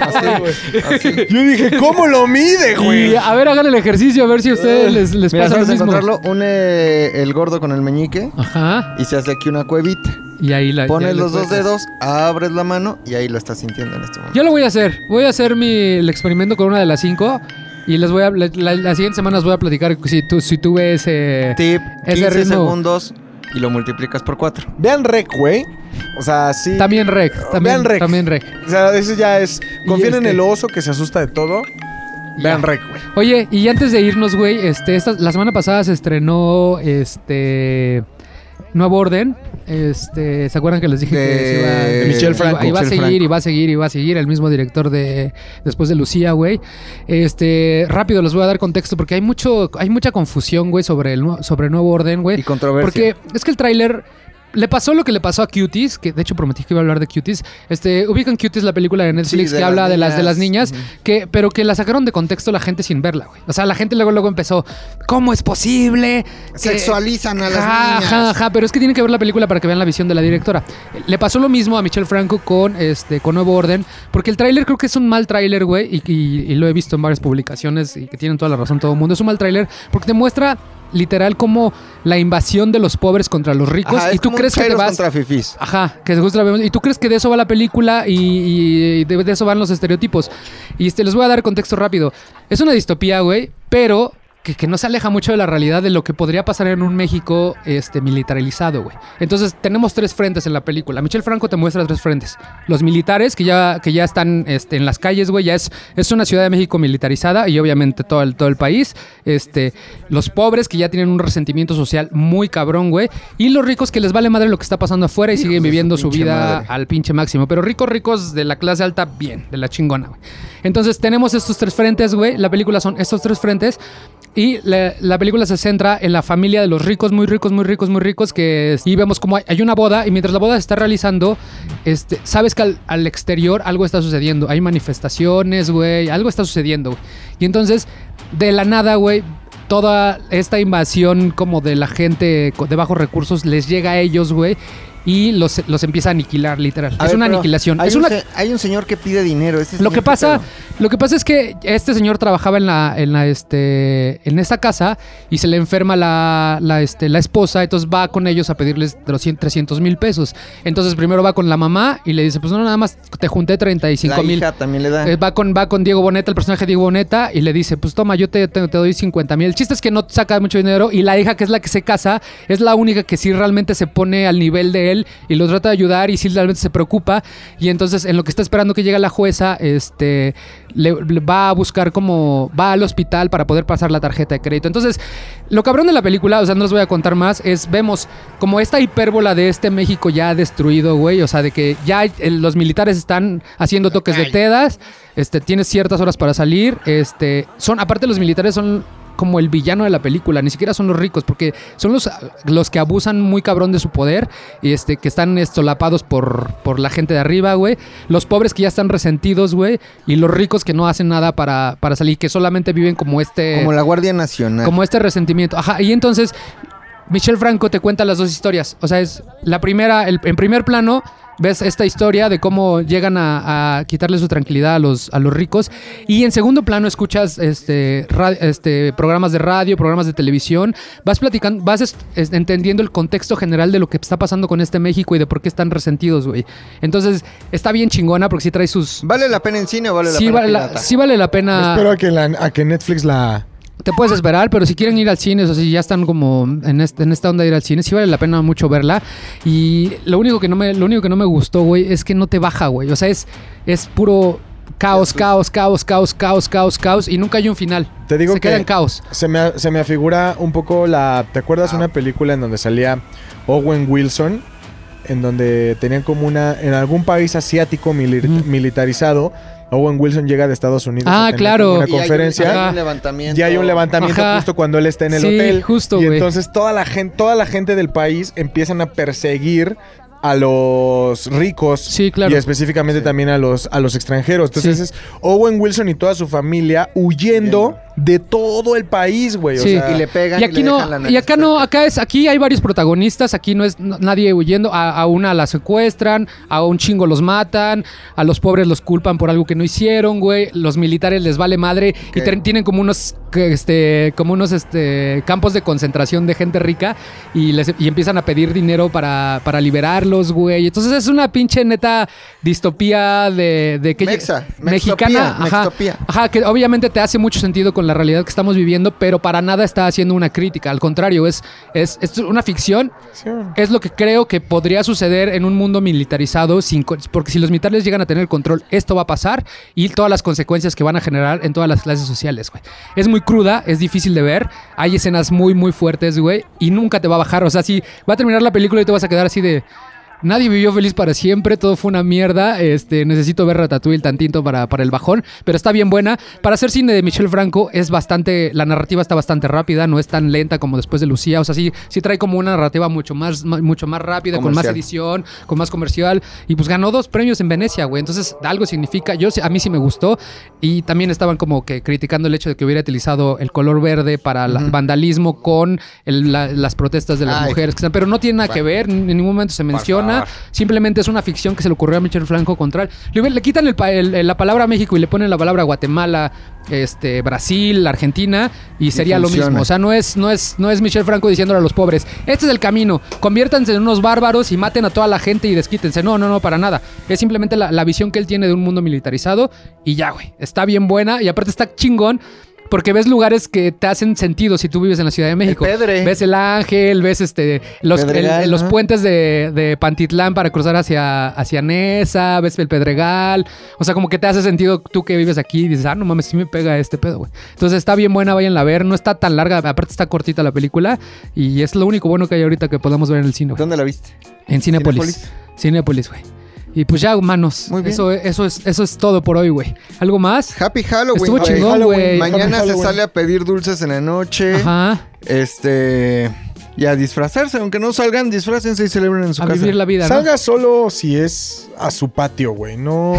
[SPEAKER 1] Así, güey.
[SPEAKER 2] Ah,
[SPEAKER 1] Yo dije, ¿cómo lo mide, güey?
[SPEAKER 2] Y a ver, hagan el ejercicio a ver si a ustedes les, les
[SPEAKER 3] Mira,
[SPEAKER 2] pasa lo
[SPEAKER 3] ¿sabes
[SPEAKER 2] mismo.
[SPEAKER 3] encontrarlo? Une el gordo con el meñique
[SPEAKER 2] Ajá.
[SPEAKER 3] y se hace aquí una cuevita.
[SPEAKER 2] Y ahí la ya
[SPEAKER 3] Pones
[SPEAKER 2] le
[SPEAKER 3] los dos
[SPEAKER 2] cuelgas.
[SPEAKER 3] dedos, abres la mano y ahí lo estás sintiendo en este momento.
[SPEAKER 2] Yo lo voy a hacer. Voy a hacer mi, el experimento con una de las cinco. Y les voy a. La, la- la siguiente semana os voy a platicar si, tu, si eh, tuve ese.
[SPEAKER 3] Tip,
[SPEAKER 2] Ese
[SPEAKER 3] 15
[SPEAKER 2] ritmo.
[SPEAKER 3] segundos y lo multiplicas por 4.
[SPEAKER 1] Vean Rec, güey. O sea, sí.
[SPEAKER 2] También rec. También
[SPEAKER 1] Vean rec.
[SPEAKER 2] También rec.
[SPEAKER 1] O sea, eso ya es. Confíen
[SPEAKER 2] este-
[SPEAKER 1] en el oso que se asusta de todo. Vean
[SPEAKER 2] Ya.
[SPEAKER 1] Rec, güey.
[SPEAKER 2] Oye, y antes de irnos, güey, este, esta- la semana pasada se estrenó este. Nuevo Orden. Este, ¿se acuerdan que les dije
[SPEAKER 3] De-
[SPEAKER 2] que se iba,
[SPEAKER 3] de
[SPEAKER 1] Michel Franco.
[SPEAKER 2] iba a
[SPEAKER 3] Michel
[SPEAKER 2] seguir,
[SPEAKER 3] Franco.
[SPEAKER 2] iba a seguir, iba a seguir, el mismo director de después de Lucía, güey. Este, rápido les voy a dar contexto porque hay mucho hay mucha confusión, güey, sobre el nu- sobre Nuevo Orden, güey.
[SPEAKER 3] Y controversia.
[SPEAKER 2] Porque es que el tráiler le pasó lo que le pasó a Cuties, que de hecho prometí que iba a hablar de Cuties. Este, ubican Cuties la película de Netflix
[SPEAKER 3] Sí,
[SPEAKER 2] que
[SPEAKER 3] de las
[SPEAKER 2] habla de las de las
[SPEAKER 3] niñas.
[SPEAKER 2] niñas, que pero que la sacaron de contexto la gente sin verla, güey. O sea, la gente luego luego empezó, ¿cómo es posible? que-
[SPEAKER 3] Sexualizan a las
[SPEAKER 2] Ajá,
[SPEAKER 3] niñas.
[SPEAKER 2] ajá, ajá, pero es que tienen que ver la película para que vean la visión de la directora. Le pasó lo mismo a Michelle Franco con este con Nuevo Orden, porque el tráiler creo que es un mal tráiler, güey, y, y- y lo he visto en varias publicaciones y que tienen toda la razón todo el mundo. Es un mal tráiler porque te muestra literal como la invasión de los pobres contra los ricos
[SPEAKER 3] Ajá,
[SPEAKER 2] y
[SPEAKER 3] es
[SPEAKER 2] tú
[SPEAKER 3] como
[SPEAKER 2] crees que te
[SPEAKER 3] chairos
[SPEAKER 2] vas
[SPEAKER 3] contra fifís.
[SPEAKER 2] Ajá, que justo la vemos. Y tú crees que de eso va la película y, y de, de eso van los estereotipos. Y este, les voy a dar contexto rápido. Es una distopía, güey, pero que, que no se aleja mucho de la realidad de lo que podría pasar en un México este, militarizado, güey. Entonces, tenemos tres frentes en la película. Michel Franco te muestra tres frentes. Los militares, que ya, que ya están este, en las calles, güey, ya es, es una Ciudad de México militarizada y obviamente todo el, todo el país. Este, los pobres, que ya tienen un resentimiento social muy cabrón, güey. Y los ricos, que les vale madre lo que está pasando afuera y siguen
[SPEAKER 3] de su
[SPEAKER 2] viviendo su
[SPEAKER 3] pinche
[SPEAKER 2] vida
[SPEAKER 3] madre.
[SPEAKER 2] al pinche máximo. Pero ricos, ricos de la clase alta, bien, de la chingona, güey. Entonces tenemos estos tres frentes, güey. La película son estos tres frentes. Y la, la película se centra en la familia de los ricos, muy ricos, muy ricos, muy ricos, que es- y vemos como hay, hay una boda y mientras la boda se está realizando, este, sabes que al, al exterior algo está sucediendo, hay manifestaciones, güey, algo está sucediendo, güey. Y entonces de la nada, güey, toda esta invasión como de la gente co- de bajos recursos les llega a ellos, güey, y los, los empieza a aniquilar, literal.
[SPEAKER 3] A
[SPEAKER 2] es
[SPEAKER 3] ver,
[SPEAKER 2] una
[SPEAKER 3] pero
[SPEAKER 2] aniquilación.
[SPEAKER 3] Hay,
[SPEAKER 2] Es
[SPEAKER 3] un
[SPEAKER 2] una
[SPEAKER 3] se- hay un señor que pide dinero. este ese
[SPEAKER 2] lo
[SPEAKER 3] señor,
[SPEAKER 2] que
[SPEAKER 3] ¿qué
[SPEAKER 2] pasa,
[SPEAKER 3] pedo?
[SPEAKER 2] lo que pasa es que este señor trabajaba en la, en la, este, en esta casa y se le enferma la, la, este, la esposa, entonces va con ellos a pedirles 200, 300 mil pesos. Entonces primero va con la mamá y le dice, pues no, nada más te junté 35
[SPEAKER 3] La
[SPEAKER 2] mil.
[SPEAKER 3] hija también le da.
[SPEAKER 2] Eh, va, con, va con Diego Boneta, el personaje de Diego Boneta, y le dice, pues toma, yo te, te- te doy 50 mil. El chiste es que no saca mucho dinero y la hija, que es la que se casa, es la única que sí realmente se pone al nivel de él y lo trata de ayudar y sí realmente se preocupa. Y entonces en lo que está esperando que llegue la jueza, este, le, le va a buscar como, va al hospital para poder pasar la tarjeta de crédito. Entonces, lo cabrón de la película, o sea, no les voy a contar más, es, vemos como esta hipérbola de este México ya destruido, güey, o sea, de que ya eh, los militares están haciendo toques de tedas, este, tienes ciertas horas para salir, este, son, aparte los militares son como el villano de la película, ni siquiera son los ricos, porque son los, los que abusan muy cabrón de su poder y este, que están estolapados por, por la gente de arriba, güey, los pobres que ya están resentidos, güey, y los ricos que no hacen nada para, para salir, que solamente viven como este...
[SPEAKER 3] Como la Guardia Nacional.
[SPEAKER 2] Como este resentimiento. Ajá, y entonces Michel Franco te cuenta las dos historias. O sea, es la primera, el- en primer plano ves esta historia de cómo llegan a, a quitarle su tranquilidad a los, a los ricos. Y en segundo plano escuchas este, ra- este, programas de radio, programas de televisión. Vas platicando, vas est- es- entendiendo el contexto general de lo que está pasando con este México y de por qué están resentidos, güey. Entonces, está bien chingona porque sí trae sus...
[SPEAKER 3] ¿Vale la pena en cine o vale la
[SPEAKER 2] sí,
[SPEAKER 3] pena
[SPEAKER 2] vale la,
[SPEAKER 3] pirata?
[SPEAKER 2] sí vale la pena...
[SPEAKER 1] Espero a que, la- a que Netflix la...
[SPEAKER 2] Te puedes esperar, pero si quieren ir al cine, o sea, si ya están como en, este- en esta onda de ir al cine, sí vale la pena mucho verla. Y lo único que no me, lo único que no me gustó, güey, es que no te baja, güey. O sea, es, es puro caos, caos, caos, caos, caos, caos, caos, y nunca hay un final.
[SPEAKER 1] Te digo
[SPEAKER 2] Se
[SPEAKER 1] que-
[SPEAKER 2] queda en caos.
[SPEAKER 1] Se me, se me afigura un poco la... ¿Te acuerdas
[SPEAKER 2] Ah.
[SPEAKER 1] una película en donde salía Owen Wilson? En donde tenían como una... En algún país asiático mili-
[SPEAKER 2] Ujú.
[SPEAKER 1] militarizado, Owen Wilson llega de Estados Unidos.
[SPEAKER 2] Ah,
[SPEAKER 1] a tener como
[SPEAKER 2] claro.
[SPEAKER 1] Una
[SPEAKER 3] Y hay un-
[SPEAKER 1] conferencia.
[SPEAKER 3] hay un,
[SPEAKER 2] Ajá.
[SPEAKER 3] levantamiento.
[SPEAKER 1] Y hay un levantamiento
[SPEAKER 2] Ajá.
[SPEAKER 1] justo cuando él está en el
[SPEAKER 2] Sí,
[SPEAKER 1] hotel.
[SPEAKER 2] justo,
[SPEAKER 1] y
[SPEAKER 2] güey.
[SPEAKER 1] entonces toda la gente, toda la gente del país empiezan a perseguir a los ricos
[SPEAKER 2] Sí, claro.
[SPEAKER 1] y específicamente también a los a los extranjeros. Entonces
[SPEAKER 2] Sí.
[SPEAKER 1] es Owen Wilson y toda su familia huyendo de todo el país, güey.
[SPEAKER 2] Sí.
[SPEAKER 1] O sea,
[SPEAKER 3] Y le pegan.
[SPEAKER 2] Y aquí
[SPEAKER 3] le dejan la
[SPEAKER 2] no,
[SPEAKER 3] nariz
[SPEAKER 2] y acá no, acá es, aquí hay varios protagonistas, aquí no es n- nadie huyendo, a, a una la secuestran, a un chingo los matan, a los pobres los culpan por algo que no hicieron, güey, los militares les vale madre y
[SPEAKER 3] Ok.
[SPEAKER 2] ter- tienen como unos, que, este, como unos, este, campos de concentración de gente rica y les y empiezan a pedir dinero para, para liberarlos, güey. Entonces es una pinche neta distopía de, de que
[SPEAKER 3] Mexa,
[SPEAKER 2] mexicana,
[SPEAKER 3] mextopía,
[SPEAKER 2] ajá.
[SPEAKER 3] mextopía.
[SPEAKER 2] Ajá, que obviamente te hace mucho sentido con la realidad que estamos viviendo, pero para nada está haciendo una crítica. Al contrario, es, es, es una ficción.
[SPEAKER 1] sí.
[SPEAKER 2] Es lo que creo que podría suceder en un mundo militarizado, sin, co- porque si los militares llegan a tener control, esto va a pasar y todas las consecuencias que van a generar en todas las clases sociales, güey. Es muy cruda, es difícil de ver, hay escenas muy, muy fuertes, güey, y nunca te va a bajar. O sea, si va a terminar la película y te vas a quedar así de... Nadie vivió feliz para siempre, todo fue una mierda. Este, necesito ver Ratatouille tantito para, para el bajón, pero está bien buena. Para hacer cine de Michel Franco es bastante, la narrativa está bastante rápida, no es tan lenta como después de Lucía. O sea, sí, sí trae como una narrativa mucho más, ma- mucho más rápida, con más
[SPEAKER 3] Comercial.
[SPEAKER 2] edición, con más comercial. Y pues ganó dos premios en Venecia, güey. Entonces, algo significa. Yo sí- a mí sí me gustó. Y también estaban como que criticando el hecho de que hubiera utilizado el color verde para el vandalismo con el- la- las protestas de las
[SPEAKER 3] Ay.
[SPEAKER 2] mujeres que están. Pero no tiene nada que ver, en ningún momento se menciona.
[SPEAKER 3] favor.
[SPEAKER 2] Simplemente es una ficción que se le ocurrió a Michel Franco contra. Le, hubieran- le quitan el pa- el- el- la palabra México y le ponen la palabra Guatemala, este, Brasil, Argentina, y sería lo
[SPEAKER 3] funciona.
[SPEAKER 2] mismo. O sea, no es, no es, no es Michel Franco diciéndole a los pobres, este es el camino, conviértanse en unos bárbaros y maten a toda la gente y desquítense. No, no, no, para nada. Es simplemente la, la visión que él tiene de un mundo militarizado y ya, güey. Está bien buena y aparte está chingón. Porque ves lugares que te hacen sentido si tú vives en la Ciudad de México.
[SPEAKER 3] Pedre.
[SPEAKER 2] Ves el ángel, ves este los, el-
[SPEAKER 3] Pedregal,
[SPEAKER 2] el- los
[SPEAKER 3] ajá.
[SPEAKER 2] puentes de, de Pantitlán para cruzar hacia, hacia Nesa, ves el Pedregal. O sea, como que te hace sentido tú que vives aquí y dices, ah, no mames, sí me pega este pedo, güey. Entonces está bien buena, vayan a ver. No está tan larga, aparte está cortita la película y es lo único bueno que hay ahorita que podamos ver en el cine, güey.
[SPEAKER 3] ¿Dónde la viste?
[SPEAKER 2] En Cinepolis. Cinepolis, güey. Y pues ya, manos.
[SPEAKER 3] Muy bien.
[SPEAKER 2] Eso, eso, es, eso es todo por hoy, güey. ¿Algo más?
[SPEAKER 3] Happy Halloween.
[SPEAKER 2] Estuvo
[SPEAKER 3] güey.
[SPEAKER 2] chingón, güey.
[SPEAKER 3] Mañana
[SPEAKER 1] Happy
[SPEAKER 3] se
[SPEAKER 1] Halloween.
[SPEAKER 3] sale a pedir dulces en la noche.
[SPEAKER 2] Ajá.
[SPEAKER 3] Este. Y a disfrazarse. Aunque no salgan, disfrácense y celebren en su
[SPEAKER 2] A
[SPEAKER 3] casa.
[SPEAKER 2] vivir la vida, ¿no?
[SPEAKER 1] Salga solo si es a su patio, güey. No,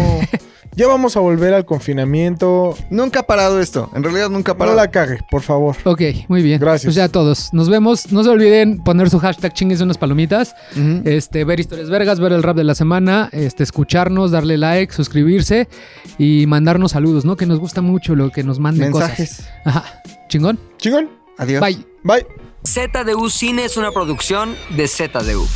[SPEAKER 1] Ya vamos a volver al confinamiento.
[SPEAKER 3] Nunca ha parado esto. En realidad nunca ha
[SPEAKER 1] No
[SPEAKER 3] parado.
[SPEAKER 1] la cague, por favor.
[SPEAKER 2] Ok, muy bien.
[SPEAKER 1] Gracias.
[SPEAKER 2] Pues ya todos. Nos vemos. No se olviden poner su hashtag chingues unas palomitas.
[SPEAKER 3] Ujú.
[SPEAKER 2] Este, ver historias vergas, ver el rap de la semana, este, escucharnos, darle like, suscribirse y mandarnos saludos, ¿no? Que nos gusta mucho lo que nos manden
[SPEAKER 3] Mensajes.
[SPEAKER 2] cosas. Ajá. Chingón.
[SPEAKER 1] Chingón.
[SPEAKER 3] Adiós.
[SPEAKER 2] Bye.
[SPEAKER 1] Bye.
[SPEAKER 6] ZDU Cine es una producción de ZDU.